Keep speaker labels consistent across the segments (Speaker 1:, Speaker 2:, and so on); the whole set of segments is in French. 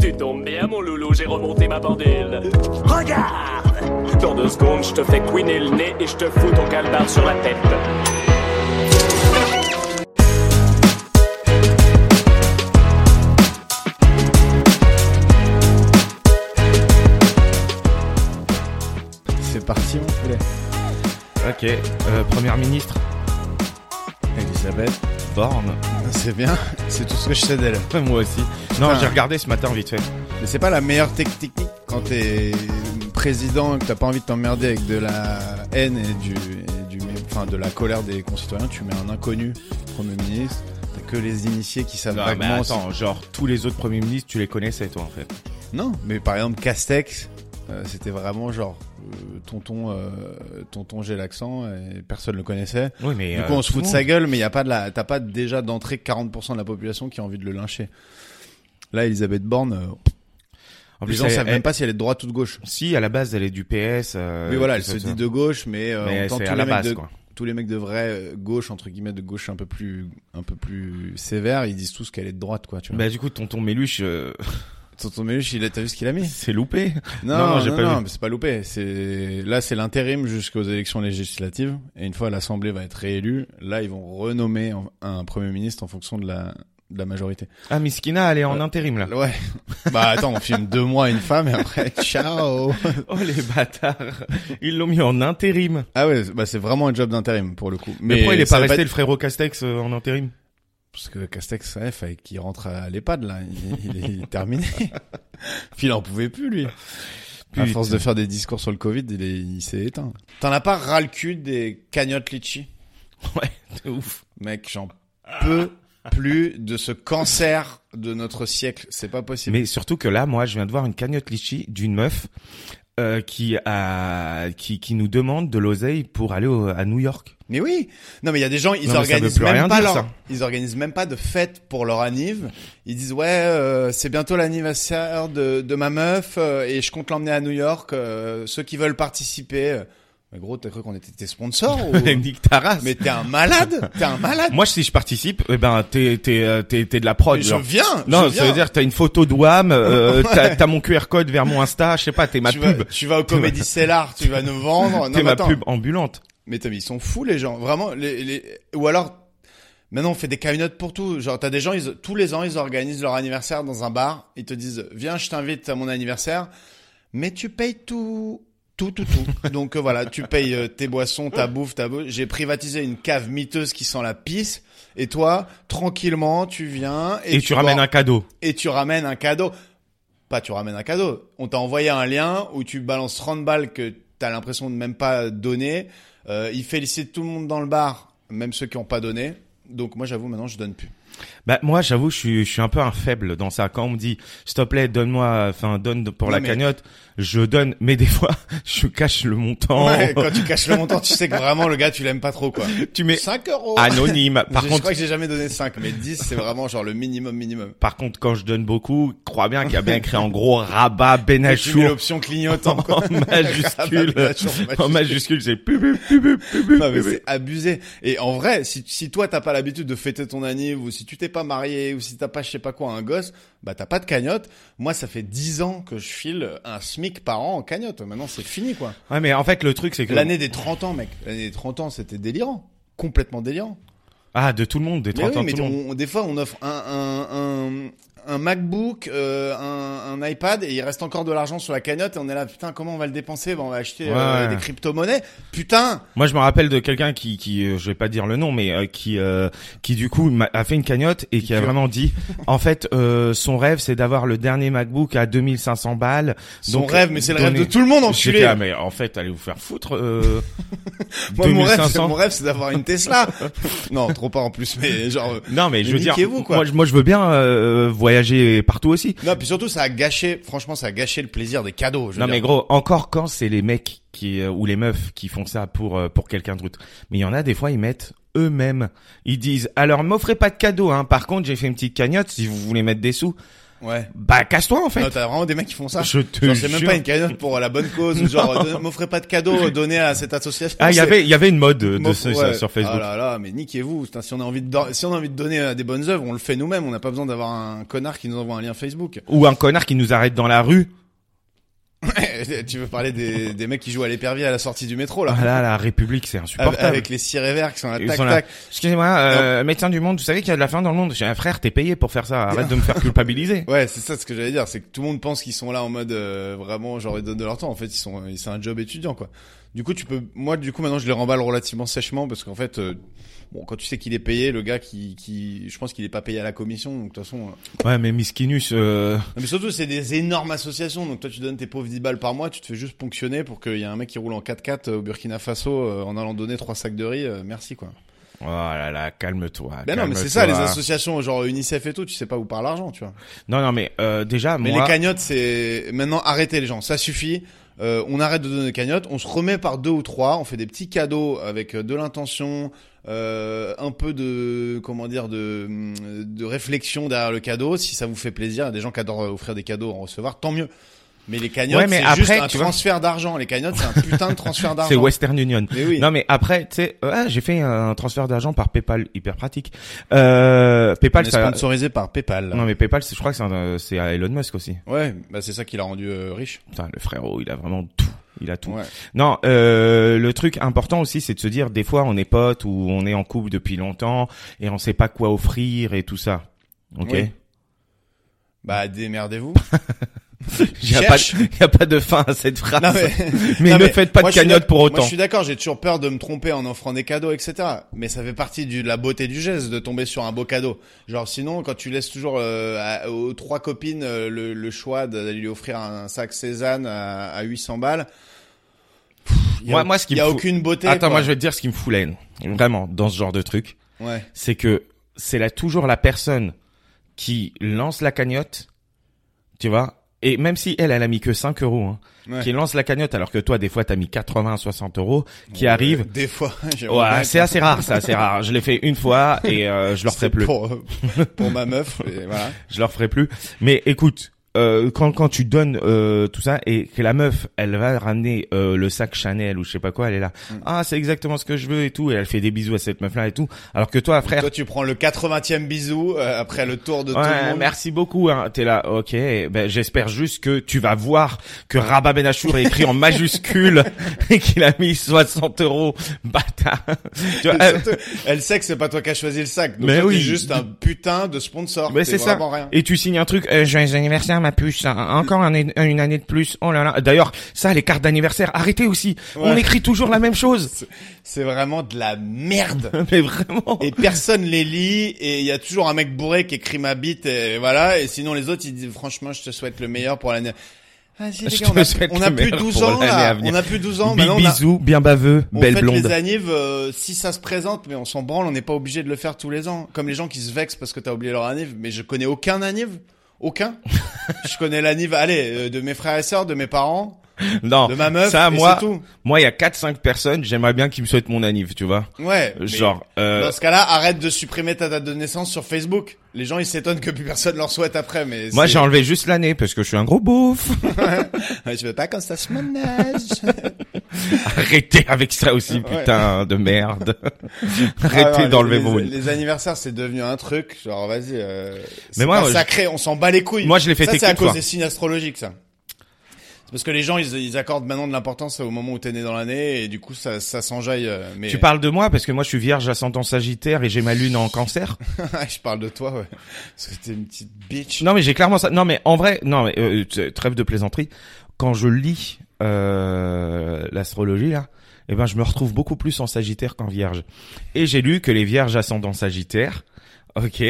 Speaker 1: Tu tombes bien, mon loulou, j'ai remonté ma pendule. Regarde Dans deux secondes, je te fais couiner le nez et je te fous ton calbar sur la tête.
Speaker 2: C'est parti, mon poulet.
Speaker 3: Ok, euh, première ministre,
Speaker 2: Elisabeth,
Speaker 3: Borne.
Speaker 2: c'est bien. C'est tout ce que je sais d'elle.
Speaker 3: Moi aussi. Non,
Speaker 2: Putain.
Speaker 3: j'ai regardé ce matin vite fait.
Speaker 2: Mais c'est pas la meilleure tec- technique quand t'es président et que t'as pas envie de t'emmerder avec de la haine et du, et du- enfin, de la colère des concitoyens. Tu mets un inconnu premier ministre. T'as que les initiés qui savent
Speaker 3: Non, mais
Speaker 2: vaguement.
Speaker 3: attends, genre tous les autres premiers ministres, tu les connaissais toi en fait.
Speaker 2: Non, mais par exemple Castex, euh, c'était vraiment genre euh, tonton, euh, tonton, j'ai l'accent et personne le connaissait.
Speaker 3: Oui, mais. euh,
Speaker 2: Du coup, on se fout de sa gueule, mais il y a pas de la, t'as pas déjà d'entrée 40% de la population qui a envie de le lyncher. Là, Elisabeth Borne, euh,
Speaker 3: En
Speaker 2: les
Speaker 3: plus,
Speaker 2: gens
Speaker 3: elle,
Speaker 2: savent même
Speaker 3: elle-
Speaker 2: pas si elle est de droite ou de gauche.
Speaker 3: Si, à la base, elle est du PS. euh,
Speaker 2: oui, voilà,
Speaker 3: tout
Speaker 2: elle
Speaker 3: ça,
Speaker 2: se
Speaker 3: tout
Speaker 2: dit
Speaker 3: ça.
Speaker 2: de gauche, mais, euh,
Speaker 3: Mais
Speaker 2: on entend
Speaker 3: c'est
Speaker 2: tous
Speaker 3: à
Speaker 2: les,
Speaker 3: la
Speaker 2: mecs
Speaker 3: base,
Speaker 2: de,
Speaker 3: quoi.
Speaker 2: tous les mecs de vraie euh, gauche, entre guillemets, de gauche un peu plus, un peu plus sévère, ils disent tous qu'elle est de droite, quoi, tu vois.
Speaker 3: Bah, du coup, tonton Méluche, euh,
Speaker 2: Tonton Méluche, il a, t'as vu ce qu'il a mis?
Speaker 3: c'est loupé.
Speaker 2: Non,
Speaker 3: Non,
Speaker 2: non,
Speaker 3: non, j'ai
Speaker 2: non,
Speaker 3: pas vu.
Speaker 2: non, mais c'est pas loupé. C'est là, c'est l'intérim jusqu'aux élections législatives. Et une fois l'Assemblée va être réélue, là, ils vont renommer en- un premier ministre en fonction de la de la majorité.
Speaker 3: Ah, Miskina, elle est
Speaker 2: Euh,
Speaker 3: en intérim là.
Speaker 2: Ouais. bah attends, on filme deux mois une femme et après ciao.
Speaker 3: Oh les bâtards Ils l'ont mis en intérim.
Speaker 2: Ah ouais, bah c'est vraiment un job d'intérim pour le coup.
Speaker 3: Mais, pourquoi il est
Speaker 2: ça
Speaker 3: pas
Speaker 2: veut
Speaker 3: resté
Speaker 2: être-
Speaker 3: le frérot Castex euh, en intérim
Speaker 2: parce que Castex, ouais, fallait qu'il rentre à l'EHPAD là, il, il est- il est terminé. Puis il en pouvait plus lui. À
Speaker 3: Putain.
Speaker 2: force de faire des discours sur le Covid, il est- il s'est éteint. T'en as pas ras le cul des cagnottes litchi
Speaker 3: Ouais, de ouf.
Speaker 2: Mec, j'en peux plus de ce cancer de notre siècle. C'est pas possible.
Speaker 3: Mais surtout que là, moi, je viens de voir une cagnotte litchi d'une meuf euh, qui a qui qui nous demande de l'oseille pour aller au- à New York.
Speaker 2: Mais oui. Non, mais il y a des gens, ils
Speaker 3: Non, mais ça veut
Speaker 2: organisent
Speaker 3: plus
Speaker 2: même
Speaker 3: rien
Speaker 2: pas
Speaker 3: dire,
Speaker 2: leur-
Speaker 3: ça.
Speaker 2: ils organisent même pas de fête pour leur anniv. Ils disent ouais, euh, c'est bientôt l'anniversaire de, de ma meuf euh, et je compte l'emmener à New York. euh, ceux qui veulent participer. euh. Mais gros, t'as cru qu'on était tes sponsors ou...
Speaker 3: Nick Taras.
Speaker 2: Mais t'es un malade. T'es un malade.
Speaker 3: Moi, si je participe, eh ben, t'es t'es euh, t'es t'es de la prod.
Speaker 2: Mais je
Speaker 3: genre.
Speaker 2: viens.
Speaker 3: Non,
Speaker 2: je
Speaker 3: ça
Speaker 2: viens.
Speaker 3: veut dire t'as une photo de Wham, euh,
Speaker 2: Ouais.
Speaker 3: t'as t'as mon QR code vers mon Insta, je sais pas, t'es ma
Speaker 2: tu vas,
Speaker 3: pub,
Speaker 2: tu vas au Comédie Cellar, tu vas nous vendre. Non,
Speaker 3: t'es
Speaker 2: mais
Speaker 3: ma
Speaker 2: attends.
Speaker 3: pub ambulante.
Speaker 2: Mais t'as- mais ils sont fous les gens, vraiment. Les, les... Ou alors, maintenant on fait des cagnottes pour tout. Genre t'as des gens, ils, tous les ans ils organisent leur anniversaire dans un bar. Ils te disent viens, je t'invite à mon anniversaire, mais tu payes tout, tout, tout, tout. Donc euh, voilà, tu payes euh, tes boissons, ta bouffe, ta bouffe. J'ai privatisé une cave miteuse qui sent la pisse. Et toi, tranquillement, tu viens
Speaker 3: Et, tu, ramènes
Speaker 2: bois-
Speaker 3: un cadeau.
Speaker 2: et tu ramènes un cadeau. Pas tu ramènes un cadeau. On t'a envoyé un lien où tu balances 30 balles que t'as l'impression de même pas donner. Euh, il félicite tout le monde dans le bar, même ceux qui ont pas donné. Donc moi j'avoue maintenant je donne plus.
Speaker 3: Bah moi, j'avoue, je suis je suis un peu un faible dans ça. Quand on me dit s'il te plaît, donne-moi, enfin donne pour
Speaker 2: Non,
Speaker 3: la
Speaker 2: mais-
Speaker 3: cagnotte, je donne, mais des fois, je cache le montant.
Speaker 2: Ouais, quand tu caches le montant, tu sais que vraiment le gars tu l'aimes pas trop quoi.
Speaker 3: tu mets
Speaker 2: 5 euros.
Speaker 3: anonyme. Ah Par
Speaker 2: Oh. je,
Speaker 3: contre,
Speaker 2: crois que j'ai jamais donné 5, mais 10 c'est vraiment genre le minimum minimum.
Speaker 3: par contre, quand je donne beaucoup, crois bien qu'il y a bien écrit en gros rabat
Speaker 2: Et tu mets
Speaker 3: Benachour
Speaker 2: l'option clignotant quoi.
Speaker 3: en majuscule.
Speaker 2: Benachour,
Speaker 3: En majuscule, c'est pub, pub, pub, pub, pub,
Speaker 2: Non, mais
Speaker 3: pub.
Speaker 2: c'est abusé. Et en vrai, si, si toi t'as pas l'habitude de fêter ton anniv ou si tu t'es pas marié ou si t'as pas je sais pas quoi un gosse, bah t'as pas de cagnotte. Moi, ça fait 10 ans que je file un SMIC par an en cagnotte. Maintenant, c'est fini quoi.
Speaker 3: Ouais, mais en fait, le truc, c'est que
Speaker 2: L'année des 30 ans, mec. L'année des 30 ans, c'était délirant. Complètement délirant.
Speaker 3: ah, de tout le monde, des 30
Speaker 2: mais
Speaker 3: ans,
Speaker 2: oui,
Speaker 3: tout
Speaker 2: mais
Speaker 3: le monde.
Speaker 2: on- on- des fois, on offre un, un, un, un MacBook, euh, un, un iPad, et il reste encore de l'argent sur la cagnotte, et on est là, putain, comment on va le dépenser ben, On va acheter euh,
Speaker 3: Ouais.
Speaker 2: des crypto-monnaies. Putain
Speaker 3: Moi, je me rappelle de quelqu'un qui, qui, euh, je vais pas dire le nom, mais euh, qui, euh, qui du coup m'a- a fait une cagnotte et qui a
Speaker 2: Qui-
Speaker 3: vraiment dit, en fait, euh, son rêve, c'est d'avoir le dernier MacBook à 2500 balles.
Speaker 2: Son
Speaker 3: Donc,
Speaker 2: rêve, mais c'est le rêve de
Speaker 3: donnez-
Speaker 2: tout le monde,
Speaker 3: J'étais,
Speaker 2: enculé
Speaker 3: ah, mais en fait, allez vous faire foutre. Euh,
Speaker 2: Moi, mon rêve,
Speaker 3: 2500.
Speaker 2: c'est- mon rêve, c'est d'avoir une Tesla. non, trop pas en plus, mais genre. euh,
Speaker 3: Non, mais,
Speaker 2: Mais
Speaker 3: je veux dire,
Speaker 2: niquez-vous, quoi.
Speaker 3: moi, je- moi, je veux bien euh, voyager partout aussi.
Speaker 2: Non, puis surtout, ça a gâché. Franchement, ça a gâché le plaisir des cadeaux. Je veux
Speaker 3: Non,
Speaker 2: dire.
Speaker 3: mais gros, encore quand c'est les mecs qui euh, ou les meufs qui font ça pour euh, pour quelqu'un d'autre. Mais il y en a des fois, ils mettent eux-mêmes. Ils disent, alors m'offrez pas de cadeaux, hein. Par contre, j'ai fait une petite cagnotte si vous voulez mettre des sous.
Speaker 2: Ouais.
Speaker 3: bah casse-toi en fait.
Speaker 2: Non, t'as vraiment des mecs qui font ça.
Speaker 3: Je te
Speaker 2: Ah, Genre, c'est même
Speaker 3: jure.
Speaker 2: pas une cagnotte pour la bonne cause, ou genre, euh, don- m'offrez pas de cadeau donné à cette association.
Speaker 3: Ah, il y
Speaker 2: C'est-
Speaker 3: avait, il y avait une mode de de
Speaker 2: M'offre-
Speaker 3: ce-
Speaker 2: ouais.
Speaker 3: sur Facebook.
Speaker 2: Ah là là, mais niquez-vous. Putain, Si on a envie de, dor- si on a envie de donner euh, des bonnes œuvres, on le fait nous-mêmes. On n'a pas besoin d'avoir un connard qui nous envoie un lien Facebook.
Speaker 3: Ou un connard qui nous arrête dans la rue.
Speaker 2: tu veux parler des, des mecs qui jouent à l'épervier à la sortie du métro, là.
Speaker 3: Ah là, la République, c'est
Speaker 2: Avec-
Speaker 3: insupportable.
Speaker 2: Avec les cirés verts qui sont là,
Speaker 3: Ils
Speaker 2: tac,
Speaker 3: sont là.
Speaker 2: tac.
Speaker 3: Excusez-moi, euh, médecin du monde, vous savez qu'il y a de la faim dans le monde. J'ai un frère, t'es payé pour faire ça. Arrête de me faire culpabiliser.
Speaker 2: Ouais, c'est ça ce que j'allais dire, c'est que tout le monde pense qu'ils sont là en mode euh, vraiment genre ils donnent de leur temps. En fait, ils sont, ils- c'est un job étudiant quoi. Du coup, tu peux, moi du coup maintenant je les remballe relativement sèchement parce qu'en fait, euh, bon quand tu sais qu'il est payé, le gars qui, qui, je pense qu'il est pas payé à la commission, donc de toute façon. euh,
Speaker 3: Ouais, mais Miskinus, euh,
Speaker 2: non, mais surtout, c'est des énormes associations. Donc, toi, tu donnes tes pauvres 10 balles par mois, tu te fais juste ponctionner pour qu'il y ait un mec qui roule en 4x4 au Burkina Faso euh, en allant donner trois sacs de riz. euh, merci, quoi.
Speaker 3: oh là là, calme-toi.
Speaker 2: Ben non, mais c'est
Speaker 3: calme-toi.
Speaker 2: ça, les associations, genre UNICEF et tout, tu sais pas où part l'argent, tu vois.
Speaker 3: Non, non, mais euh, déjà,
Speaker 2: Mais
Speaker 3: moi,
Speaker 2: les cagnottes, c'est maintenant arrêtez les gens, ça suffit. Euh, on arrête de donner des cagnottes, on se remet par deux ou trois, on fait des petits cadeaux avec euh, de l'intention, euh, un peu de comment dire de de réflexion derrière le cadeau. Si ça vous fait plaisir, il y a des gens qui adorent euh, offrir des cadeaux, en recevoir, tant mieux. Mais les cagnottes,
Speaker 3: Ouais, mais
Speaker 2: c'est
Speaker 3: après,
Speaker 2: juste un
Speaker 3: tu vois-
Speaker 2: transfert d'argent. Les cagnottes, c'est un putain de transfert d'argent.
Speaker 3: c'est Western Union.
Speaker 2: Mais oui.
Speaker 3: Non mais après, tu sais, euh, ah, j'ai fait un transfert d'argent par PayPal, hyper pratique. Euh, PayPal,
Speaker 2: on est
Speaker 3: ça,
Speaker 2: sponsorisé par PayPal.
Speaker 3: non mais PayPal, c'est- je crois que c'est un, euh, c'est à Elon Musk aussi.
Speaker 2: Ouais, bah c'est ça qui l'a rendu euh, riche.
Speaker 3: Putain, le frérot, il a vraiment tout. Il a tout.
Speaker 2: Ouais.
Speaker 3: Non, euh, le truc important aussi, c'est de se dire, des fois, on est potes ou on est en couple depuis longtemps et on sait pas quoi offrir et tout ça. Ok.
Speaker 2: Oui. Bah démerdez-vous.
Speaker 3: Il y a pas, de-
Speaker 2: Cherche.
Speaker 3: il y a pas de fin à cette phrase.
Speaker 2: Non,
Speaker 3: mais
Speaker 2: mais- Non,
Speaker 3: ne
Speaker 2: mais
Speaker 3: faites pas
Speaker 2: moi,
Speaker 3: de
Speaker 2: je suis
Speaker 3: cagnotte
Speaker 2: d'ac-
Speaker 3: pour
Speaker 2: moi,
Speaker 3: autant.
Speaker 2: je suis d'accord, j'ai toujours peur de me tromper en offrant des cadeaux, etc. Mais ça fait partie du- de la beauté du geste de tomber sur un beau cadeau. Genre sinon, quand tu laisses toujours euh, à- aux trois copines euh, le, le choix de lui offrir un sac Cézanne à, à 800 balles, pff, il y a
Speaker 3: Moi-
Speaker 2: au-
Speaker 3: moi, ce qui
Speaker 2: il y
Speaker 3: me
Speaker 2: a
Speaker 3: fout-
Speaker 2: aucune beauté.
Speaker 3: Attends,
Speaker 2: quoi.
Speaker 3: moi, je vais te dire ce qui me fout la haine. Vraiment, dans ce genre de truc.
Speaker 2: Ouais.
Speaker 3: c'est que c'est là toujours la personne qui lance la cagnotte, tu vois, et même si elle, elle a mis que 5 euros, hein,
Speaker 2: Ouais.
Speaker 3: qui lance la cagnotte, alors que toi, des fois, t'as mis 80, 60 euros, qui
Speaker 2: Euh,
Speaker 3: arrive.
Speaker 2: Des fois, j'ai
Speaker 3: Ouais, c'est assez rare, c'est assez rare. Je l'ai fait une fois et euh, je le referai plus.
Speaker 2: pour, euh, pour ma meuf, et voilà.
Speaker 3: Je le referai plus. Mais écoute, euh, quand quand tu donnes euh, tout ça et que la meuf, elle va ramener euh, le sac Chanel ou je sais pas quoi, elle est là.
Speaker 2: Mm.
Speaker 3: Ah, c'est exactement ce que je veux et tout. Et elle fait des bisous à cette meuf-là et tout. Alors que toi, frère,
Speaker 2: Toi, tu prends le 80e bisou euh, après le tour de tout le
Speaker 3: Ouais,
Speaker 2: monde.
Speaker 3: merci beaucoup. Hein. T'es là, ok. Ben, j'espère juste que tu vas voir que Rabat Benachour est écrit en majuscule et qu'il a mis 60 euros, bâtard. Tu vois,
Speaker 2: Et
Speaker 3: euh,
Speaker 2: surtout, elle sait que c'est pas toi qui as choisi le sac. Donc
Speaker 3: Mais
Speaker 2: toi, t'es
Speaker 3: oui.
Speaker 2: juste un putain de sponsor.
Speaker 3: Ah, mais
Speaker 2: T'es
Speaker 3: c'est ça.
Speaker 2: vraiment Rien.
Speaker 3: Et tu signes un truc, euh, joyeux anniversaire ma puce, hein, encore un- une année de plus. Oh là là. D'ailleurs, ça, les cartes d'anniversaire, arrêtez aussi. On
Speaker 2: Ouais.
Speaker 3: écrit toujours la même chose.
Speaker 2: C'est vraiment de la merde.
Speaker 3: Mais vraiment.
Speaker 2: Et personne les lit et il y a toujours un mec bourré qui écrit ma bite et voilà et sinon les autres ils disent franchement je te souhaite le meilleur pour l'année. Vas-y les
Speaker 3: Je
Speaker 2: gars, on
Speaker 3: te
Speaker 2: a,
Speaker 3: souhaite
Speaker 2: on a
Speaker 3: le
Speaker 2: plus
Speaker 3: meilleur
Speaker 2: 12
Speaker 3: pour
Speaker 2: ans
Speaker 3: l'année à
Speaker 2: là,
Speaker 3: venir.
Speaker 2: on a plus 12 ans,
Speaker 3: Big
Speaker 2: maintenant bah, on a-
Speaker 3: bisous, bien baveux,
Speaker 2: on
Speaker 3: belle
Speaker 2: fête
Speaker 3: blonde.
Speaker 2: les annives euh, si ça se présente mais on s'en branle, on n'est pas obligé de le faire tous les ans comme les gens qui se vexent parce que t'as oublié leur anniv mais je connais aucun anniv, aucun. je connais l'anniv allez euh, de mes frères et sœurs, de mes parents,
Speaker 3: Non,
Speaker 2: de ma meuf
Speaker 3: ça,
Speaker 2: et
Speaker 3: moi,
Speaker 2: c'est tout.
Speaker 3: moi, il y a 4-5 personnes, j'aimerais bien qu'ils me souhaitent mon anniv, tu vois.
Speaker 2: Ouais. mais bah,
Speaker 3: Genre, euh,
Speaker 2: Dans ce cas-là, arrête de supprimer ta date de naissance sur Facebook. Les gens, ils s'étonnent que plus personne leur souhaite après, mais
Speaker 3: Moi,
Speaker 2: c'est-
Speaker 3: j'ai enlevé juste l'année parce que je suis un gros beauf.
Speaker 2: Ouais, je veux pas quand ça se ménage.
Speaker 3: Arrêtez avec ça aussi,
Speaker 2: Ouais.
Speaker 3: putain de merde.
Speaker 2: Ah
Speaker 3: Arrêtez
Speaker 2: non,
Speaker 3: d'enlever
Speaker 2: les-
Speaker 3: vos.
Speaker 2: les, les anniversaires, c'est devenu un truc. Genre, vas-y. Euh,
Speaker 3: Mais
Speaker 2: c'est
Speaker 3: moi,
Speaker 2: pas
Speaker 3: je-
Speaker 2: sacré. On s'en bat les couilles.
Speaker 3: Moi, je l'ai fait
Speaker 2: Ça, c'est à
Speaker 3: qu'une
Speaker 2: cause
Speaker 3: fois.
Speaker 2: des signes astrologiques, ça. C'est parce que les gens, ils, ils accordent maintenant de l'importance au moment où t'es né dans l'année, et du coup, ça, ça s'enjaille. euh, Mais
Speaker 3: Tu parles de moi parce que moi, je suis vierge ascendant Sagittaire et j'ai ma lune en Cancer.
Speaker 2: je parle de toi, ouais. Parce que t'es une petite bitch.
Speaker 3: Non, mais j'ai clairement ça. Non, mais en vrai, non, mais euh, t- trêve de plaisanterie. Quand je lis euh, l'astrologie là. Eh ben, je me retrouve beaucoup plus en Sagittaire qu'en Vierge. Et j'ai lu que les Vierges ascendant Sagittaire, ok,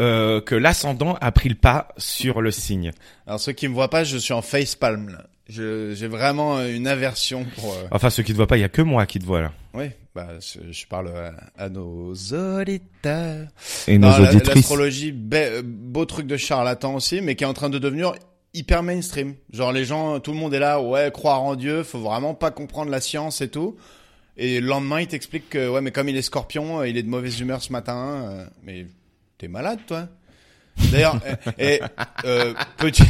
Speaker 3: euh, que l'ascendant a pris le pas sur le signe.
Speaker 2: Alors ceux qui me voient pas, je suis en facepalm. là. Je j'ai vraiment euh, une aversion pour. euh,
Speaker 3: Enfin, ceux qui te voient pas, il y a que moi qui te vois là.
Speaker 2: Oui, bah je, je parle euh, à nos auditeurs.
Speaker 3: Et
Speaker 2: Non,
Speaker 3: nos
Speaker 2: la-
Speaker 3: auditrices.
Speaker 2: L'astrologie, be- euh, beau truc de charlatan aussi, mais qui est en train de devenir hyper mainstream. Genre les gens, tout le monde est là, ouais, croire en Dieu, faut vraiment pas comprendre la science et tout. Et le lendemain, il t'explique que ouais, mais comme il est Scorpion, euh, il est de mauvaise humeur ce matin. euh, mais t'es malade, toi. D'ailleurs, et, et, euh, petit-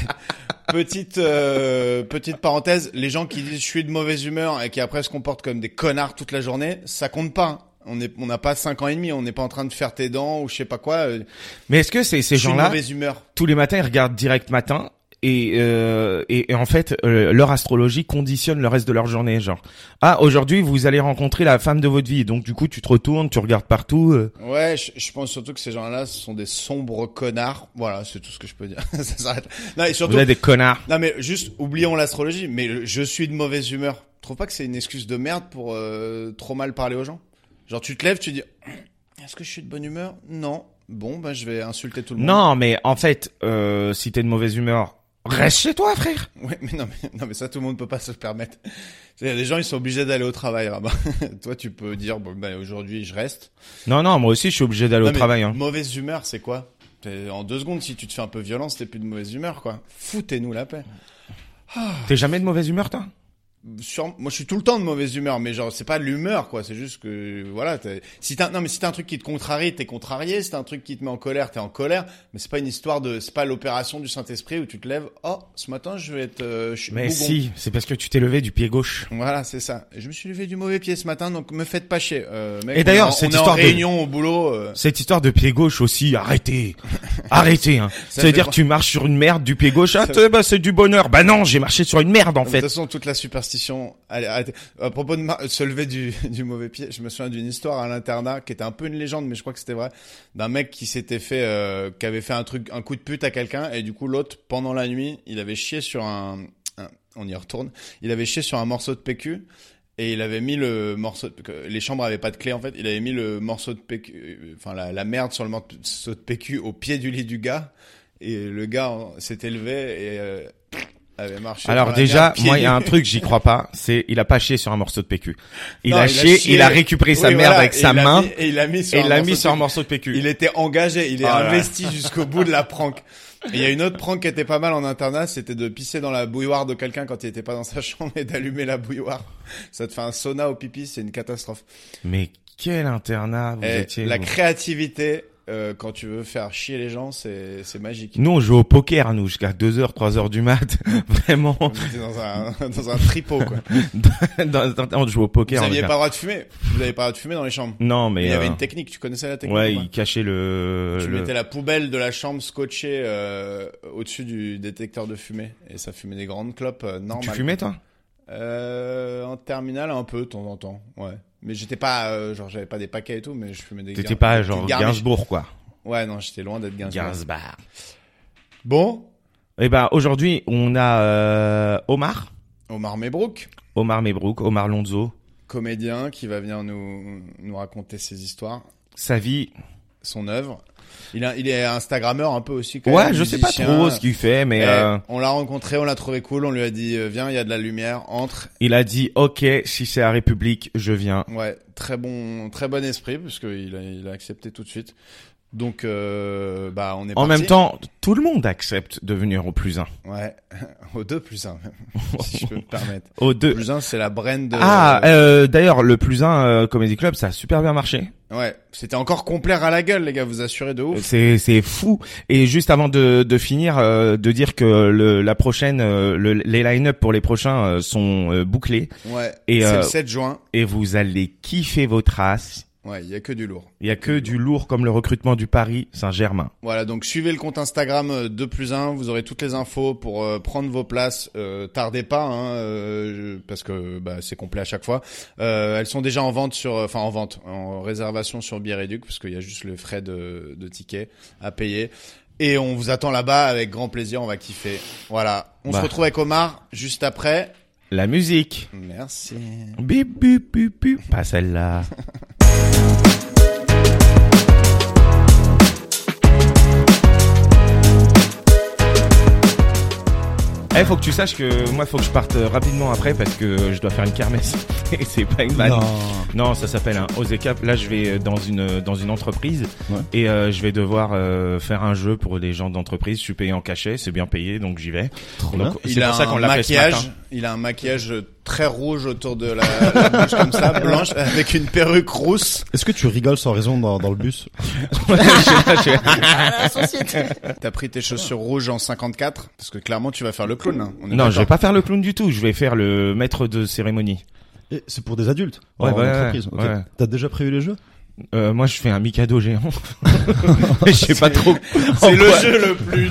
Speaker 2: petite euh, petite parenthèse, les gens qui disent je suis de mauvaise humeur et qui après se comportent comme des connards toute la journée, ça compte pas. On est on n'a pas cinq ans et demi, on n'est pas en train de faire tes dents ou je sais pas quoi. euh,
Speaker 3: Mais est-ce que ces, ces
Speaker 2: je suis de
Speaker 3: gens-là,
Speaker 2: mauvaise humeur.
Speaker 3: tous les matins, ils regardent direct matin et, euh, et, et en fait, euh, leur astrologie conditionne le reste de leur journée. Genre, ah, aujourd'hui, vous allez rencontrer la femme de votre vie. Donc, du coup, tu te retournes, tu regardes partout. euh.
Speaker 2: Ouais, je, je pense surtout que ces gens-là ce sont des sombres connards. Voilà, c'est tout ce que je peux dire. ça s'arrête. là. Non, et surtout,
Speaker 3: vous êtes des connards.
Speaker 2: non mais juste oublions l'astrologie. Mais le- je suis de mauvaise humeur. Tu Trouves pas que c'est une excuse de merde pour euh, trop mal parler aux gens Genre tu te lèves, tu dis est-ce que je suis de bonne humeur Non. Bon, ben je vais insulter tout le monde.
Speaker 3: Non, mais en fait, euh, si t'es de mauvaise humeur, reste chez toi, frère.
Speaker 2: Ouais, mais non, mais non, mais ça tout le monde peut pas se le permettre. C'est-à-dire, Les gens ils sont obligés d'aller au travail là-bas. Toi tu peux dire bon ben aujourd'hui je reste.
Speaker 3: Non, non, moi aussi, je suis obligé d'aller
Speaker 2: Non,
Speaker 3: au
Speaker 2: mais
Speaker 3: travail. hein.
Speaker 2: Mauvaise humeur, c'est quoi T'es- En deux secondes, si tu te fais un peu violence, t'es plus de mauvaise humeur, quoi. Foutez-nous la paix.
Speaker 3: T'es jamais de mauvaise humeur, toi
Speaker 2: Sur- Moi, je suis tout le temps de mauvaise humeur, mais genre, c'est pas de l'humeur, quoi. C'est juste que, voilà. t'es- Si t'as, non, mais si t'as un truc qui te contrarie, t'es contrarié. Si t'as un truc qui te met en colère, t'es en colère. Mais c'est pas une histoire de, c'est pas l'opération du Saint-Esprit où tu te lèves. Oh, ce matin, je vais être, euh, je suis
Speaker 3: Mais
Speaker 2: bougon.
Speaker 3: si, c'est parce que tu t'es levé du pied gauche.
Speaker 2: Voilà, c'est ça. Je me suis levé du mauvais pied ce matin, donc me faites pas chier. Euh, mec,
Speaker 3: Et
Speaker 2: on
Speaker 3: d'ailleurs,
Speaker 2: est en-
Speaker 3: cette
Speaker 2: on est en
Speaker 3: histoire de-
Speaker 2: réunion au boulot. euh,
Speaker 3: Cette histoire de pied gauche aussi, arrêtez, arrêtez. Hein.
Speaker 2: Ça
Speaker 3: Ça veut
Speaker 2: fait
Speaker 3: dire
Speaker 2: quoi
Speaker 3: que tu marches sur une merde du pied gauche. Ah,
Speaker 2: Ça-
Speaker 3: t'es- bah, c'est du bonheur. Bah non, j'ai marché sur une merde en
Speaker 2: De toute
Speaker 3: fait.
Speaker 2: façon, toute la superstition. Allez, arrêtez. À propos de mar- se lever du, du mauvais pied, je me souviens d'une histoire à l'internat qui était un peu une légende, mais je crois que c'était vrai, d'un mec qui s'était fait, euh, qui avait fait un truc, un coup de pute à quelqu'un, et du coup l'autre, pendant la nuit, il avait chié sur un, un- on y retourne, il avait chié sur un morceau de PQ. Et il avait mis le morceau, de- que les chambres avaient pas de clé en fait, il avait mis le morceau de PQ, euh, enfin la, la merde sur le morceau de PQ au pied du lit du gars, et le gars en- s'était levé et euh, avait marché.
Speaker 3: Alors
Speaker 2: dans la
Speaker 3: déjà,
Speaker 2: merde, pieds
Speaker 3: moi, il y a
Speaker 2: nus.
Speaker 3: un truc, j'y crois pas. C'est, il a pas chié sur un morceau de PQ. Il,
Speaker 2: Non,
Speaker 3: a,
Speaker 2: il a
Speaker 3: chié,
Speaker 2: chié.
Speaker 3: il a récupéré sa
Speaker 2: Oui,
Speaker 3: merde
Speaker 2: voilà,
Speaker 3: avec
Speaker 2: et
Speaker 3: sa
Speaker 2: il l'a
Speaker 3: main
Speaker 2: mis- et il l'a mis sur un
Speaker 3: et il l'a
Speaker 2: morceau
Speaker 3: mis
Speaker 2: de
Speaker 3: sur un
Speaker 2: PQ.
Speaker 3: morceau de PQ.
Speaker 2: Il était engagé, il est
Speaker 3: Oh là là.
Speaker 2: investi jusqu'au bout de la prank. Et il y a une autre prank qui était pas mal en internat, c'était de pisser dans la bouilloire de quelqu'un quand il était pas dans sa chambre et d'allumer la bouilloire. Ça te fait un sauna au pipi, c'est une catastrophe.
Speaker 3: Mais quel internat vous
Speaker 2: Eh,
Speaker 3: étiez
Speaker 2: la
Speaker 3: vous.
Speaker 2: créativité, euh, quand tu veux faire chier les gens, c'est c'est magique.
Speaker 3: Nous, on jouait au poker, nous, jusqu'à 2h, 3h du mat. Vraiment,
Speaker 2: Vous étiez dans un dans un tripot quoi.
Speaker 3: dans- dans- on jouait au
Speaker 2: Vous
Speaker 3: poker. on
Speaker 2: aviez
Speaker 3: était-
Speaker 2: pas le droit de fumer. Vous avez pas le droit de fumer dans les chambres.
Speaker 3: Non,
Speaker 2: Mais
Speaker 3: mais...
Speaker 2: il y avait
Speaker 3: euh,
Speaker 2: une technique, tu connaissais la technique
Speaker 3: ouais,
Speaker 2: ou pas
Speaker 3: il cachait le...
Speaker 2: Tu
Speaker 3: le-
Speaker 2: mettais la poubelle de la chambre scotchée euh, au-dessus du détecteur de fumée et ça fumait des grandes clopes euh, normales.
Speaker 3: Tu fumais, toi
Speaker 2: euh, En terminale un peu de temps en temps, ouais. Mais j'étais pas euh, genre j'avais pas des paquets et tout, mais je fumais des.
Speaker 3: T'étais
Speaker 2: gar-
Speaker 3: pas
Speaker 2: des
Speaker 3: genre
Speaker 2: garniches.
Speaker 3: Gainsbourg, quoi.
Speaker 2: Ouais non, j'étais loin d'être Gainsbourg.
Speaker 3: Gainsbourg.
Speaker 2: Bon,
Speaker 3: Eh ben, aujourd'hui, on a euh, Omar.
Speaker 2: Omar Mebrook,
Speaker 3: Omar Mebrook, Omar Lonzo.
Speaker 2: comédien qui va venir nous nous raconter ses histoires,
Speaker 3: Sa vie.
Speaker 2: son œuvre. Il a, il est Instagrammeur un peu aussi. Quand
Speaker 3: Ouais,
Speaker 2: même,
Speaker 3: je sais pas
Speaker 2: musicien.
Speaker 3: trop ce qu'il fait, mais
Speaker 2: Eh,
Speaker 3: euh,
Speaker 2: On l'a rencontré, on l'a trouvé cool, on lui a dit euh, viens, il y a de la lumière, entre.
Speaker 3: il a dit, OK, si c'est à République, je viens.
Speaker 2: Ouais, très bon, très bon esprit parce qu'il a, il a accepté tout de suite. Donc, euh, bah, on est
Speaker 3: En
Speaker 2: parti.
Speaker 3: même temps, tout le monde accepte de venir au plus un.
Speaker 2: ouais, au 2 plus 1, si je peux me permettre.
Speaker 3: Au deux.
Speaker 2: Plus 1, c'est la brand. euh,
Speaker 3: Ah, euh, d'ailleurs, le plus un euh, Comedy Club, ça a super bien marché.
Speaker 2: ouais, c'était encore complet à la gueule, les gars, vous assurez de ouf.
Speaker 3: C'est c'est fou. Et juste avant de, de finir, euh, de dire que le, la prochaine, euh, le- les line-up pour les prochains euh, sont euh, bouclés
Speaker 2: Ouais,
Speaker 3: Et,
Speaker 2: c'est
Speaker 3: euh,
Speaker 2: le 7 juin.
Speaker 3: et vous allez kiffer vos traces.
Speaker 2: Ouais, il y a que du lourd.
Speaker 3: Il y a que du lourd comme le recrutement du Paris Saint-Germain.
Speaker 2: Voilà, donc suivez le compte Instagram euh, 2 plus 1, vous aurez toutes les infos pour euh, prendre vos places. Euh, tardez pas, hein, euh, je- parce que bah, c'est complet à chaque fois. Euh, elles sont déjà en vente sur, enfin en vente, en réservation sur Bireduc, parce qu'il y a juste le frais de, de ticket à payer. Et on vous attend là-bas avec grand plaisir, on va kiffer. Voilà, on
Speaker 3: Bah.
Speaker 2: se retrouve avec Omar juste après.
Speaker 3: La musique.
Speaker 2: Merci.
Speaker 3: Bip, bip, bip, bip. Pas celle-là. Eh, faut que tu saches que moi, faut que je parte euh, rapidement après parce que euh, je dois faire une kermesse. Et c'est pas une vanne. Non, ça s'appelle un OZECAP. Là, je vais euh, dans une euh, dans une entreprise
Speaker 2: Ouais.
Speaker 3: et euh, je vais devoir euh, faire un jeu pour les gens d'entreprise. Je suis payé en cachet, c'est bien payé, donc j'y vais. Donc, c'est
Speaker 2: Il a
Speaker 3: pour ça
Speaker 2: un
Speaker 3: qu'on l'a fait ce matin.
Speaker 2: maquillage. Il a un maquillage très rouge autour de la, la bouche comme ça, blanche, avec une perruque rousse.
Speaker 4: Est-ce que tu rigoles sans raison dans, dans le bus
Speaker 2: T'as pris tes chaussures rouges en 54 parce que clairement tu vas faire le clown. hein. On est
Speaker 3: Non, je vais
Speaker 2: d'accord.
Speaker 3: pas faire le clown du tout. Je vais faire le maître de cérémonie.
Speaker 4: Et C'est pour des adultes
Speaker 3: Ouais,
Speaker 4: en
Speaker 3: ouais,
Speaker 4: entreprise. ok.
Speaker 3: ouais.
Speaker 4: T'as déjà prévu les jeux
Speaker 3: Euh, moi, je fais un Mikado géant. Je sais pas trop. en
Speaker 2: C'est le
Speaker 3: quoi-
Speaker 2: jeu le plus.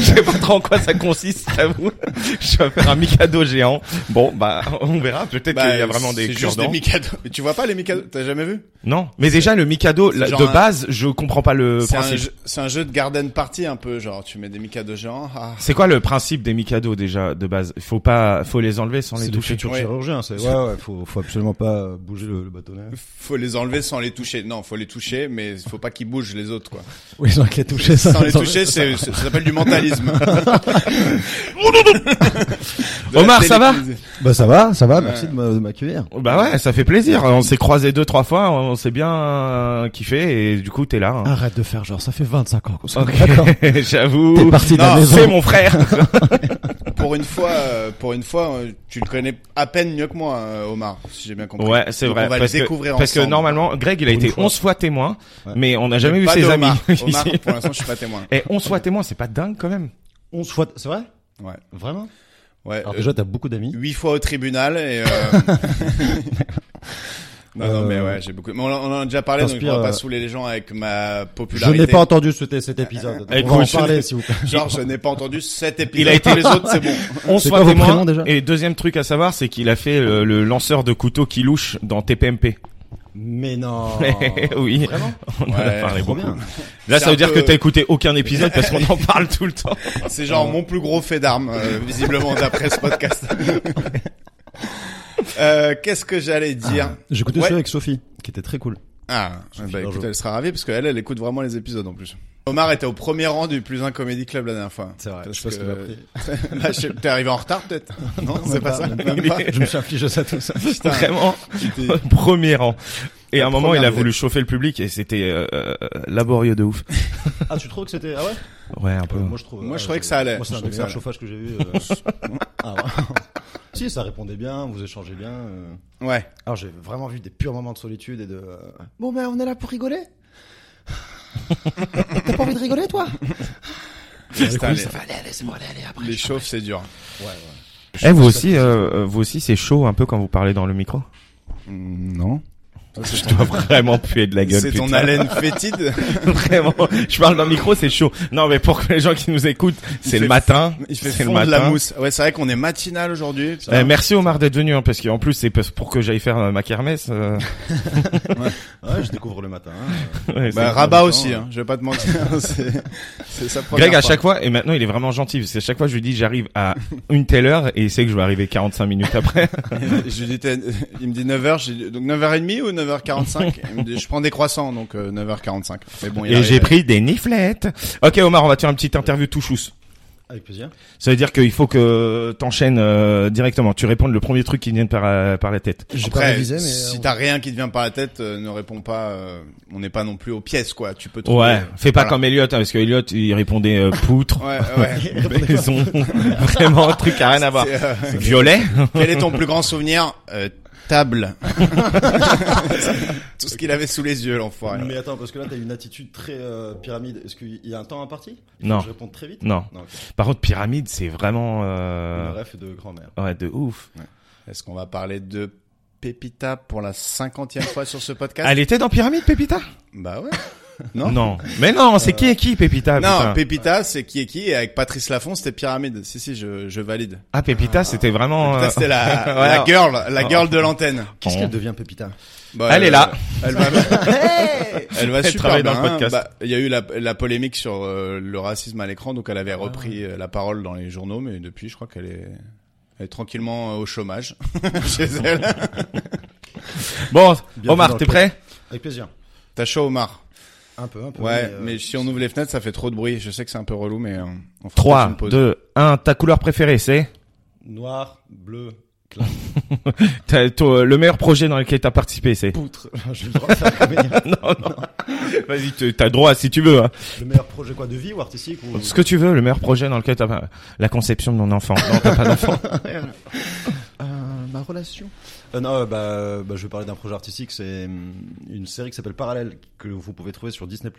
Speaker 3: Je sais pas trop en quoi ça consiste, j'avoue. Je vais faire un Mikado géant. Bon, bah, on verra. Peut-être
Speaker 2: Bah,
Speaker 3: qu'il y a vraiment des
Speaker 2: c'est juste
Speaker 3: cure-dents.
Speaker 2: des Mikado. Mais tu vois pas les Mikado T'as jamais vu
Speaker 3: Non, mais déjà le Mikado
Speaker 2: C'est
Speaker 3: la-
Speaker 2: genre
Speaker 3: de
Speaker 2: un-
Speaker 3: base, je comprends pas le
Speaker 2: C'est un,
Speaker 3: principe.
Speaker 2: jeu- c'est un jeu de garden party un peu, genre tu mets des Mikado géants. Ah.
Speaker 3: C'est quoi le principe des Mikado déjà de base Il faut pas, faut les enlever sans les
Speaker 4: C'est des
Speaker 3: toucher.
Speaker 4: futurs
Speaker 2: Ouais.
Speaker 4: chirurgiens. C'est ouais, ouais. Faut, faut absolument pas bouger le, le bâtonnet.
Speaker 2: Faut les enlever sans les toucher. Non, faut les toucher, mais faut pas qu'ils bougent les autres quoi.
Speaker 4: Oui, sans les toucher. Ça,
Speaker 2: Sans les toucher, c'est c'est- ça s'appelle du mentalisme. De la
Speaker 3: Omar, ça va
Speaker 2: télékinésie.
Speaker 4: Bah ça va, ça va. Merci de m'a- de m'accueillir.
Speaker 3: Bah ouais, ça fait plaisir. On s'est croisés deux trois fois, on s'est bien euh, kiffé et du coup t'es là. hein.
Speaker 4: Arrête de faire genre. Ça fait 25 ans qu'on se
Speaker 3: Ok.
Speaker 4: connaît. D'accord. T'es
Speaker 3: J'avoue.
Speaker 4: parti de la
Speaker 2: Non,
Speaker 4: maison.
Speaker 3: C'est mon frère.
Speaker 2: Pour une fois, euh, pour une fois, euh, tu le connais à peine mieux que moi, euh, Omar, si j'ai bien compris.
Speaker 3: Ouais, c'est
Speaker 2: Donc
Speaker 3: vrai.
Speaker 2: On va
Speaker 3: parce
Speaker 2: le
Speaker 3: que-
Speaker 2: découvrir
Speaker 3: Parce que
Speaker 2: ensemble.
Speaker 3: normalement, Greg, il a
Speaker 4: Pour une
Speaker 3: été
Speaker 4: fois.
Speaker 3: 11 fois témoin,
Speaker 4: Ouais.
Speaker 3: mais on n'a jamais vu
Speaker 2: Pas de
Speaker 3: ses amis.
Speaker 2: Omar. Omar,
Speaker 3: ici.
Speaker 2: pour l'instant, je suis pas témoin.
Speaker 3: Et 11 fois témoin, c'est pas dingue quand même.
Speaker 4: 11 fois. C'est vrai
Speaker 2: Ouais.
Speaker 4: Vraiment
Speaker 2: Ouais.
Speaker 4: Alors
Speaker 2: euh,
Speaker 4: déjà, t'as beaucoup d'amis.
Speaker 2: huit fois au tribunal et. Euh... non, non, mais ouais, j'ai beaucoup. Mais on, en- on en a déjà parlé, donc on
Speaker 4: Euh, T'inspires,
Speaker 2: va pas
Speaker 4: euh,
Speaker 2: saouler les gens avec ma
Speaker 4: Je
Speaker 2: popularité.
Speaker 4: n'ai pas entendu ce- cet épisode. donc On va en
Speaker 3: Écoute, je-
Speaker 4: parler, s'il vous plaît.
Speaker 2: Genre, je n'ai pas entendu cet épisode.
Speaker 3: a été-
Speaker 2: les autres, c'est bon.
Speaker 3: 11
Speaker 4: C'est
Speaker 3: fois
Speaker 4: quoi vos
Speaker 3: témoin.
Speaker 4: prénoms, déjà
Speaker 3: et deuxième truc à savoir, c'est qu'il a fait euh, le lanceur de couteau qui louche dans TPMP.
Speaker 4: Mais non.
Speaker 3: Eh oui.
Speaker 4: Vraiment
Speaker 3: On en a
Speaker 2: Oh. Ouais,
Speaker 3: parlé
Speaker 4: Trop
Speaker 3: beaucoup.
Speaker 4: bien.
Speaker 2: C'est
Speaker 3: Là, ça
Speaker 2: un
Speaker 3: veut dire
Speaker 2: peu-
Speaker 3: que t'as écouté aucun épisode parce qu'on en parle tout le temps.
Speaker 2: C'est genre mon plus gros fait d'armes, euh, visiblement d'après ce podcast. Euh, Qu'est-ce que j'allais dire
Speaker 4: Ah. J'écoutais
Speaker 2: Ouais.
Speaker 4: celui avec Sophie, qui était très cool.
Speaker 2: Ah, bah
Speaker 4: Sophie
Speaker 2: écoute,
Speaker 4: Bergeau.
Speaker 2: elle sera ravie parce qu'elle, elle écoute vraiment les épisodes en plus. Omar était au premier rang du plus un comédie club la dernière fois.
Speaker 4: C'est vrai,
Speaker 2: Parce
Speaker 4: je sais pas ce que
Speaker 2: que-
Speaker 4: m'a pris.
Speaker 2: Là, je sais- t'es arrivé en retard peut-être Non, c'est
Speaker 4: même
Speaker 2: pas,
Speaker 4: pas,
Speaker 2: ça.
Speaker 4: même
Speaker 2: Même pas.
Speaker 4: Je me suis infligé ça tout ça.
Speaker 2: Putain,
Speaker 3: Vraiment,
Speaker 2: j'étais-
Speaker 3: premier rang. Et à un moment, il a
Speaker 2: première
Speaker 3: voulu chauffer le public et c'était euh, euh, laborieux de ouf.
Speaker 4: Ah, tu trouves que c'était ah ouais
Speaker 3: Ouais, un peu.
Speaker 4: Moi je trouve.
Speaker 2: Moi, je
Speaker 4: ah,
Speaker 2: trouvais que ça allait.
Speaker 4: Moi c'est
Speaker 2: Je
Speaker 4: un
Speaker 2: trouvais
Speaker 4: des
Speaker 2: que
Speaker 4: meilleurs
Speaker 2: ça
Speaker 4: chauffages que j'ai vu. euh, ah, ouais. si ça répondait bien, vous échangez bien. euh.
Speaker 2: Ouais.
Speaker 4: Alors j'ai vraiment vu des purs moments de solitude et de. euh, Bon ben on est là pour rigoler. T'as pas envie de rigoler toi
Speaker 2: Putain, les,
Speaker 4: Allez, allez, c'est bon, allez, allez après.
Speaker 2: Bah, les chauves, c'est dur.
Speaker 4: Ouais, ouais.
Speaker 3: Eh, vous aussi, euh, vous aussi, c'est chaud un peu quand vous parlez dans le micro.
Speaker 2: Non.
Speaker 3: Je dois vraiment puer de la gueule.
Speaker 2: C'est ton
Speaker 3: putain.
Speaker 2: haleine fétide.
Speaker 3: Vraiment, je parle dans le micro, c'est chaud. Non, mais pour que les gens qui nous écoutent, c'est
Speaker 2: fait-
Speaker 3: le matin.
Speaker 2: Il fait
Speaker 3: c'est le
Speaker 2: fondre
Speaker 3: matin.
Speaker 2: de la mousse. Ouais, c'est vrai qu'on est matinal aujourd'hui.
Speaker 3: Eh, merci Omar d'être venu, hein, parce qu'en plus c'est parce- pour que j'aille faire euh, ma kermesse. euh,
Speaker 4: Ouais, je découvre le matin. hein.
Speaker 3: ouais,
Speaker 2: Bah,
Speaker 3: c'est-
Speaker 2: rabat
Speaker 4: temps,
Speaker 2: aussi,
Speaker 4: ouais.
Speaker 2: hein. Je vais pas te mentir. c'est, c'est sa première
Speaker 3: Greg à
Speaker 2: fois.
Speaker 3: chaque fois et maintenant il est vraiment gentil parce qu'à chaque fois je lui dis j'arrive à une telle heure et il sait que je vais arriver 45 minutes après.
Speaker 2: je lui dis, t'es- il me dit 9h, j'ai dit, donc 9h30 ou 9h45? Il me dit, je prends des croissants, donc euh, 9h45. Mais bon, il
Speaker 3: et
Speaker 2: arrive.
Speaker 3: j'ai pris des niflettes. Ok Omar, on va te faire une petite interview touchousse.
Speaker 4: Avec plaisir.
Speaker 3: Ça veut dire qu'il faut que t'enchaînes euh, directement. Tu réponds le premier truc qui vient par, euh, par la tête.
Speaker 4: J'ai pas
Speaker 2: Après,
Speaker 4: révisé, mais.
Speaker 2: si
Speaker 4: euh,
Speaker 2: t'as rien qui te vient par la tête, euh, ne réponds pas. euh, on n'est pas non plus aux pièces, quoi. Tu peux. Trouver,
Speaker 3: Ouais, fais pas
Speaker 2: Voilà.
Speaker 3: comme Elliot hein, parce que Elliot il répondait euh, poutre,
Speaker 2: Ouais, ouais.
Speaker 3: maison, vraiment un truc à rien à voir.
Speaker 2: C'est, euh,
Speaker 3: Violet.
Speaker 2: quel est ton plus grand souvenir Euh, Table. Tout ce qu'il avait sous les yeux, l'enfoiré.
Speaker 4: Mais attends, parce que là, t'as une attitude très euh, pyramide. Est-ce qu'il y a un temps imparti Il faut
Speaker 3: Non.
Speaker 4: que Je réponds très vite.
Speaker 3: Non.
Speaker 4: Non. ok.
Speaker 3: Par contre, pyramide, c'est vraiment
Speaker 4: Une
Speaker 3: euh...
Speaker 4: ref de grand-mère.
Speaker 3: ouais de ouf.
Speaker 2: Est-ce qu'on va parler de Pépita pour la cinquantième fois sur ce podcast
Speaker 3: Elle était dans pyramide, Pépita
Speaker 2: Bah ouais. Non. Euh,
Speaker 3: mais non, c'est qui et qui, Pépita
Speaker 2: Non,
Speaker 3: Ah, putain.
Speaker 2: Pépita, c'est qui est qui Et avec Patrice Laffont, c'était Pyramide. Si si, je, je valide.
Speaker 3: Ah, Pépita, c'était vraiment.
Speaker 2: Pépita,
Speaker 3: euh,
Speaker 2: c'était la,
Speaker 3: voilà. Ah,
Speaker 2: la girl, la girl de l'antenne.
Speaker 4: Qu'est-ce
Speaker 3: Oh.
Speaker 4: qu'elle devient, Pépita
Speaker 2: Bah,
Speaker 3: Elle est là.
Speaker 2: Elle va, elle va
Speaker 3: Elle
Speaker 2: super
Speaker 3: travaille
Speaker 2: bien.
Speaker 3: dans le
Speaker 2: hein.
Speaker 3: podcast.
Speaker 2: Bah, Il y a eu la, la polémique sur euh, le racisme à l'écran, donc
Speaker 3: Ah
Speaker 2: elle avait repris euh, la parole dans les journaux, mais depuis, je crois qu'elle est, elle est tranquillement euh, au chômage chez elle.
Speaker 3: Bon,
Speaker 4: Bienvenue dans
Speaker 3: Omar,
Speaker 4: le
Speaker 3: t'es
Speaker 4: club.
Speaker 3: prêt
Speaker 4: Avec plaisir.
Speaker 2: T'as chaud, Omar
Speaker 4: Un peu, un peu.
Speaker 2: Ouais,
Speaker 4: euh,
Speaker 2: mais si on ouvre les fenêtres, ça fait trop de bruit. Je sais que c'est un peu relou, mais euh, on fera peut-être
Speaker 3: 3,
Speaker 2: une pause.
Speaker 3: 2, 1. Ta couleur préférée, c'est
Speaker 4: Noir, bleu,
Speaker 3: T'as- t'as- Le meilleur projet dans lequel t'as participé, c'est
Speaker 4: poutre. Ah, J'ai le droit de faire comédien.
Speaker 3: Non, non. Vas-y, te- t'as droit si tu veux. hein.
Speaker 4: Le meilleur projet quoi de vie ou artistique ou...
Speaker 3: Ce que tu veux, le meilleur projet dans lequel t'as. La conception de mon enfant. Non, t'as pas d'enfant.
Speaker 4: Euh, relation Euh, Non, euh, bah, euh, bah, je vais parler d'un projet artistique. C'est hum, une série qui s'appelle Parallèle que vous pouvez trouver sur Disney+.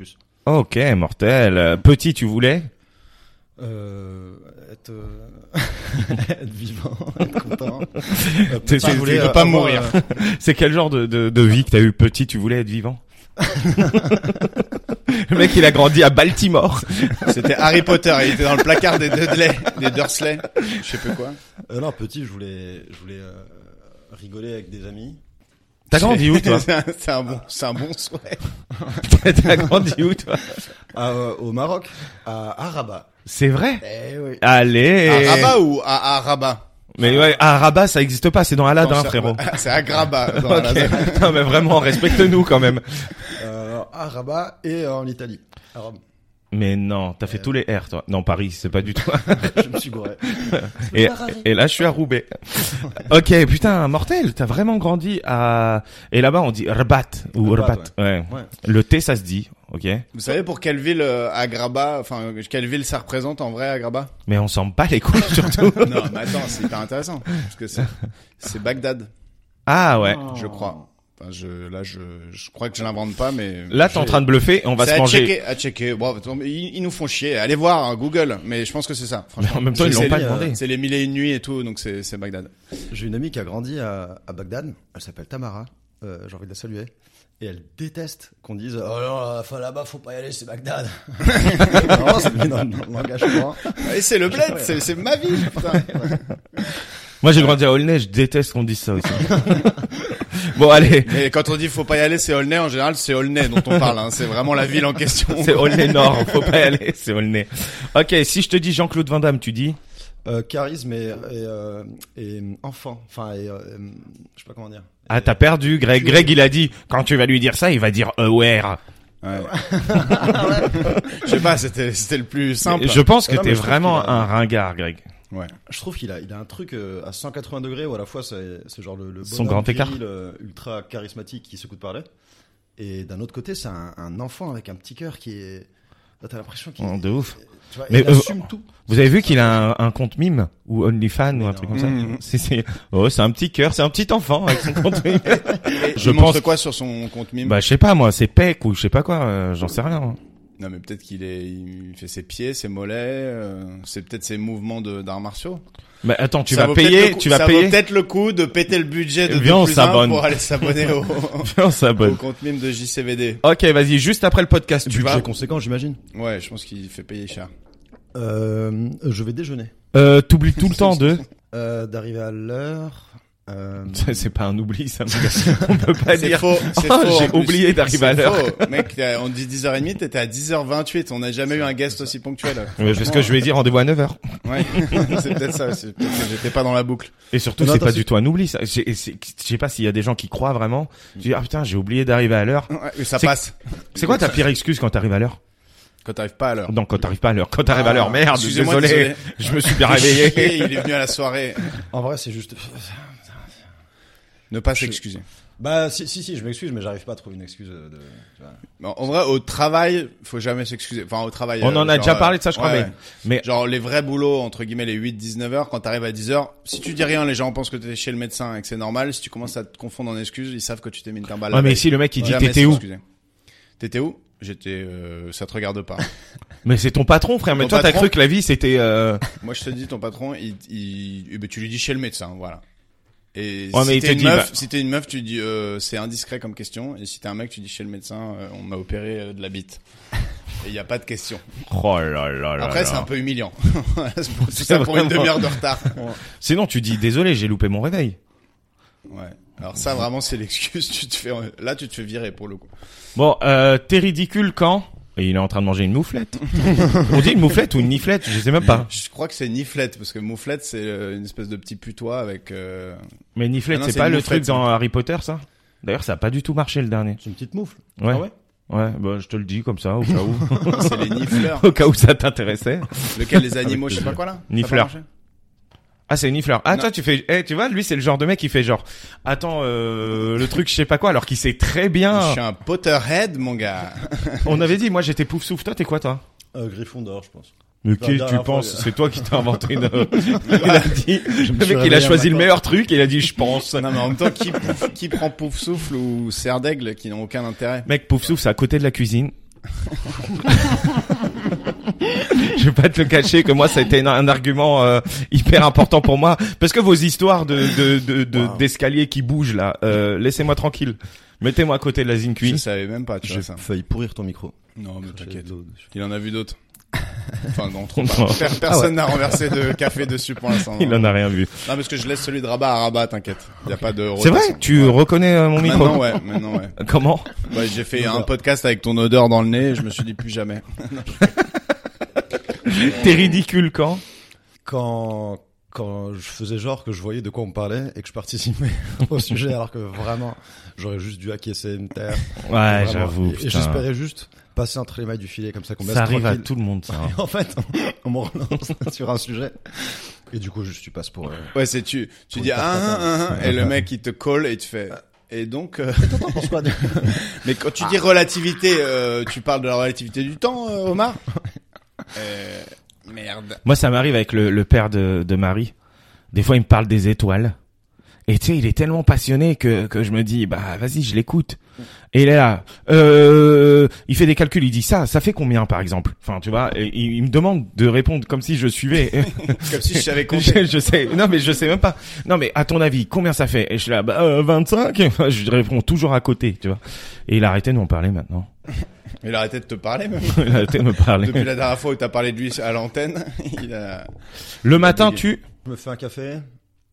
Speaker 3: Ok, mortel. Euh, Petit, tu voulais
Speaker 4: Euh, être, euh, être vivant, être content. Euh,
Speaker 3: T'es-
Speaker 4: pas
Speaker 3: t'es-
Speaker 4: voler,
Speaker 3: t'es-
Speaker 4: euh,
Speaker 3: pas
Speaker 4: avoir,
Speaker 3: mourir.
Speaker 4: euh,
Speaker 3: C'est quel genre de, de, de vie que t'as eu petit Tu voulais être vivant Le mec, il a grandi à Baltimore.
Speaker 2: C'était Harry Potter, il était dans le placard des Dudley, des Dursley, je sais plus quoi.
Speaker 4: euh, non, petit, je voulais, je voulais euh, rigoler avec des amis.
Speaker 3: T'as grandi où, toi
Speaker 2: C'est un- C'est un bon, c'est un bon souhait.
Speaker 3: T'as grandi où, toi
Speaker 4: À, euh, au Maroc, à, à Rabat.
Speaker 3: C'est vrai
Speaker 4: Eh oui.
Speaker 3: Allez
Speaker 2: À Rabat ou à, à Rabat
Speaker 3: Mais ouais, à Rabat, ça existe pas, c'est Ah, dans Aladdin,
Speaker 2: Non, c'est-
Speaker 3: frérot.
Speaker 2: C'est à Graba. dans
Speaker 3: Ok.
Speaker 2: la zone.
Speaker 3: non, mais vraiment, respecte-nous quand même.
Speaker 4: Euh, à Rabat et euh, en Italie. À Rome.
Speaker 3: Mais non, t'as fait tous les R, toi. Non, Paris, c'est pas du tout.
Speaker 4: je me suis gouré.
Speaker 3: Et, et là, je suis à Roubaix. ok, putain, mortel, t'as vraiment grandi à... Et là-bas, on dit Rabat ou
Speaker 4: Rabat,
Speaker 3: Rabat. ouais.
Speaker 4: Ouais.
Speaker 3: Le T, ça se dit, ok
Speaker 2: Vous savez pour quelle ville euh, à Graba, enfin quelle ville ça représente en vrai à Graba
Speaker 3: Mais on s'en bat les couilles, surtout.
Speaker 2: Non, mais attends, c'est hyper intéressant parce que c'est c'est Bagdad,
Speaker 3: ah ouais.
Speaker 2: je crois. Enfin, je, là, je, je crois que je l'invente pas, mais
Speaker 3: Là, t'es en train de bluffer et on va
Speaker 2: C'est
Speaker 3: se
Speaker 2: à
Speaker 3: manger.
Speaker 2: checker, à checker. Bon, attends, mais ils, ils nous font chier. Allez voir hein, Google, mais je pense que c'est ça.
Speaker 3: Mais
Speaker 2: Franchement,
Speaker 3: en même temps, ils
Speaker 2: C'est
Speaker 3: l'ont pas
Speaker 2: les-
Speaker 4: euh,
Speaker 3: demandé.
Speaker 2: c'est les mille et une nuits et tout, donc c'est c'est Bagdad.
Speaker 4: J'ai une amie qui a grandi à, à Bagdad. Elle s'appelle Tamara. Euh, J'ai envie de la saluer. Et elle déteste qu'on dise Oh non, euh, faut- là-bas, faut pas y aller, c'est Bagdad. Vraiment, c'est mis dans le langage courant.
Speaker 2: Et c'est le bled, c'est c'est ma vie. Putain.
Speaker 3: Moi, j'ai grandi à Aulnay, je déteste qu'on dise ça aussi. bon, allez.
Speaker 2: Et quand on dit faut pas y aller, c'est Aulnay. En général, c'est Aulnay dont on parle. Hein. C'est vraiment la ville en question.
Speaker 3: C'est Aulnay Nord, faut pas y aller, c'est Aulnay. Ok, si je te dis Jean-Claude Van Damme, tu dis
Speaker 4: Euh, charisme et, et, euh, et enfant. Enfin, et, euh, je sais pas comment dire.
Speaker 3: Ah, t'as perdu, Greg. Greg, il a dit, quand tu vas lui dire ça, il va dire aware.
Speaker 2: Je sais pas, c'était c'était le plus simple.
Speaker 3: Je pense que
Speaker 4: Ah Non, mais
Speaker 3: t'es
Speaker 4: je trouve
Speaker 3: vraiment
Speaker 4: qu'il a-
Speaker 3: un ringard, Greg.
Speaker 2: Ouais.
Speaker 4: Je trouve qu'il a, il a un truc euh, à 180 degrés où à la fois c'est c'est genre le, le
Speaker 3: Son
Speaker 4: bonhomme
Speaker 3: grand écart.
Speaker 4: viril, euh, ultra charismatique qui s'écoute parler. Et d'un autre côté, c'est un, un enfant avec un petit cœur qui est. Là, T'as l'impression qu'il.
Speaker 3: Oh, de ouf.
Speaker 4: Tu vois,
Speaker 3: Mais,
Speaker 4: il
Speaker 3: euh,
Speaker 4: assume tout.
Speaker 3: Vous avez vu qu'il a un, un compte mime ou OnlyFans ou un
Speaker 4: non.
Speaker 3: truc comme ça
Speaker 2: Mhm.
Speaker 3: C'est- c'est- Oh, c'est un petit cœur, c'est un petit enfant avec son compte mime.
Speaker 2: Et
Speaker 3: Je
Speaker 2: il montre
Speaker 3: pense-
Speaker 2: quoi sur son compte mime
Speaker 3: bah, je sais pas, moi, c'est Peck ou je sais pas quoi, euh, j'en sais rien. hein.
Speaker 2: Non, mais peut-être qu'il est, il fait ses pieds, ses mollets, euh, c'est peut-être ses mouvements de d'arts martiaux.
Speaker 3: Mais Bah, attends, tu
Speaker 2: Ça
Speaker 3: vas
Speaker 2: vaut peut-être le
Speaker 3: payer,
Speaker 2: coup-
Speaker 3: tu vas
Speaker 2: ça vaut
Speaker 3: payer.
Speaker 2: peut-être le coup de péter le budget de
Speaker 3: Viens, on
Speaker 2: 2 plus un
Speaker 3: s'abonne.
Speaker 2: pour aller s'abonner au,
Speaker 3: On
Speaker 2: au
Speaker 3: s'abonne.
Speaker 2: compte mime de JCVD.
Speaker 3: Ok, vas-y, juste après le podcast, tu
Speaker 4: Budget
Speaker 3: vas.
Speaker 4: conséquent, j'imagine.
Speaker 2: Ouais, je pense qu'il fait payer cher.
Speaker 4: Euh, je vais déjeuner.
Speaker 3: Euh, T'oublies tout le temps de.
Speaker 4: Euh, D'arriver à l'heure. Euh,
Speaker 3: Ça, C'est pas un oubli, ça. mon gars. On peut pas
Speaker 2: C'est
Speaker 3: dire.
Speaker 2: faux, c'est
Speaker 3: Oh,
Speaker 2: faux. en
Speaker 3: j'ai
Speaker 2: plus.
Speaker 3: oublié d'arriver à
Speaker 2: C'est
Speaker 3: l'heure.
Speaker 2: faux. Mec, t'as- on dit 10h30, t'étais à 10h28. On n'a jamais eu un guest aussi ponctuel.
Speaker 3: Ouais, Parce que je vais dire rendez-vous à 9h.
Speaker 2: Ouais, c'est peut-être ça. C'est peut-être que j'étais pas dans la boucle.
Speaker 3: Et surtout,
Speaker 4: Non,
Speaker 3: c'est
Speaker 4: attends,
Speaker 3: pas
Speaker 4: c'est-
Speaker 3: du tout un oubli. Ça. J'ai- c'est- Je sais pas s'il y a des gens qui croient vraiment. Tu dis ah putain, j'ai oublié d'arriver à l'heure.
Speaker 2: Ouais, mais ça
Speaker 3: C'est-
Speaker 2: passe.
Speaker 3: C'est quoi ta pire excuse quand t'arrives à l'heure
Speaker 2: Quand t'arrives pas à l'heure.
Speaker 3: Non, quand t'arrives pas à l'heure. Quand t'arrives à l'heure,
Speaker 2: Ah,
Speaker 3: merde.
Speaker 2: excusez-moi,
Speaker 3: Désolé,
Speaker 2: désolé.
Speaker 3: je me suis bien
Speaker 2: Chier,
Speaker 3: réveillé.
Speaker 2: Il est venu à la soirée.
Speaker 4: en vrai, c'est juste.
Speaker 2: Ne pas s'excuser.
Speaker 4: Bah, si, si, si, je m'excuse, mais j'arrive pas à trouver une excuse. euh, De, tu vois.
Speaker 2: Bon, en vrai, au travail, faut jamais s'excuser. Enfin, au travail.
Speaker 3: On
Speaker 2: euh,
Speaker 3: en a
Speaker 2: genre,
Speaker 3: déjà
Speaker 2: euh,
Speaker 3: parlé de ça, je crois,
Speaker 2: ouais,
Speaker 3: mais,
Speaker 2: ouais.
Speaker 3: mais
Speaker 2: Genre, les vrais boulots, entre guillemets, les 8-19 heures, quand t'arrives à 10 heures, si tu dis rien, les gens pensent que t'es chez le médecin et que c'est normal. Si tu commences à te confondre en excuses, ils savent que tu t'es mis une timbale.
Speaker 3: ouais, mais si le mec il dit t'étais où
Speaker 2: T'étais où? J'étais, euh, ça te regarde pas.
Speaker 3: Mais c'est ton patron, frère. Mais
Speaker 2: Ton
Speaker 3: toi, t'as
Speaker 2: patron
Speaker 3: cru que la vie c'était. euh,
Speaker 2: Moi, je te dis, ton patron, il, il, eh ben, tu lui dis chez le médecin, voilà. Et
Speaker 3: Ouais, mais
Speaker 2: si
Speaker 3: il
Speaker 2: t'es
Speaker 3: te
Speaker 2: une
Speaker 3: dit,
Speaker 2: meuf,
Speaker 3: bah-
Speaker 2: si t'es une meuf, tu dis, euh, c'est indiscret comme question. Et si t'es un mec, tu dis chez le médecin, euh, on m'a opéré euh, de la bite. Et il n'y a pas de question.
Speaker 3: Oh là là là.
Speaker 2: Après,
Speaker 3: là.
Speaker 2: c'est un peu humiliant. c'est pour, tout ça pour une
Speaker 3: vraiment-
Speaker 2: demi-heure de retard.
Speaker 3: Sinon, tu dis désolé, j'ai loupé mon réveil.
Speaker 2: Ouais. Alors ça, vraiment, c'est l'excuse. Tu te fais, euh, là, tu te fais virer pour le coup.
Speaker 3: Bon, euh, t'es ridicule quand Et il est en train de manger une mouflette. On dit une mouflette ou une niflette, je sais même pas.
Speaker 2: Je crois que c'est niflette parce que mouflette, c'est euh, une espèce de petit putois avec. euh,
Speaker 3: Mais niflette,
Speaker 2: Ah non,
Speaker 3: c'est
Speaker 2: c'est
Speaker 3: pas
Speaker 2: une
Speaker 3: le
Speaker 2: mouflette,
Speaker 3: truc dans Harry Potter, ça D'ailleurs, ça a pas du tout marché le dernier.
Speaker 4: C'est une petite moufle.
Speaker 3: Ouais.
Speaker 4: Ah ouais
Speaker 3: Ouais, bah, je te le dis comme ça, au cas où,
Speaker 2: c'est les nifleurs.
Speaker 3: au cas où ça t'intéressait.
Speaker 2: Lequel les animaux, je sais pas quoi là. Ça a pas
Speaker 3: Ah, Nifleur.
Speaker 2: marché
Speaker 3: Ah, c'est une fleur. Ah,
Speaker 2: Non.
Speaker 3: toi, tu fais, eh, tu vois, lui, c'est le genre de mec qui fait genre, attends, euh, le truc, je sais pas quoi, alors qu'il sait très
Speaker 2: Je
Speaker 3: bien.
Speaker 2: suis un Potterhead, mon gars.
Speaker 3: On avait dit, moi, j'étais pouf souffle, toi, t'es quoi, toi?
Speaker 4: Euh, Griffon d'or, je pense.
Speaker 3: Mais
Speaker 4: La
Speaker 3: qui tu
Speaker 4: dernière
Speaker 3: penses
Speaker 4: fois,
Speaker 3: C'est toi qui t'as inventé une. il a dit.
Speaker 4: Je
Speaker 3: Le
Speaker 4: me
Speaker 3: mec,
Speaker 4: suis
Speaker 3: il a
Speaker 4: réveillé
Speaker 3: choisi
Speaker 4: un
Speaker 3: le meilleur truc et il a dit je pense.
Speaker 2: Non, mais en même temps, qui, pouf- qui prend Pouf Souffle ou Serre d'Aigle qui n'ont aucun intérêt
Speaker 3: Mec, Pouf Souffle, c'est à côté de la cuisine. je vais pas te le cacher que moi, ça a été un, un argument euh, hyper important pour moi. Parce que vos histoires de de- de- de-
Speaker 4: Wow.
Speaker 3: d'escaliers qui bougent là, euh, laissez-moi tranquille. Mettez-moi à côté de la
Speaker 2: Je
Speaker 3: Zinqui.
Speaker 2: savais même pas, tu
Speaker 4: J'ai
Speaker 2: vois ça.
Speaker 4: failli pourrir ton micro.
Speaker 2: Non, mais t'inquiète.
Speaker 4: J'ai-
Speaker 2: Il en a vu d'autres. Enfin, non, trop
Speaker 3: Non. Ah
Speaker 2: pas. Per- Personne n'a renversé de café dessus pour l'instant.
Speaker 3: Il en a rien vu.
Speaker 2: Non, parce que je laisse celui de Rabat à Rabat, t'inquiète. Y a pas de.
Speaker 3: C'est vrai
Speaker 2: rotation.
Speaker 3: Tu reconnais euh, mon micro
Speaker 2: Maintenant, ouais. Maintenant, ouais.
Speaker 3: Comment
Speaker 2: Ouais, j'ai fait un
Speaker 4: Odeur.
Speaker 2: podcast avec ton odeur dans le nez. et Je me suis dit plus jamais.
Speaker 3: T'es ridicule quand
Speaker 4: Quand quand je faisais genre que je voyais de quoi on parlait et que je participais au sujet alors que vraiment j'aurais juste dû acquiescer une terre.
Speaker 3: Ouais,
Speaker 4: Vraiment.
Speaker 3: Ah, j'avoue.
Speaker 4: Et- Et
Speaker 3: putain.
Speaker 4: j'espérais juste passer entre les mailles du filet comme ça qu'on me
Speaker 3: Ça
Speaker 4: laisse
Speaker 3: arrive à
Speaker 4: tranquille.
Speaker 3: tout le monde, ça. hein.
Speaker 4: En fait, on me relance sur un sujet. Et du coup, juste tu passes pour. euh,
Speaker 2: Ouais, c'est tu. Tu
Speaker 4: Pour
Speaker 2: dis
Speaker 4: une
Speaker 2: ah,
Speaker 4: tarte
Speaker 2: ah,
Speaker 4: tatin.
Speaker 2: ah, ah, et le mec il te colle et tu fais. Et donc, euh,
Speaker 4: T'en penses quoi de-
Speaker 2: mais quand tu dis relativité, euh, tu parles de la relativité du temps, euh, Omar. Euh, merde.
Speaker 3: Moi, ça m'arrive avec le, le père de, de Marie. Des fois, il me parle des étoiles. Et tu sais, il est tellement passionné que, que je me dis, bah, vas-y, je l'écoute. Et il est là, euh, il fait des calculs, il dit ça, ça fait combien, par exemple Enfin, tu vois, et il, il me demande de répondre comme si je suivais.
Speaker 2: Comme si je savais compter.
Speaker 3: je, je sais, non, mais je sais même pas. Non, mais à ton avis, combien ça fait Et je suis là, bah, euh, 25 Je réponds toujours à côté, tu vois. Et il a arrêté de m'en parler maintenant.
Speaker 2: Il a arrêté de te parler même.
Speaker 3: Il a arrêté de me parler.
Speaker 2: Depuis la dernière fois où t'as parlé de lui à l'antenne, il a.
Speaker 3: Le matin, tu...
Speaker 4: Je me fais un café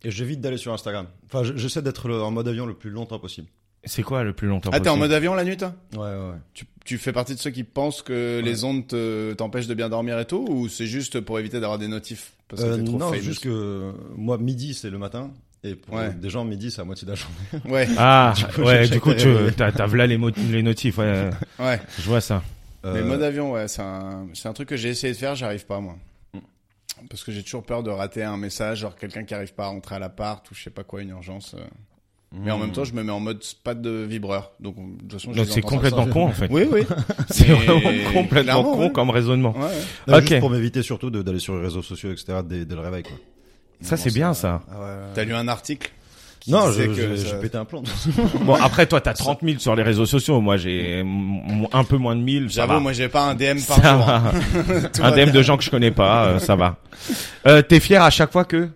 Speaker 4: et j'évite d'aller sur Instagram. Enfin, je- j'essaie d'être le- en mode avion le plus longtemps possible.
Speaker 3: C'est quoi le plus longtemps
Speaker 2: Ah, t'es en
Speaker 3: possible
Speaker 2: mode avion la nuit, toi
Speaker 4: Ouais, ouais, ouais.
Speaker 2: tu, tu fais partie de ceux qui pensent que les ondes te- t'empêchent de bien dormir et tout, ou c'est juste pour éviter d'avoir des notifs parce que
Speaker 4: Euh,
Speaker 2: t'es trop
Speaker 4: non,
Speaker 2: famous
Speaker 4: juste que euh, moi, midi, c'est le matin. Et pour
Speaker 2: Ouais.
Speaker 4: des gens, midi, c'est à moitié de la journée.
Speaker 2: Ouais,
Speaker 3: Ah,
Speaker 4: coup,
Speaker 3: ouais,
Speaker 4: j'ai-
Speaker 3: du coup,
Speaker 4: j'ai-
Speaker 3: tu, t'as, t'as v'là les, mot- les notifs, ouais, euh,
Speaker 2: ouais.
Speaker 3: je vois ça.
Speaker 2: Mais
Speaker 4: Euh,
Speaker 2: mode avion, ouais, c'est un, c'est un truc que j'ai essayé de faire, j'arrive pas, moi. Parce que j'ai toujours peur de rater un message, genre quelqu'un qui arrive pas à rentrer à l'appart ou je sais pas quoi, une urgence. euh. Mais en même temps, je me mets en mode pas de vibreur. Donc, de toute façon, je
Speaker 3: Hmm. Donc
Speaker 2: les
Speaker 3: c'est
Speaker 2: entends
Speaker 3: complètement
Speaker 4: ça.
Speaker 3: con, en fait.
Speaker 2: pas. Oui, oui.
Speaker 3: C'est
Speaker 2: Mais
Speaker 3: vraiment complètement
Speaker 2: clairement,
Speaker 3: con
Speaker 2: ouais.
Speaker 3: comme raisonnement.
Speaker 2: Ouais, ouais.
Speaker 4: non,
Speaker 3: ok.
Speaker 4: Juste pour m'éviter surtout de- d'aller sur les réseaux sociaux, etc. Dès, dès le réveil, quoi.
Speaker 3: Ça, c'est bien, ça.
Speaker 4: Ah ouais, ouais, ouais.
Speaker 2: T'as lu un article qui
Speaker 4: Non,
Speaker 2: disait
Speaker 4: je- je-
Speaker 2: ça-
Speaker 4: j'ai pété un plomb.
Speaker 3: Bon, après, toi, t'as 30 000 sur les réseaux sociaux. Moi, j'ai mm, un peu moins de 1000. Ça va.
Speaker 2: J'avoue, moi, j'ai pas un DM par
Speaker 3: ça
Speaker 2: jour. hein.
Speaker 3: va.
Speaker 2: Tout
Speaker 3: Un
Speaker 2: va
Speaker 3: DM
Speaker 2: bien.
Speaker 3: de gens que je connais pas, euh, ça va. Euh, t'es fier à chaque fois que...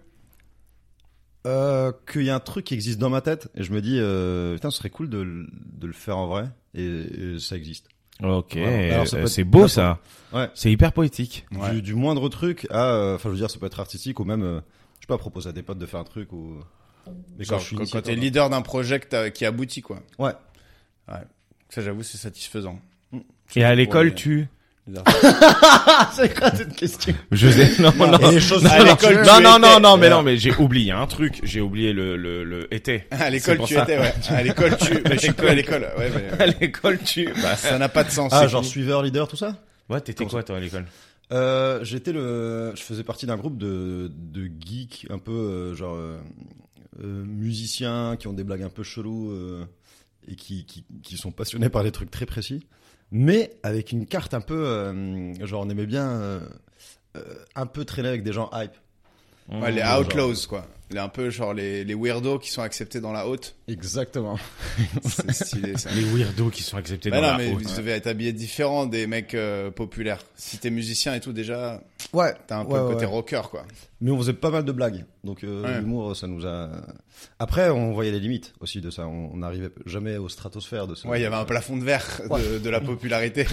Speaker 4: Euh, qu'il y a un truc qui existe dans ma tête et je me dis euh, putain ce serait cool de, le- de le faire en vrai et, et ça existe
Speaker 3: Ok,
Speaker 4: Voilà. Alors, ça peut
Speaker 3: euh,
Speaker 4: être-
Speaker 3: c'est beau, ça.
Speaker 4: Ouais.
Speaker 3: C'est hyper poétique.
Speaker 2: Ouais.
Speaker 4: du, du moindre truc à euh, enfin je veux dire ça peut être artistique ou même euh, je sais pas proposer à des potes de faire un truc ou mais
Speaker 2: Genre,
Speaker 4: je suis
Speaker 2: quand,
Speaker 4: initié,
Speaker 2: quand t'es
Speaker 4: quoi.
Speaker 2: leader d'un projet que t'as- qui aboutit, quoi.
Speaker 4: ouais
Speaker 2: Ça, j'avoue, c'est satisfaisant.
Speaker 3: Et à l'école,
Speaker 2: Ouais.
Speaker 3: tu...
Speaker 4: ah c'est quoi cette question
Speaker 3: Je sais, non, non.
Speaker 4: les choses
Speaker 3: À
Speaker 2: sont
Speaker 3: l'école,
Speaker 2: marchées.
Speaker 3: non,
Speaker 2: Tu
Speaker 3: non, non,
Speaker 2: étais.
Speaker 3: non, mais
Speaker 2: Voilà.
Speaker 3: non, mais j'ai oublié un truc. J'ai oublié le, le, le été.
Speaker 2: À
Speaker 3: C'est
Speaker 2: l'école,
Speaker 3: pour
Speaker 2: tu
Speaker 3: ça.
Speaker 2: étais, ouais. À l'école, tu. Mais je sais plus à l'école. Ouais, mais,
Speaker 3: À l'école, tu... Bah,
Speaker 2: ça n'a pas de sens.
Speaker 4: ah
Speaker 2: c'est
Speaker 4: genre
Speaker 2: fini.
Speaker 4: suiveur leader tout ça
Speaker 3: Ouais, t'étais quoi toi à l'école
Speaker 4: euh, j'étais le je faisais partie d'un groupe de de geeks un peu euh, genre euh, euh, musiciens qui ont des blagues un peu cheloues euh, et qui, qui qui sont passionnés par des trucs très précis mais avec une carte un peu euh, genre on aimait bien euh, euh, un peu traîner avec des gens hype
Speaker 3: Mmh,
Speaker 2: Ouais, les
Speaker 4: Genre.
Speaker 2: outlaws, quoi. Les, un peu genre les, les weirdos qui sont acceptés dans la haute.
Speaker 4: exactement
Speaker 2: C'est stylé, ça.
Speaker 3: Les weirdos qui sont acceptés
Speaker 2: Bah
Speaker 3: dans
Speaker 2: non,
Speaker 3: la
Speaker 2: mais
Speaker 3: haute.
Speaker 2: vous devez être habillé différent des mecs euh, populaires. Si t'es musicien et tout, déjà,
Speaker 4: ouais
Speaker 2: t'as un peu
Speaker 4: ouais,
Speaker 2: le côté
Speaker 4: ouais.
Speaker 2: rocker, quoi.
Speaker 4: mais on faisait pas mal de blagues donc euh,
Speaker 2: Ouais.
Speaker 4: l'humour ça nous a après on voyait les limites aussi de ça on on n'arrivait jamais aux stratosphères de ça
Speaker 2: Ouais, il y avait un plafond de verre de, de la popularité.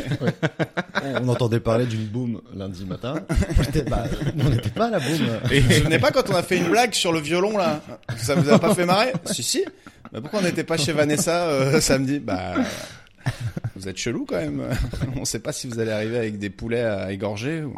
Speaker 4: On entendait parler d'une boom lundi matin. On était pas- on n'était pas à la Euh, boom.
Speaker 2: Et vous vous souvenez pas quand on a fait une blague sur le violon là Ça vous a pas fait marrer Si si. Bah pourquoi on n'était pas chez Vanessa euh, samedi Bah vous êtes chelou quand même. on sait pas si vous allez arriver avec des poulets à égorger ou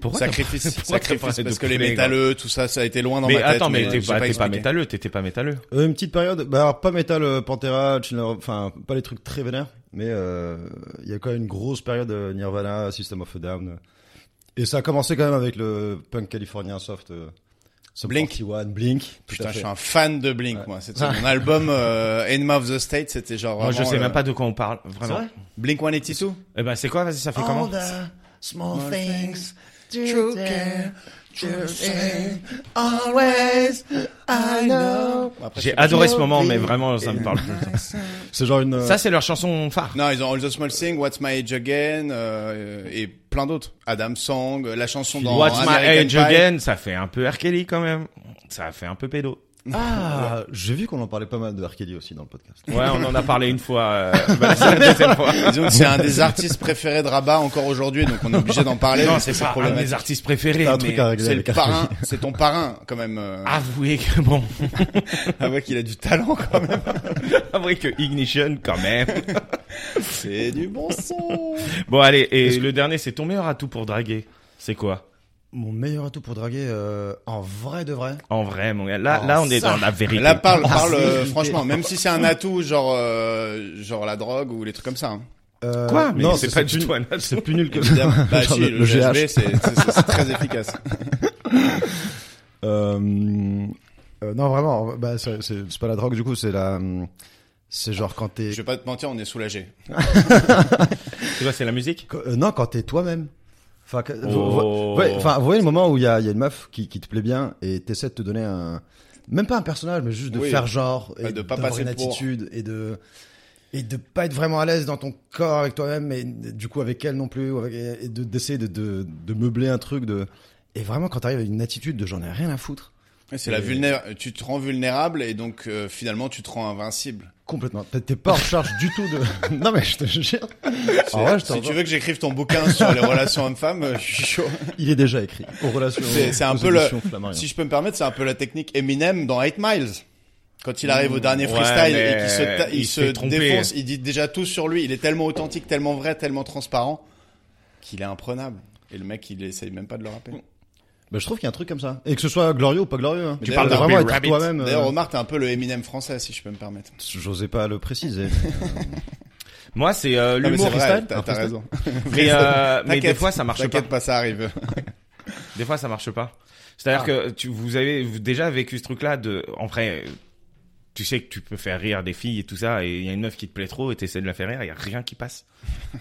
Speaker 3: Pourquoi t'as-
Speaker 2: sacrifice
Speaker 3: pourquoi t'as
Speaker 2: sacrifice
Speaker 3: parlé de
Speaker 2: parce que les
Speaker 3: poulets,
Speaker 2: métalleux tout ça ça a été loin dans
Speaker 3: Mais
Speaker 2: ma tête.
Speaker 3: attends, mais t'es
Speaker 2: j'ai
Speaker 3: pas, t'es pas
Speaker 2: expliqué.
Speaker 3: métalleux, t'étais pas métalleux.
Speaker 4: Euh, une petite période. Bah alors pas métal, euh, Pantera, Children of- enfin pas les trucs très vénères, mais euh, il y a quand même une grosse période euh, Nirvana, System of a Down. Et ça a commencé quand même avec le punk californien soft. euh, Sum
Speaker 2: Blink.
Speaker 4: 41, Blink. tout à
Speaker 2: Putain,
Speaker 4: fait.
Speaker 2: je suis un fan de Blink moi. C'était
Speaker 4: Ah.
Speaker 2: mon album euh, Enema of the State, c'était genre
Speaker 3: Moi, je
Speaker 2: vraiment,
Speaker 3: sais
Speaker 2: euh,
Speaker 3: même pas de quoi on parle, vraiment.
Speaker 4: vrai
Speaker 2: Blink 182
Speaker 3: Eh ben, c'est quoi Vas-y, ça fait comment
Speaker 4: Oh, da- Small,
Speaker 2: Small
Speaker 4: things,
Speaker 2: things,
Speaker 4: true
Speaker 2: true
Speaker 4: care,
Speaker 2: care,
Speaker 4: true
Speaker 2: true
Speaker 4: thing,
Speaker 2: thing,
Speaker 4: always, I know.
Speaker 2: Bon, après,
Speaker 3: J'ai
Speaker 2: c'est-
Speaker 3: adoré ce moment, mais vraiment, ça me parle.
Speaker 4: C'est genre une.
Speaker 3: Ça, c'est leur chanson phare.
Speaker 2: Non, ils ont All the Small Things, What's My Age Again euh, et plein d'autres. Adam Song, la chanson dans
Speaker 3: What's my
Speaker 2: American
Speaker 3: age
Speaker 2: Pie.
Speaker 3: again Ça fait un peu R. Kelly quand même. Ça fait un peu pédo.
Speaker 4: ah, j'ai vu qu'on en parlait pas mal de R. Kelly aussi dans le podcast.
Speaker 3: Ouais, on en a parlé une fois. euh, bah, c'est la deuxième fois.
Speaker 2: Disons que c'est un des artistes préférés de Rabat encore aujourd'hui, donc on est obligé d'en parler.
Speaker 3: Non,
Speaker 2: mais
Speaker 3: c'est
Speaker 2: c'est
Speaker 3: pas un de mes
Speaker 2: problématique.
Speaker 3: artistes préférés.
Speaker 4: T'as un
Speaker 3: mais
Speaker 4: truc à régler
Speaker 2: C'est le
Speaker 4: avec R. Kelly.
Speaker 2: parrain, c'est ton parrain quand même. euh,
Speaker 3: Avouez que bon, Ah
Speaker 2: Avouez qu'il a du talent quand même.
Speaker 3: avouez que Ignition quand même.
Speaker 2: C'est du bon son.
Speaker 3: Bon allez, et le dernier, c'est ton meilleur atout pour draguer. C'est quoi
Speaker 4: Mon meilleur atout pour draguer, euh, en vrai de vrai.
Speaker 3: En vrai, mon gars. Là,
Speaker 4: Oh,
Speaker 3: là, on est
Speaker 4: ça.
Speaker 3: dans la vérité.
Speaker 2: Là parle, parle
Speaker 4: ah, c'est
Speaker 2: euh,
Speaker 4: irrité.
Speaker 2: franchement, même si c'est un atout genre euh, genre la drogue ou les trucs comme ça. hein.
Speaker 4: Euh,
Speaker 3: Quoi Mais
Speaker 4: Non,
Speaker 3: c'est
Speaker 4: c'est
Speaker 3: pas
Speaker 4: c'est
Speaker 3: du
Speaker 4: plus-
Speaker 3: tout un atout.
Speaker 4: C'est plus nul que
Speaker 2: Évidemment. Bah
Speaker 4: Genre
Speaker 2: si,
Speaker 4: le-
Speaker 2: le,
Speaker 4: le
Speaker 2: GHB,
Speaker 4: GH.
Speaker 2: c'est c'est- c'est très efficace.
Speaker 4: Euh, euh, non, vraiment, bah, c'est c'est- c'est pas la drogue du coup, c'est la. hum, C'est genre quand t'es.
Speaker 2: Je vais pas te mentir, on est soulagé.
Speaker 3: Tu vois, c'est la musique.
Speaker 4: Qu- euh, non, quand t'es toi-même. Enfin, que- vous-
Speaker 3: Oh.
Speaker 4: vous- ouais, enfin, vous voyez le moment où il y a, il y a une meuf qui, qui te plaît bien et t'essaies de te donner un. Même pas un personnage, mais juste de
Speaker 2: Oui.
Speaker 4: faire genre. Et
Speaker 2: Bah, de pas
Speaker 4: d'avoir
Speaker 2: passer
Speaker 4: une
Speaker 2: pour.
Speaker 4: attitude et de. Et de pas être vraiment à l'aise dans ton corps avec toi-même, mais du coup avec elle non plus, ou avec- et de- d'essayer de, de, de meubler un truc de. Et vraiment, quand t'arrives à une attitude de j'en ai rien à foutre,
Speaker 2: Ouais, C'est la
Speaker 4: Et-
Speaker 2: vulné- tu te rends vulnérable et donc euh, finalement tu te rends invincible.
Speaker 4: complètement. T'es- T'es pas en charge du tout de. Non, mais je te jure. En vrai, Ah je
Speaker 2: si
Speaker 4: t'en-
Speaker 2: tu veux que j'écrive ton bouquin sur les relations hommes-femmes, euh, je suis chaud.
Speaker 4: Il est déjà écrit. Aux relations.
Speaker 2: C'est- c'est un
Speaker 4: aux
Speaker 2: peu le-
Speaker 4: éditions Flammarion.
Speaker 2: Si je peux me permettre, c'est un peu la technique Eminem dans 8 Miles. Quand il arrive au dernier
Speaker 3: Mmh, ouais,
Speaker 2: freestyle
Speaker 3: mais
Speaker 2: et qu'il se, ta- il
Speaker 3: il se
Speaker 2: se
Speaker 3: fait tromper.
Speaker 2: défonce, il dit déjà tout sur lui. Il est tellement authentique, tellement vrai, tellement transparent qu'il est imprenable. Et le mec, il essaye même pas de le rapper.
Speaker 4: Bah, je trouve qu'il y a un truc comme ça. Et que ce soit glorieux ou pas glorieux. hein.
Speaker 2: Mais
Speaker 4: Tu
Speaker 2: d'ailleurs,
Speaker 4: parles de
Speaker 2: Bobby
Speaker 4: vraiment être
Speaker 3: Rabbit,
Speaker 4: toi-même. euh,
Speaker 2: D'ailleurs, Omar, t'es un peu le Eminem français, si je peux me permettre.
Speaker 4: J'osais pas le préciser.
Speaker 3: Moi, c'est euh,
Speaker 2: Non, mais
Speaker 3: l'humour.
Speaker 2: c'est vrai,
Speaker 3: freestyle.
Speaker 2: t'as-
Speaker 3: Un
Speaker 2: T'as
Speaker 3: freestyle.
Speaker 2: raison.
Speaker 3: Mais, euh, mais des
Speaker 2: T'inquiète,
Speaker 3: fois, ça marche pas.
Speaker 2: T'inquiète pas, ça arrive.
Speaker 3: Des fois, ça marche pas. C'est-à-dire que tu, vous avez déjà vécu ce truc-là de, en vrai, euh, tu sais que tu peux faire rire des filles et tout ça, et il y a une meuf qui te plaît trop et t'essaies de la faire rire, il y a rien qui passe.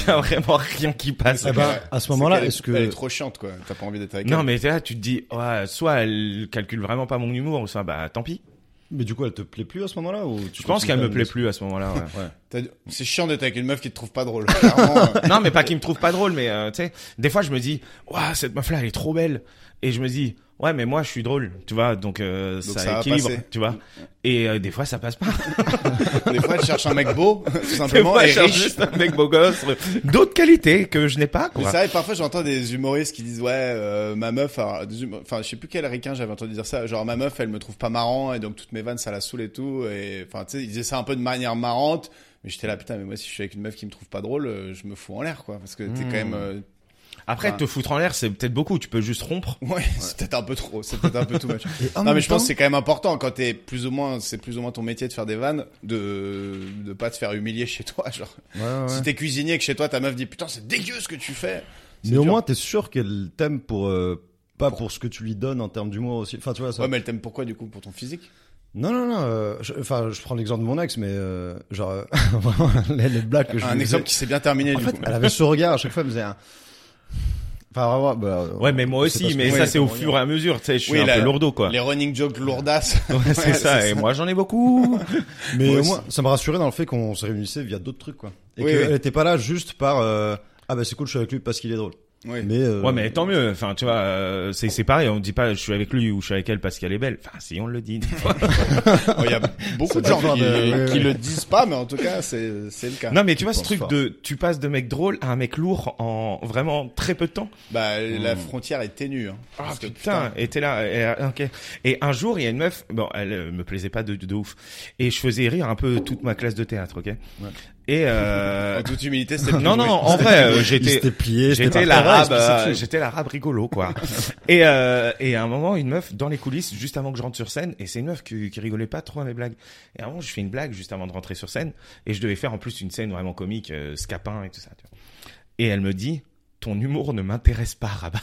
Speaker 3: Il y a vraiment rien qui passe.
Speaker 2: Ah bah,
Speaker 4: Eh ben, à ce moment-là, est-ce
Speaker 2: Elle
Speaker 4: que.
Speaker 2: est trop chiante, quoi. T'as pas envie d'être avec
Speaker 3: non,
Speaker 2: elle.
Speaker 3: mais là, tu te dis, ouais, soit elle calcule vraiment pas mon humour, ou soit bah tant pis.
Speaker 4: Mais du coup, elle te plaît plus à ce moment-là ou tu
Speaker 3: Je pense
Speaker 4: continues
Speaker 3: qu'elle me
Speaker 4: quand
Speaker 3: plaît
Speaker 4: même
Speaker 3: plus à ce moment-là. ouais.
Speaker 2: T'as dit- C'est chiant d'être avec une meuf qui te trouve pas drôle. Clairement, euh,
Speaker 3: non, mais pas qu'il me trouve pas drôle, mais euh, tu sais, des fois je me dis, waouh, cette meuf-là, elle est trop belle, et je me dis, ouais, mais moi, je suis drôle, tu vois, donc, euh, ça,
Speaker 2: ça va
Speaker 3: équilibre,
Speaker 2: passer.
Speaker 3: tu vois. Et euh, des fois, ça passe pas.
Speaker 2: euh, des fois, elle cherche un mec beau, tout
Speaker 3: Des
Speaker 2: simplement,
Speaker 3: fois,
Speaker 2: et
Speaker 3: je cherche
Speaker 2: riche.
Speaker 3: juste un mec beau gosse, euh, d'autres qualités que je n'ai pas,
Speaker 2: Mais
Speaker 3: quoi.
Speaker 2: c'est vrai, parfois j'entends des humoristes qui disent ouais euh, ma meuf alors, des humo- enfin je sais plus quel ricain j'avais entendu dire ça genre ma meuf elle me trouve pas marrant et donc toutes mes vannes ça la saoule et tout et enfin tu sais ils disaient ça un peu de manière marrante mais j'étais là putain mais moi si je suis avec une meuf qui me trouve pas drôle euh, je me fous en l'air quoi parce que t'es quand
Speaker 3: Hmm.
Speaker 4: Mmh.
Speaker 2: même euh,
Speaker 3: Après,
Speaker 2: Ouais.
Speaker 3: te foutre en l'air, c'est peut-être beaucoup, tu peux juste rompre.
Speaker 2: ouais, c'est peut-être un peu trop c'est peut-être un peu too much
Speaker 4: Et en
Speaker 2: non mais
Speaker 4: même
Speaker 2: je pense
Speaker 4: temps-
Speaker 2: que c'est quand même important quand t'es plus ou moins c'est plus ou moins ton métier de faire des vannes de de pas te faire humilier chez toi genre
Speaker 4: Ouais, ouais, ouais.
Speaker 2: si t'es cuisinier et que chez toi ta meuf dit putain c'est dégueu ce que tu fais c'est
Speaker 4: Mais au
Speaker 2: dur.
Speaker 4: moins, t'es sûr qu'elle t'aime pour. euh, Pas pour ce que tu lui donnes en termes d'humour aussi. Enfin, tu vois, ça.
Speaker 2: ouais mais elle t'aime pourquoi du coup pour ton physique
Speaker 4: Non, non, non. euh, je- Enfin, je prends l'exemple de mon ex, mais euh, genre, euh, vraiment, les, les blagues que je
Speaker 2: un
Speaker 4: lui
Speaker 2: exemple
Speaker 4: faisais-
Speaker 2: qui s'est bien terminé
Speaker 4: En
Speaker 2: du
Speaker 4: fait,
Speaker 2: coup.
Speaker 4: elle avait ce regard à chaque fois, elle faisait un. Enfin, vraiment. bah,
Speaker 3: Ouais, mais moi
Speaker 4: on sait pas
Speaker 3: aussi,
Speaker 4: ce
Speaker 3: mais
Speaker 4: que-
Speaker 3: ça,
Speaker 4: Ouais,
Speaker 3: c'est au
Speaker 4: ton regard.
Speaker 3: fur et à mesure, tu sais, je suis
Speaker 2: Oui,
Speaker 3: un
Speaker 2: la-
Speaker 3: peu lourdeau, quoi.
Speaker 2: Les running jokes lourdasses.
Speaker 3: Ouais, c'est
Speaker 2: Ouais,
Speaker 3: ça,
Speaker 2: c'est
Speaker 3: et moi, j'en ai beaucoup.
Speaker 4: Mais
Speaker 2: Moi
Speaker 4: au
Speaker 2: aussi.
Speaker 4: moins, ça me rassurait dans le fait qu'on se réunissait via d'autres trucs, quoi. Et
Speaker 2: Oui,
Speaker 4: qu'elle
Speaker 2: oui.
Speaker 4: était pas là juste par euh, ah bah c'est cool, je suis avec lui parce qu'il est drôle.
Speaker 2: Oui.
Speaker 4: Mais euh,
Speaker 3: Ouais, mais tant mieux. Enfin, tu vois, euh, c'est c'est pareil. On dit pas je suis avec lui ou je suis avec elle parce qu'elle est belle. Enfin, si on le dit. des fois.
Speaker 2: Oh, Il y a beaucoup de
Speaker 4: Ça
Speaker 2: gens
Speaker 4: dépend
Speaker 2: qui,
Speaker 4: de-
Speaker 2: qui le disent pas, mais en tout cas, c'est c'est le cas.
Speaker 3: non, mais tu vois ce
Speaker 4: penses
Speaker 3: truc
Speaker 4: fort.
Speaker 3: de tu passes de mec drôle à un mec lourd en vraiment très peu de temps.
Speaker 2: Bah, la
Speaker 4: Hmm.
Speaker 2: frontière est ténue. Hein,
Speaker 3: Ah
Speaker 2: Parce que,
Speaker 3: putain, et t'es là. Et, euh, ok. Et un jour, il y a une meuf. Bon, elle euh, me plaisait pas de, de, de ouf. Et je faisais rire un peu toute ma classe de théâtre, ok. Et euh,
Speaker 2: En toute humilité, c'est
Speaker 3: non, non,
Speaker 2: oui.
Speaker 3: en vrai, euh,
Speaker 4: il
Speaker 3: j'étais
Speaker 4: s'était plié,
Speaker 3: J'étais
Speaker 4: par terre,
Speaker 3: l'arabe,
Speaker 4: est-ce que c'est
Speaker 3: euh,
Speaker 4: cool
Speaker 3: j'étais l'arabe rigolo quoi. et euh, et à un moment une meuf dans les coulisses juste avant que je rentre sur scène et c'est une meuf qui, qui rigolait pas trop à mes blagues. Et à un moment je fais une blague juste avant de rentrer sur scène et je devais faire en plus une scène vraiment comique, euh, scapin et tout ça. Tu vois. Et elle me dit ton humour ne m'intéresse pas, Rabat.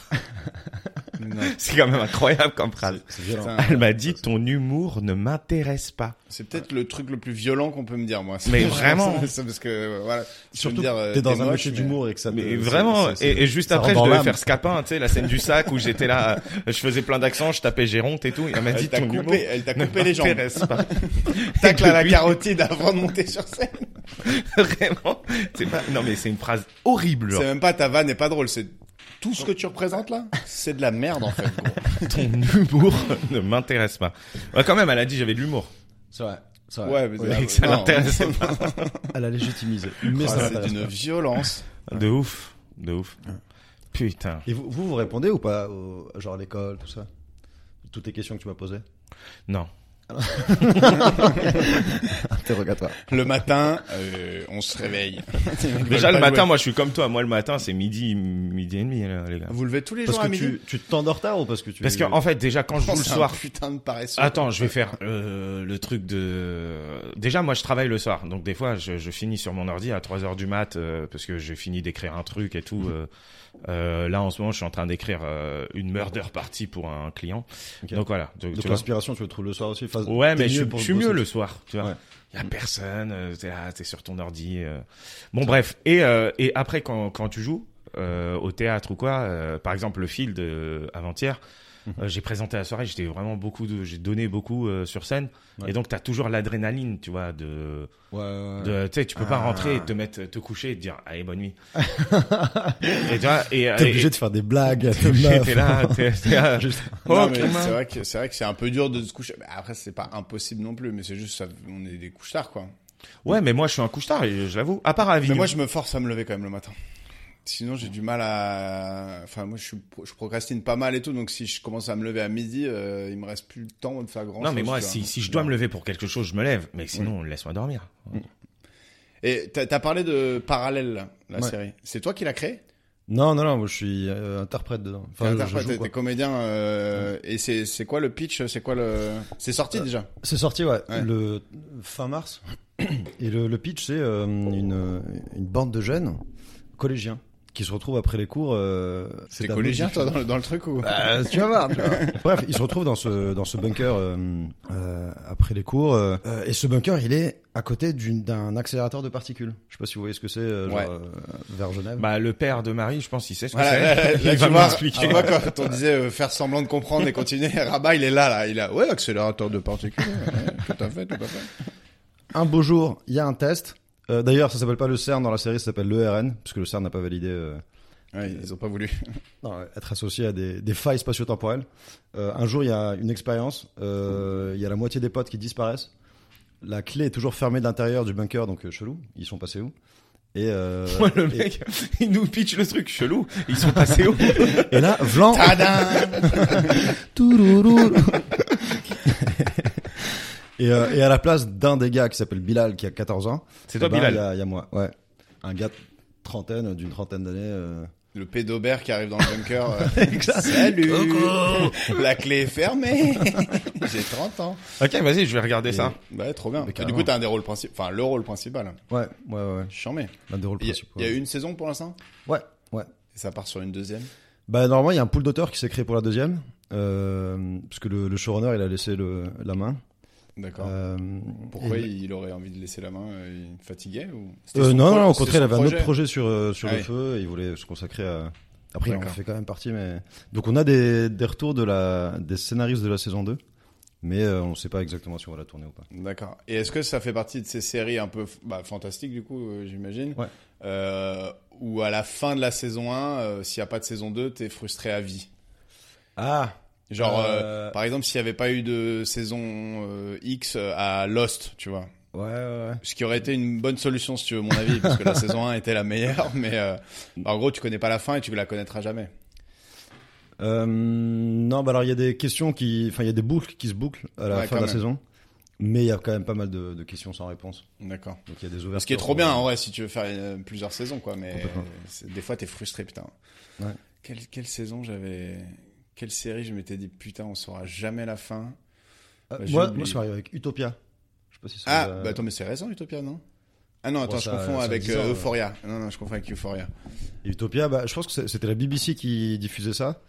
Speaker 2: Non,
Speaker 3: C'est quand même incroyable comme phrase.
Speaker 4: C'est violent.
Speaker 2: putain.
Speaker 3: Elle m'a dit ton humour ne m'intéresse pas.
Speaker 2: C'est peut-être le truc le plus violent qu'on peut me dire, moi.
Speaker 3: Mais vraiment.
Speaker 2: C'est parce que, euh, voilà. Tu peux
Speaker 4: Surtout,
Speaker 2: me dire, euh,
Speaker 4: t'es dans un
Speaker 2: moche,
Speaker 4: métier
Speaker 2: mais-
Speaker 4: d'humour et que ça.
Speaker 2: Euh,
Speaker 4: te-
Speaker 3: Mais
Speaker 4: ça-
Speaker 3: vraiment,
Speaker 4: ça- ça-
Speaker 3: et, et juste
Speaker 4: ça
Speaker 3: après, je
Speaker 4: rentre dans
Speaker 3: devais
Speaker 4: l'âme.
Speaker 3: faire scapin, tu sais, la scène du sac où j'étais là, euh, je faisais plein d'accents, je tapais Géronte et tout. Elle m'a dit
Speaker 2: Elle t'a
Speaker 3: ton humour
Speaker 2: coupé, elle t'a
Speaker 3: ne
Speaker 2: coupé les jambes.
Speaker 3: m'intéresse pas.
Speaker 2: Tacle à la
Speaker 3: Depuis-
Speaker 2: carotide avant de monter sur scène.
Speaker 3: Vraiment, c'est pas. Non mais c'est une phrase horrible. genre.
Speaker 2: C'est même pas ta vanne n'est pas drôle, c'est tout ce que tu représentes là, c'est de la merde en fait. gros.
Speaker 3: Ton humour ne m'intéresse pas. Ouais, quand même, elle a dit j'avais de l'humour.
Speaker 4: C'est vrai. c'est vrai.
Speaker 2: Ouais, mais
Speaker 3: Mais que ça
Speaker 2: non.
Speaker 3: l'intéressait pas.
Speaker 4: Elle a légitimisé. Mais
Speaker 2: Ah,
Speaker 4: ça
Speaker 2: c'est
Speaker 4: l'intéresse
Speaker 2: d'une
Speaker 4: pas.
Speaker 2: violence.
Speaker 3: De ouf, de ouf. Putain.
Speaker 4: Et vous, vous, vous répondez ou pas au- Genre à l'école, tout ça Toutes les questions que tu m'as posées
Speaker 3: Non.
Speaker 4: Interrogatoire.
Speaker 2: Le matin, euh, on se réveille. Ils veulent
Speaker 3: Déjà le
Speaker 2: pas
Speaker 3: matin,
Speaker 2: jouer.
Speaker 3: moi je suis comme toi. Moi le matin, c'est midi, midi et demi là, les gars.
Speaker 2: Vous levez tous les
Speaker 4: Parce
Speaker 2: jours à
Speaker 4: que
Speaker 2: midi.
Speaker 4: tu, tu te tends en retard ou parce que tu.
Speaker 3: Parce que en fait, déjà quand
Speaker 2: Oh,
Speaker 3: je joue le
Speaker 2: c'est un
Speaker 3: soir,
Speaker 2: putain de paresseux.
Speaker 3: Attends, je vais faire euh, le truc de. Déjà, moi, je travaille le soir, donc des fois, je, je finis sur mon ordi à 3 heures du mat euh, parce que j'ai fini d'écrire un truc et tout.
Speaker 4: Mhm.
Speaker 3: euh. Euh, là, en ce moment, je suis en train d'écrire euh, une murder party pour un client.
Speaker 4: Ok.
Speaker 3: Donc voilà. Donc,
Speaker 4: Donc
Speaker 3: tu vois.
Speaker 4: l'inspiration, tu le trouves le soir aussi enfin,
Speaker 3: Ouais,
Speaker 4: t'es
Speaker 3: mais je,
Speaker 4: mieux pour
Speaker 3: je suis
Speaker 4: bosser.
Speaker 3: mieux le soir, tu vois.
Speaker 4: Ouais.
Speaker 3: Y a personne, euh, t'es là, t'es sur ton ordi. euh. Bon, bref. Et, euh, et après, quand, quand tu joues euh, au théâtre ou quoi, euh, par exemple, le field euh, avant-hier,
Speaker 4: Mhm.
Speaker 3: euh, j'ai présenté la soirée, j'étais vraiment beaucoup, de, j'ai donné beaucoup euh, sur scène.
Speaker 4: Ouais.
Speaker 3: Et donc, t'as toujours l'adrénaline, tu vois, de,
Speaker 4: Ouais, ouais, ouais.
Speaker 3: de tu sais, tu peux pas
Speaker 2: Ah.
Speaker 3: rentrer et te mettre, te coucher et te dire, allez, bonne nuit. et tu vois, et,
Speaker 4: T'es
Speaker 3: et-
Speaker 4: obligé de faire des blagues à tes
Speaker 3: et
Speaker 4: meufs.
Speaker 3: t'es là, t'es, t'es là.
Speaker 4: Juste-
Speaker 2: Non,
Speaker 3: Oh,
Speaker 2: mais
Speaker 3: Clément.
Speaker 2: c'est vrai que c'est vrai que c'est un peu dur de se coucher. Mais après, c'est pas impossible non plus, mais c'est juste ça, on est des couches tard quoi.
Speaker 3: Ouais, mais moi, je suis un couche-tard, et je l'avoue. À part à
Speaker 2: Mais
Speaker 3: Avignon.
Speaker 2: moi, je me force à me lever quand même le matin. Sinon, j'ai du mal à. Enfin, moi, je, suis... pro- je procrastine pas mal et tout. Donc, si je commence à me lever à midi, euh, il me reste plus le temps de faire grand
Speaker 3: Non, mais moi, si, si je dois me lever pour quelque chose, je me lève. Mais sinon, laisse-moi dormir.
Speaker 2: Et t'as t'as parlé de Parallèle, là, la
Speaker 4: Ouais.
Speaker 2: série. C'est toi qui l'as créée
Speaker 4: Non, non, non, moi je suis euh, interprète dedans.
Speaker 2: T'es
Speaker 4: Enfin, je- je
Speaker 2: interprète,
Speaker 4: joue,
Speaker 2: t'es-
Speaker 4: quoi.
Speaker 2: t'es comédien. euh, Et c'est c'est quoi le pitch C'est quoi le. C'est sorti
Speaker 4: Euh,
Speaker 2: déjà
Speaker 4: C'est sorti, ouais,
Speaker 2: Ouais.
Speaker 4: le fin mars. Et le, le pitch, c'est euh, une, une bande de jeunes collégiens qui se retrouvent après les cours. euh,
Speaker 2: T'es
Speaker 4: c'est de la
Speaker 2: collégien,
Speaker 4: musique.
Speaker 2: toi, dans le, dans le truc ou
Speaker 4: Bah, tu vas voir. tu vas voir. Bref, ils se retrouvent dans ce dans ce bunker euh, euh, après les cours euh, euh, et ce bunker il est à côté d'une- d'un accélérateur de particules. Je sais pas si vous voyez ce que c'est euh, genre,
Speaker 2: Ouais.
Speaker 4: euh, vers Genève.
Speaker 3: Bah, le père de Marie, je pense, il sait ce que
Speaker 2: Voilà, là, là,
Speaker 3: c'est.
Speaker 2: là, tu
Speaker 3: il va
Speaker 2: vois,
Speaker 3: m'expliquer.
Speaker 2: tu vois, quand on disait euh, faire semblant de comprendre et continuer, Rabat, il est là, là. Il a, ouais, accélérateur de particules. ouais, tout à fait, tout à fait.
Speaker 4: Un beau jour, il y a un test. Euh, D'ailleurs, ça s'appelle pas le CERN dans la série, ça s'appelle l'ERN parce que le CERN n'a pas validé euh,
Speaker 2: Ouais, ils ont pas voulu.
Speaker 4: Non, être associé à des, des failles spatio-temporelles. Euh, un jour, il y a une expérience, euh, il y a la moitié des potes qui disparaissent. La clé est toujours fermée de l'intérieur du bunker, donc euh, chelou, ils sont passés où et, euh,
Speaker 3: Moi, le
Speaker 4: et-
Speaker 3: mec, il nous pitch le truc chelou. Ils sont passés où
Speaker 4: et là, Vlan,
Speaker 2: Tadam
Speaker 4: Tourourou. et, euh, et à la place d'un des gars qui s'appelle Bilal, qui a 14 ans,
Speaker 3: C'est toi,
Speaker 2: Bah,
Speaker 4: eh ben,
Speaker 3: Bilal.
Speaker 4: il y a- il y, a moi, ouais, un gars de trentaine, d'une trentaine d'années. euh.
Speaker 2: Le pédobert qui arrive dans le bunker. euh, Salut La clé est fermée J'ai 30 ans.
Speaker 3: Ok, vas-y, je vais regarder
Speaker 4: Et-
Speaker 3: ça.
Speaker 2: Bah, trop bien. Et
Speaker 4: Mais
Speaker 2: du
Speaker 4: carrément.
Speaker 2: coup, t'as un des rôles principaux. Enfin, le rôle principal.
Speaker 4: Ouais, ouais, ouais, ouais.
Speaker 2: Chambé.
Speaker 4: L'un des rôles
Speaker 2: Il y a-
Speaker 4: principaux.
Speaker 2: il y a une saison pour l'instant
Speaker 4: Ouais, ouais.
Speaker 2: Et ça part sur une deuxième
Speaker 4: Bah normalement il y a un pool d'auteurs qui s'est créé pour la deuxième, euh, parce que le, le showrunner il a laissé le, la main.
Speaker 2: D'accord.
Speaker 4: Euh,
Speaker 2: Pourquoi
Speaker 4: et-
Speaker 2: il... aurait envie de laisser la main euh, Il fatiguait ou... C'était
Speaker 4: Euh,
Speaker 2: son
Speaker 4: Non
Speaker 2: pro-
Speaker 4: non au
Speaker 2: c'était
Speaker 4: contraire il
Speaker 2: son
Speaker 4: avait un autre projet sur euh, sur
Speaker 2: Ah
Speaker 4: le
Speaker 2: oui.
Speaker 4: feu, et il voulait se consacrer à. Après il en
Speaker 2: D'accord.
Speaker 4: fait quand même partie mais donc on a des, des retours de la des scénaristes de la saison 2 mais euh, on ne sait pas exactement si on va la tourner ou pas.
Speaker 2: D'accord. Et est-ce que ça fait partie de ces séries un peu f- bah, fantastiques, du coup, euh, j'imagine
Speaker 4: Ouais.
Speaker 2: Euh, Où à la fin de la saison 1, euh, s'il n'y a pas de saison 2, t'es frustré à vie
Speaker 4: Ah
Speaker 2: Genre, euh,
Speaker 4: Euh,
Speaker 2: par exemple, s'il n'y avait pas eu de saison euh, X à Lost, tu vois.
Speaker 4: ouais ouais. ouais.
Speaker 2: Ce qui aurait été une bonne solution, si tu veux, à mon avis, parce que la saison 1 était la meilleure, mais euh, en gros, tu connais pas la fin et tu la connaîtras jamais.
Speaker 4: Euh, non, bah alors il y a des questions qui, enfin il y a des boucles qui se bouclent à la
Speaker 2: Ouais,
Speaker 4: fin
Speaker 2: quand
Speaker 4: de la
Speaker 2: même.
Speaker 4: saison, mais il y a quand même pas mal de, de questions sans réponse.
Speaker 2: D'accord.
Speaker 4: Donc il y a des ouvertures.
Speaker 2: Ce qui est trop bien, en vrai, si tu veux faire euh, plusieurs saisons, quoi, mais
Speaker 4: Complètement.
Speaker 2: euh, c'est- des fois, t'es frustré, putain.
Speaker 4: Ouais.
Speaker 2: Quelle, quelle saison j'avais. Quelle série je m'étais dit, putain, on saura jamais la fin. Bah,
Speaker 4: Euh,
Speaker 2: j'ai
Speaker 4: moi,
Speaker 2: oublié.
Speaker 4: moi, je suis arrivé avec Utopia. Je sais pas si ça
Speaker 2: Ah,
Speaker 4: vous a-
Speaker 2: bah attends, mais c'est récent, Utopia, non Ah non, attends,
Speaker 4: Bon,
Speaker 2: je
Speaker 4: ça-
Speaker 2: confonds
Speaker 4: ça
Speaker 2: avec
Speaker 4: dit ça,
Speaker 2: euh,
Speaker 4: ouais.
Speaker 2: Euphoria. Non, non, je confonds avec Euphoria.
Speaker 4: Et Utopia, bah, je pense que c'est- c'était la BBC qui diffusait ça.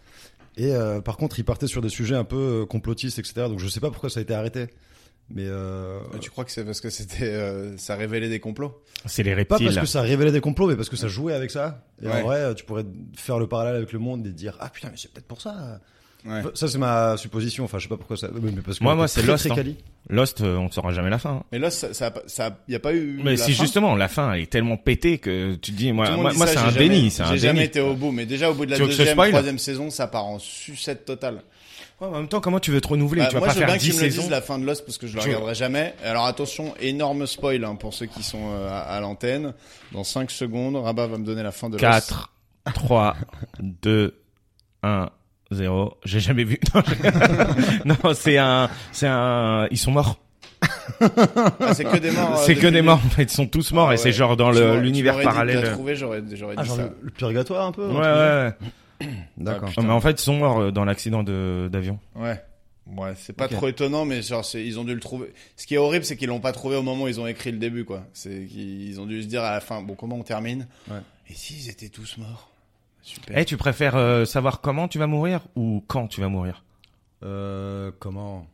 Speaker 4: Et euh, par contre, ils partaient sur des sujets un peu euh, complotistes, etc. Donc je sais pas pourquoi ça a été arrêté. Mais euh,
Speaker 3: Ah,
Speaker 2: Euh, Tu crois que c'est parce que c'était, euh, ça révélait des complots
Speaker 3: C'est les
Speaker 4: pas
Speaker 3: reptiles.
Speaker 4: parce que ça révélait des complots, mais parce que ça jouait avec ça. Et
Speaker 2: Ouais.
Speaker 4: en vrai, euh, tu pourrais faire le parallèle avec le monde et dire ah putain, mais c'est peut-être pour ça.
Speaker 2: Ouais.
Speaker 4: Enfin, Ça c'est ma supposition. Enfin, je sais pas pourquoi ça. Mais parce que
Speaker 3: Moi,
Speaker 4: on
Speaker 3: moi,
Speaker 4: était
Speaker 3: c'est
Speaker 4: très,
Speaker 3: Lost,
Speaker 4: très
Speaker 3: hein.
Speaker 4: quali.
Speaker 3: Lost, euh, on ne saura jamais la fin. hein.
Speaker 2: Mais là, ça, ça, a pas- ça, y a pas eu.
Speaker 3: Mais
Speaker 2: la
Speaker 3: si
Speaker 2: fin.
Speaker 3: justement la fin est tellement pétée que tu te dis moi
Speaker 2: Tout le monde
Speaker 3: moi,
Speaker 2: dit
Speaker 3: moi,
Speaker 2: ça,
Speaker 3: c'est
Speaker 2: j'ai
Speaker 3: un
Speaker 2: jamais-
Speaker 3: déni, c'est un
Speaker 2: J'ai jamais
Speaker 3: déni.
Speaker 2: été au bout, mais déjà au bout de la
Speaker 3: Tu veux que je
Speaker 2: deuxième,
Speaker 3: spoil
Speaker 2: troisième saison, ça part en sucette totale.
Speaker 3: Ouais, mais en même temps comment tu veux te renouveler
Speaker 2: Bah,
Speaker 3: Tu vas
Speaker 2: moi,
Speaker 3: pas
Speaker 2: je veux
Speaker 3: faire
Speaker 2: bien
Speaker 3: 10
Speaker 2: qu'ils me le disent
Speaker 3: saisons.
Speaker 2: la fin de Lost parce que je le
Speaker 3: Tu-
Speaker 2: regarderai jamais. Alors attention, énorme spoil hein, pour ceux qui sont euh, à, à l'antenne. Dans 5 secondes, Rabat va me donner la fin de Lost.
Speaker 3: 4 3 2 1 0. J'ai jamais vu. Non, je- Non, c'est un c'est un ils sont morts.
Speaker 2: Ah, c'est que des morts. euh,
Speaker 3: C'est que
Speaker 2: depuis
Speaker 3: des
Speaker 2: le-
Speaker 3: morts en fait, ils sont tous morts
Speaker 2: Ah
Speaker 3: et c'est
Speaker 2: ouais.
Speaker 3: genre dans
Speaker 2: Tu m'aurais-
Speaker 3: le-
Speaker 2: tu
Speaker 3: l'univers
Speaker 2: m'aurais dit de la
Speaker 3: parallèle.
Speaker 2: trouver, j'aurais j'aurais
Speaker 4: Ah,
Speaker 2: dit
Speaker 4: genre
Speaker 2: ça.
Speaker 4: le, le purgatoire un peu. un
Speaker 3: Ouais
Speaker 4: truc
Speaker 3: ouais.
Speaker 4: comme ça.
Speaker 3: ouais.
Speaker 4: D'accord.
Speaker 2: Ah,
Speaker 3: Mais en fait, ils sont morts euh, dans l'accident de d'avion.
Speaker 2: Ouais. Ouais, c'est pas
Speaker 4: Ok.
Speaker 2: trop étonnant, mais genre, c'est- ils ont dû le trouver. Ce qui est horrible, c'est qu'ils l'ont pas trouvé au moment où ils ont écrit le début, quoi. C'est qu'ils ont dû se dire à la fin, bon, comment on termine
Speaker 4: Ouais.
Speaker 2: Et s'ils étaient tous morts Super.
Speaker 3: Eh, tu préfères euh, savoir comment tu vas mourir ou quand tu vas mourir
Speaker 4: Euh, comment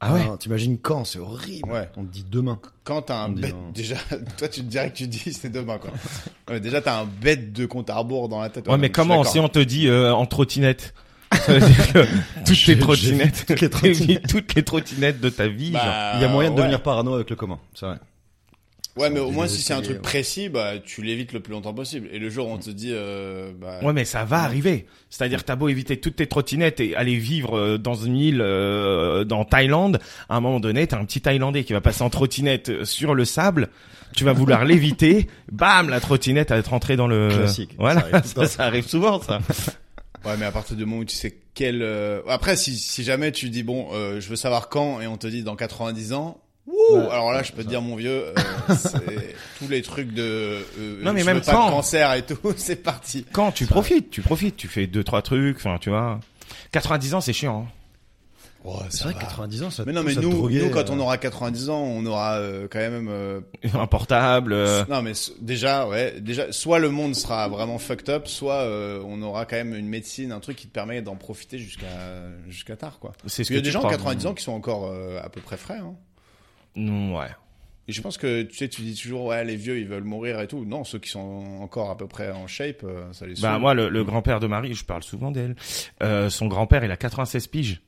Speaker 3: Ah ouais.
Speaker 4: Non, T'imagines quand C'est horrible.
Speaker 2: Ouais.
Speaker 4: On te dit demain.
Speaker 2: Quand t'as un
Speaker 4: On dit
Speaker 2: bête,
Speaker 4: non.
Speaker 2: déjà, toi, tu te dirais que tu dis c'est demain, quoi. Ouais, déjà, t'as un bête de compte à rebours dans la tête.
Speaker 3: Ouais, mais
Speaker 2: donc,
Speaker 3: comment
Speaker 2: Ah, je suis
Speaker 3: si
Speaker 2: d'accord.
Speaker 3: on te dit euh, en trottinette Ça veut dire que toutes
Speaker 4: J'ai-
Speaker 3: les trottinettes,
Speaker 4: j'ai vu toutes les trottinettes.
Speaker 3: t'évites toutes les trottinettes de ta vie. genre.
Speaker 2: Bah,
Speaker 4: Il y a moyen de
Speaker 2: ouais.
Speaker 4: devenir parano avec le commun. C'est vrai.
Speaker 2: Ouais, mais au
Speaker 4: Des
Speaker 2: moins, si c'est un
Speaker 4: essais,
Speaker 2: truc
Speaker 4: ouais.
Speaker 2: précis, bah, tu l'évites le plus longtemps possible. Et le jour où on te dit, euh, bah,
Speaker 3: Ouais, mais ça va arriver. C'est-à-dire, t'as beau éviter toutes tes trottinettes et aller vivre euh, dans une île euh, dans Thaïlande, à un moment donné, t'as un petit Thaïlandais qui va passer en trottinette euh, sur le sable. Tu vas vouloir l'éviter. Bam, la trottinette va être rentrée dans le.
Speaker 4: Classique.
Speaker 3: Voilà,
Speaker 4: Ça arrive tout le
Speaker 3: ça, ça arrive souvent, ça.
Speaker 2: Ouais, mais à partir du moment où tu sais quel. euh, Après, si, si jamais tu dis bon, euh, je veux savoir quand, et on te dit dans 90 ans. Wouh
Speaker 4: Ouais,
Speaker 2: Alors là, je peux
Speaker 4: c'est
Speaker 2: te
Speaker 4: ça.
Speaker 2: dire, mon vieux, euh, c'est- tous les trucs de. euh,
Speaker 3: Non, mais
Speaker 2: je
Speaker 3: même
Speaker 2: veux pas de
Speaker 3: quand.
Speaker 2: cancer et tout, c'est parti.
Speaker 3: Quand tu profites, tu profites, tu fais deux trois trucs. Enfin, tu vois. 90 ans, c'est chiant. hein.
Speaker 4: C'est vrai que 90 ans, ça.
Speaker 2: Ah. Mais non, mais
Speaker 4: ça te
Speaker 2: nous,
Speaker 4: droguait,
Speaker 2: nous, quand on
Speaker 4: euh,
Speaker 2: aura 90 ans, on aura euh, quand même. euh,
Speaker 3: Un portable. hein. euh,
Speaker 2: Non, mais s- déjà, ouais, déjà, soit le monde sera vraiment fucked up, soit euh, on aura quand même une médecine, un truc qui te permet d'en profiter jusqu'à jusqu'à tard, quoi.
Speaker 3: C'est ce
Speaker 2: Il y a
Speaker 3: que
Speaker 2: des
Speaker 3: tu
Speaker 2: gens à
Speaker 3: crois.
Speaker 2: 90 ans qui sont encore euh, à peu près frais. Hein.
Speaker 3: Mm, Ouais.
Speaker 2: Et je pense que tu sais, tu dis toujours ouais, les vieux ils veulent mourir et tout. Non, ceux qui sont encore à peu près en shape, euh, ça les saoule.
Speaker 3: Bah moi, le, le grand-père de Marie, je parle souvent d'elle. euh, son grand-père, il a 96 piges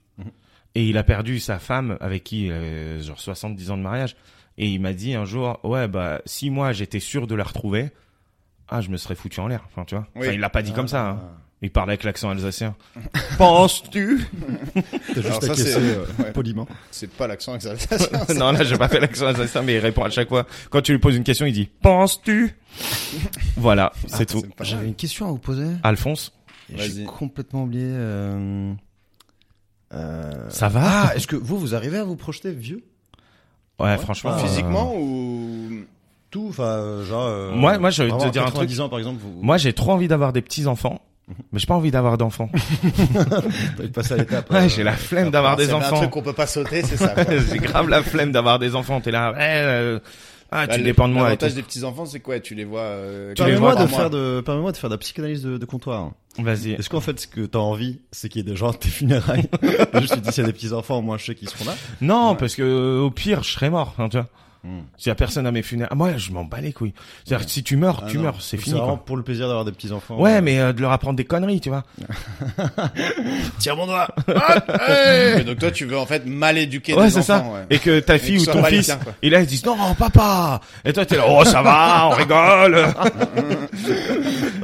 Speaker 3: et il a perdu sa femme avec qui il avait, genre 70 ans de mariage. Et il m'a dit un jour, ouais bah si moi j'étais sûr de la retrouver, ah je me serais foutu en l'air. Enfin tu vois.
Speaker 2: Oui.
Speaker 3: Enfin, il l'a pas dit
Speaker 4: ah,
Speaker 3: comme ça. hein.
Speaker 4: ah.
Speaker 3: Il parlait avec l'accent alsacien. Penses-tu
Speaker 4: T'as
Speaker 2: Alors
Speaker 4: juste
Speaker 2: ça,
Speaker 4: acquiescé
Speaker 2: c'est-
Speaker 4: euh,
Speaker 2: ouais.
Speaker 4: poliment.
Speaker 2: C'est pas l'accent exaltation.
Speaker 3: Non là j'ai pas fait l'accent alsacien, mais il répond à chaque fois. Quand tu lui poses une question, il dit penses-tu Voilà, c'est tout.
Speaker 2: C'est pas
Speaker 4: J'avais
Speaker 2: mal.
Speaker 4: une question à vous poser.
Speaker 3: Alphonse,
Speaker 4: Et J'ai
Speaker 2: Vas-y.
Speaker 4: complètement oublié. euh, euh,
Speaker 3: ça va
Speaker 4: Ah, est-ce que vous, vous arrivez à vous projeter vieux
Speaker 3: Ouais, franchement.
Speaker 4: Ah.
Speaker 3: euh,
Speaker 2: Physiquement ou
Speaker 4: Tout, enfin, euh, genre. euh,
Speaker 3: Moi- moi, je vais te
Speaker 4: vraiment,
Speaker 3: dire un
Speaker 4: 90
Speaker 3: truc.
Speaker 4: ans, par exemple, vous,
Speaker 3: Moi, j'ai trop envie d'avoir des petits enfants, mais j'ai pas envie d'avoir d'enfants.
Speaker 4: vous êtes passé à l'étape.
Speaker 3: Ouais,
Speaker 4: euh,
Speaker 3: j'ai la flemme d'avoir
Speaker 2: Alors,
Speaker 3: des
Speaker 2: c'est un
Speaker 3: enfants.
Speaker 2: truc qu'on peut pas sauter, c'est ça. quoi.
Speaker 3: j'ai grave la flemme d'avoir des enfants. T'es là, ouais, euh, ah,
Speaker 2: Bah,
Speaker 3: tu
Speaker 2: le-
Speaker 3: dépends de moi. et
Speaker 2: L'avantage
Speaker 3: tout.
Speaker 2: des petits enfants, c'est quoi Tu les vois. euh,
Speaker 3: les
Speaker 2: quatre
Speaker 3: vois
Speaker 4: Permets-moi
Speaker 2: par
Speaker 4: de,
Speaker 2: mois.
Speaker 4: faire de, permets-moi de faire de la psychanalyse de, de comptoir. hein.
Speaker 3: Vas-y.
Speaker 4: Est-ce qu'en fait, ce que t'as envie, c'est qu'il y ait des gens à tes funérailles Je me suis dit, s'il y a des petits-enfants, au moins je sais qu'ils seront là.
Speaker 3: Non, parce que euh, au pire, je serais mort. Hein, tu vois.
Speaker 4: Hmm.
Speaker 3: S'il y a personne à mes funérailles, Ah, moi, je m'en bats les couilles. C'est-à-dire que si tu meurs,
Speaker 4: Ah,
Speaker 3: tu
Speaker 4: non.
Speaker 3: meurs, c'est
Speaker 4: Donc,
Speaker 3: fini.
Speaker 4: vraiment
Speaker 3: Quoi.
Speaker 4: pour le plaisir d'avoir des petits-enfants.
Speaker 3: Ouais, mais euh, de leur apprendre des conneries, tu vois.
Speaker 4: Tiens mon doigt
Speaker 2: Et donc toi, tu veux en fait mal éduquer
Speaker 3: Ouais,
Speaker 2: des
Speaker 3: c'est ça.
Speaker 2: enfants. ouais.
Speaker 3: Et que ta fille
Speaker 2: qu'ils
Speaker 3: ou
Speaker 2: soient
Speaker 3: ton
Speaker 2: pas les
Speaker 3: fils,
Speaker 2: tiens, quoi.
Speaker 3: et là ils disent non papa. Et toi t'es là oh ça va, on rigole.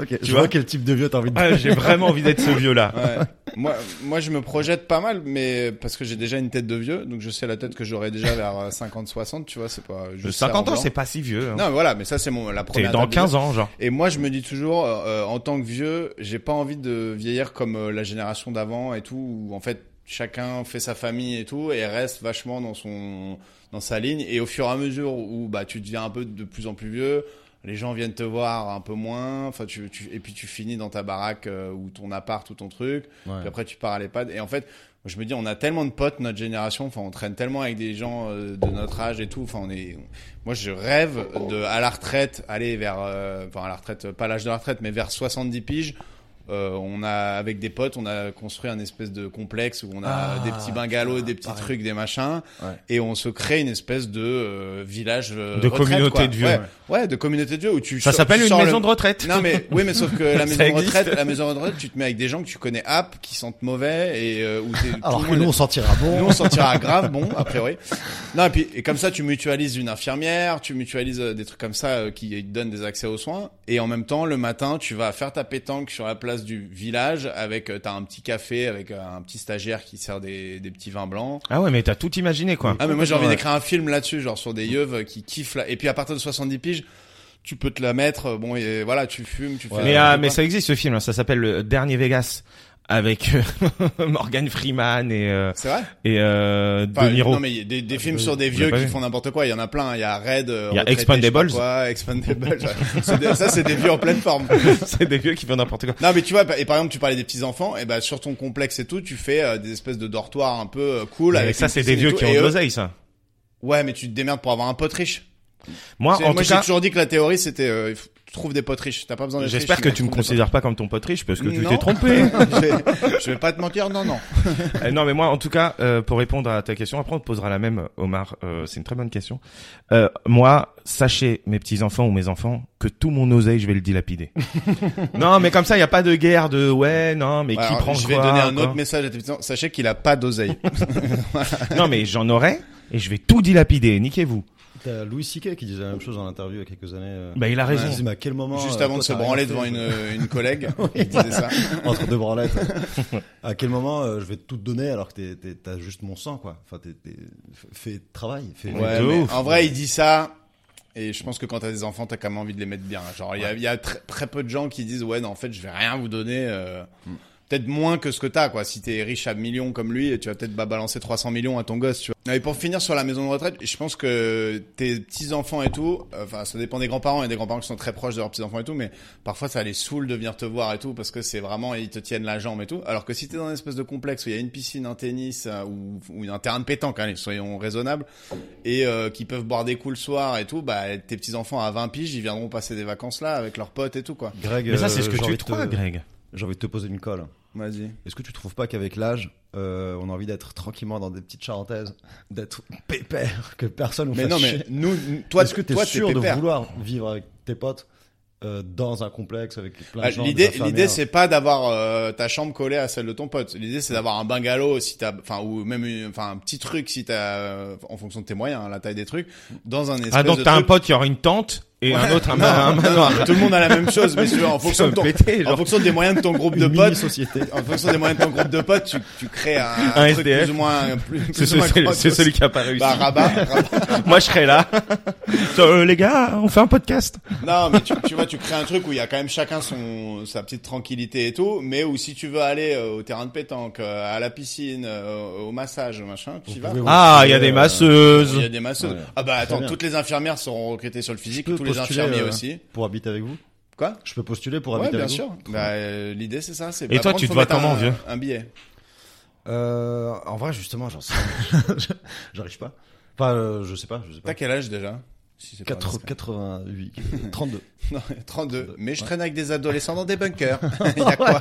Speaker 4: Ok,
Speaker 3: Tu
Speaker 4: je
Speaker 3: vois
Speaker 4: vois quel type de vieux t'as envie de
Speaker 3: Ouais, j'ai vraiment envie d'être ce vieux là.
Speaker 2: Ouais. moi, moi, je me projette pas mal, mais parce que j'ai déjà une tête de vieux, donc je sais la tête que j'aurais déjà vers 50-60, tu vois, c'est pas. juste faire en
Speaker 3: 50 Euh, ans,
Speaker 2: blanc.
Speaker 3: c'est pas si vieux. hein.
Speaker 2: Non, mais voilà, mais ça, c'est mon, la
Speaker 3: T'es
Speaker 2: première.
Speaker 3: dans
Speaker 2: étape déjà.
Speaker 3: 15 ans, genre.
Speaker 2: Et moi, je me dis toujours, euh, euh, en tant que vieux, j'ai pas envie de vieillir comme euh, la génération d'avant et tout, où en fait, chacun fait sa famille et tout, et reste vachement dans son, dans sa ligne. Et au fur et à mesure où, bah, tu deviens un peu de plus en plus vieux, les gens viennent te voir un peu moins, enfin tu, tu- et puis tu finis dans ta baraque euh, ou ton appart ou ton truc, puis après tu pars à l'EHPAD et en fait je me dis on a tellement de potes notre génération, enfin on traîne tellement avec des gens euh, de notre âge et tout, enfin on est, moi je rêve de à la retraite aller vers, euh, enfin à la retraite pas l'âge de la retraite mais vers 70 piges. euh, on a avec des potes, on a construit un espèce de complexe où on a
Speaker 4: Ah,
Speaker 2: des petits bungalows,
Speaker 4: putain,
Speaker 2: des petits
Speaker 4: pareil.
Speaker 2: trucs, des machins,
Speaker 4: Ouais.
Speaker 2: et on se crée une espèce de euh, village euh,
Speaker 3: De
Speaker 2: retraite,
Speaker 3: communauté
Speaker 2: quoi.
Speaker 3: de vieux,
Speaker 2: Ouais. Ouais, de communauté de jeu où tu
Speaker 3: Ça
Speaker 2: sors-
Speaker 3: s'appelle
Speaker 2: tu
Speaker 3: une
Speaker 2: sors le-
Speaker 3: maison de retraite.
Speaker 2: Non mais oui mais sauf que la maison
Speaker 3: Ça
Speaker 2: de
Speaker 3: existe.
Speaker 2: retraite, la maison de retraite, tu te mets avec des gens que tu connais app, qui sentent mauvais et euh, où t'es- tout
Speaker 4: Alors
Speaker 2: le
Speaker 4: que
Speaker 2: monde-
Speaker 4: nous, on sentira bon.
Speaker 2: nous, on s'en tirera grave bon a priori. Non et puis et comme ça tu mutualises une infirmière, tu mutualises euh, des trucs comme ça euh, qui te donnent des accès aux soins et en même temps le matin tu vas faire ta pétanque sur la place du village avec euh, t'as un petit café avec euh, un petit stagiaire qui sert des, des petits vins blancs.
Speaker 3: Ah ouais, mais t'as tout imaginé, quoi.
Speaker 2: Ah mais moi j'ai envie
Speaker 4: Ouais.
Speaker 2: d'écrire un film là-dessus, genre sur des yeux euh, qui kiffent là. Et puis à partir de 70 piges, tu peux te la mettre. euh, Bon et voilà, tu fumes, tu fais.
Speaker 3: mais,
Speaker 2: euh,
Speaker 3: ah,
Speaker 2: quoi.
Speaker 3: mais ça existe ce film, hein, ça s'appelle Le Dernier Vegas avec euh, Morgan Freeman et euh,
Speaker 2: C'est vrai.
Speaker 3: et euh,
Speaker 2: Enfin,
Speaker 3: De Niro. Ah,
Speaker 2: Non mais il y a des, des films
Speaker 4: je-
Speaker 2: sur des
Speaker 3: je l'ai
Speaker 2: vieux
Speaker 3: pas
Speaker 2: qui
Speaker 3: vu.
Speaker 2: font n'importe quoi. Il y en a plein. Il y a Red. euh,
Speaker 3: Il y a
Speaker 2: retraité, je sais pas
Speaker 3: Expendables.
Speaker 2: quoi, Expendables. C'est des- ça c'est des vieux en pleine forme.
Speaker 3: C'est des vieux qui font n'importe quoi.
Speaker 2: Non mais tu vois et par exemple tu parlais des petits enfants et ben sur ton complexe et tout tu fais euh, des espèces de dortoirs un peu euh, cool
Speaker 3: Mais
Speaker 2: avec
Speaker 3: ça
Speaker 2: une
Speaker 3: c'est des
Speaker 2: piscine et
Speaker 3: vieux
Speaker 2: tout,
Speaker 3: qui ont
Speaker 2: et
Speaker 3: de
Speaker 2: eux-
Speaker 3: l'oseille ça.
Speaker 2: Ouais mais tu te démerdes pour avoir un pote riche.
Speaker 3: Moi
Speaker 2: C'est-
Speaker 3: en
Speaker 2: moi
Speaker 3: tout
Speaker 2: j'ai
Speaker 3: cas,
Speaker 2: toujours euh, dit que la théorie c'était euh, il faut- tu trouves des potes riches. T'as pas besoin d'être riche,
Speaker 3: j'espère que
Speaker 2: mais
Speaker 3: tu me
Speaker 2: trouves des potes
Speaker 3: considères pas comme ton pote riche parce que tu
Speaker 2: Non.
Speaker 3: t'es trompé.
Speaker 2: je, vais, je vais pas te mentir, non, non.
Speaker 3: Euh, non, mais moi, en tout cas, euh, pour répondre à ta question, après on te posera la même, Omar. euh, c'est une très bonne question. Euh, moi, sachez, mes petits enfants ou mes enfants, que tout mon oseille, je vais le dilapider. non, mais comme ça, il y a pas de guerre de ouais, non, mais
Speaker 2: Voilà,
Speaker 3: qui prend
Speaker 2: je vais
Speaker 3: quoi,
Speaker 2: donner un
Speaker 3: quoi.
Speaker 2: autre message à tes petits. Sachez qu'il a pas d'oseille.
Speaker 3: Non, mais j'en aurai et je vais tout dilapider. Niquez-vous.
Speaker 4: T'as Louis C.K. qui disait la même chose dans l'interview il y a quelques années. euh,
Speaker 3: Bah, il a raison.
Speaker 4: Il disait, mais à quel moment.
Speaker 2: Juste
Speaker 4: euh,
Speaker 2: avant de
Speaker 4: toi,
Speaker 2: se
Speaker 4: t'as rien
Speaker 2: branler
Speaker 4: fait,
Speaker 2: devant
Speaker 4: je-
Speaker 2: une, une collègue, il disait ça.
Speaker 4: Entre deux branlettes. à quel moment euh, je vais tout te donner alors que t'es- t'es- t'as juste mon sang, quoi. Enfin, t'es- t'es- f- fais travail. Fais...
Speaker 2: Ouais,
Speaker 3: de
Speaker 2: mais
Speaker 3: ouf.
Speaker 2: en vrai, il dit ça. Et je pense que quand t'as des enfants, t'as quand même envie de les mettre bien. Genre, il y a, il y a très, très peu de gens qui disent, ouais, non, en fait, je vais rien vous donner. euh,
Speaker 3: Mm.
Speaker 2: Peut-être moins que ce que t'as, quoi. Si t'es riche à millions comme lui, tu vas peut-être pas balancer 300 millions à ton gosse, tu vois. Et pour finir sur la maison de retraite, je pense que tes petits-enfants et tout, euh, enfin, ça dépend des grands-parents. Il y a des grands-parents qui sont très proches de leurs petits-enfants et tout, mais parfois ça les saoule de venir te voir et tout, parce que c'est vraiment, ils te tiennent la jambe et tout. Alors que si t'es dans une espèce de complexe où il y a une piscine, un tennis, euh, ou, ou un terrain de pétanque, hein, soyons raisonnables, et euh, qui peuvent boire des coups le soir et tout, bah tes petits enfants à 20 piges, ils viendront passer des vacances là avec leurs potes et tout quoi.
Speaker 4: Greg,
Speaker 3: Mais ça, c'est ce
Speaker 4: euh,
Speaker 3: que
Speaker 4: j'ai
Speaker 3: tu
Speaker 4: envie de te-
Speaker 3: crois, Greg.
Speaker 4: J'ai envie de te poser une colle.
Speaker 2: Vas-y.
Speaker 4: Est-ce que tu trouves pas qu'avec l'âge, euh, on a envie d'être tranquillement dans des petites charentaises, d'être pépère, que personne nous
Speaker 2: Mais
Speaker 4: fasse
Speaker 2: non
Speaker 4: chier
Speaker 2: mais nous, nous- toi,
Speaker 4: Est-ce que t'es
Speaker 2: toi,
Speaker 4: sûr de
Speaker 2: pépère.
Speaker 4: vouloir vivre avec tes potes euh, dans un complexe avec plein de
Speaker 2: Ah,
Speaker 4: gens des
Speaker 2: L'idée,
Speaker 4: infirmières
Speaker 2: l'idée,
Speaker 3: hein
Speaker 2: c'est pas d'avoir euh, ta chambre collée à celle de ton pote. L'idée, c'est d'avoir un bungalow, si t'as, enfin, ou même, une- enfin, un petit truc, si t'as, euh, en fonction de tes moyens, hein, la taille des trucs, dans un espèce
Speaker 3: Ah, donc
Speaker 2: de
Speaker 3: t'as un
Speaker 2: truc-
Speaker 3: pote, il y aura une tente et un autre, un,
Speaker 2: Non,
Speaker 3: ma- un
Speaker 2: non,
Speaker 3: manoir.
Speaker 2: non, tout le monde a la même chose, mais si tu veux, en
Speaker 3: Ça
Speaker 2: fonction
Speaker 3: va
Speaker 2: de ton-
Speaker 3: péter, genre.
Speaker 2: en fonction des moyens de ton groupe de
Speaker 4: une
Speaker 2: potes,
Speaker 4: société.
Speaker 2: en fonction des moyens de ton groupe de potes, tu, tu crées un,
Speaker 3: Un
Speaker 2: truc
Speaker 3: SDF.
Speaker 2: plus ou moins, euh, plus, plus
Speaker 3: C'est
Speaker 2: ou moins
Speaker 3: c'est- c'est
Speaker 2: grandiose.
Speaker 3: celui qui a pas réussi.
Speaker 2: Bah, rabat, rabat.
Speaker 3: Moi, je serais là. Euh, les gars, on fait un podcast.
Speaker 2: Non, mais tu, tu vois, tu crées un truc où il y a quand même chacun son sa petite tranquillité et tout, mais où si tu veux aller euh, au terrain de pétanque, euh, à la piscine, euh, au massage, machin, tu y vas.
Speaker 4: pouvez vous-
Speaker 3: Ah, il y a des
Speaker 2: euh, Il y
Speaker 3: masseuses.
Speaker 2: a des masseuses.
Speaker 4: Ouais.
Speaker 2: Ah bah attends,
Speaker 4: bien.
Speaker 2: toutes les infirmières seront recrutées sur le physique,
Speaker 4: peux
Speaker 2: tous les
Speaker 4: postuler,
Speaker 2: infirmiers
Speaker 4: euh,
Speaker 2: aussi.
Speaker 4: Pour habiter avec vous
Speaker 2: Quoi
Speaker 4: Je peux postuler pour
Speaker 2: Ouais,
Speaker 4: habiter
Speaker 2: bien
Speaker 4: avec vous
Speaker 2: sûr. Bah, euh, l'idée c'est ça, c'est.
Speaker 3: Et
Speaker 2: bah,
Speaker 3: toi,
Speaker 2: par
Speaker 3: tu
Speaker 2: contre,
Speaker 3: te
Speaker 2: faut
Speaker 3: vois
Speaker 2: mettre
Speaker 3: comment,
Speaker 2: un-
Speaker 3: vieux
Speaker 2: Un billet.
Speaker 4: Euh, en vrai, justement, j'en sais. J'arrive pas. Enfin, euh, je sais pas, je sais pas.
Speaker 2: T'as quel âge déjà Si c'est pas
Speaker 4: Quatre-
Speaker 2: indiscret.
Speaker 4: 88, euh, 32.
Speaker 2: Non, 32. Mais je
Speaker 4: Ouais.
Speaker 2: traîne avec des adolescents dans des bunkers. Il y a quoi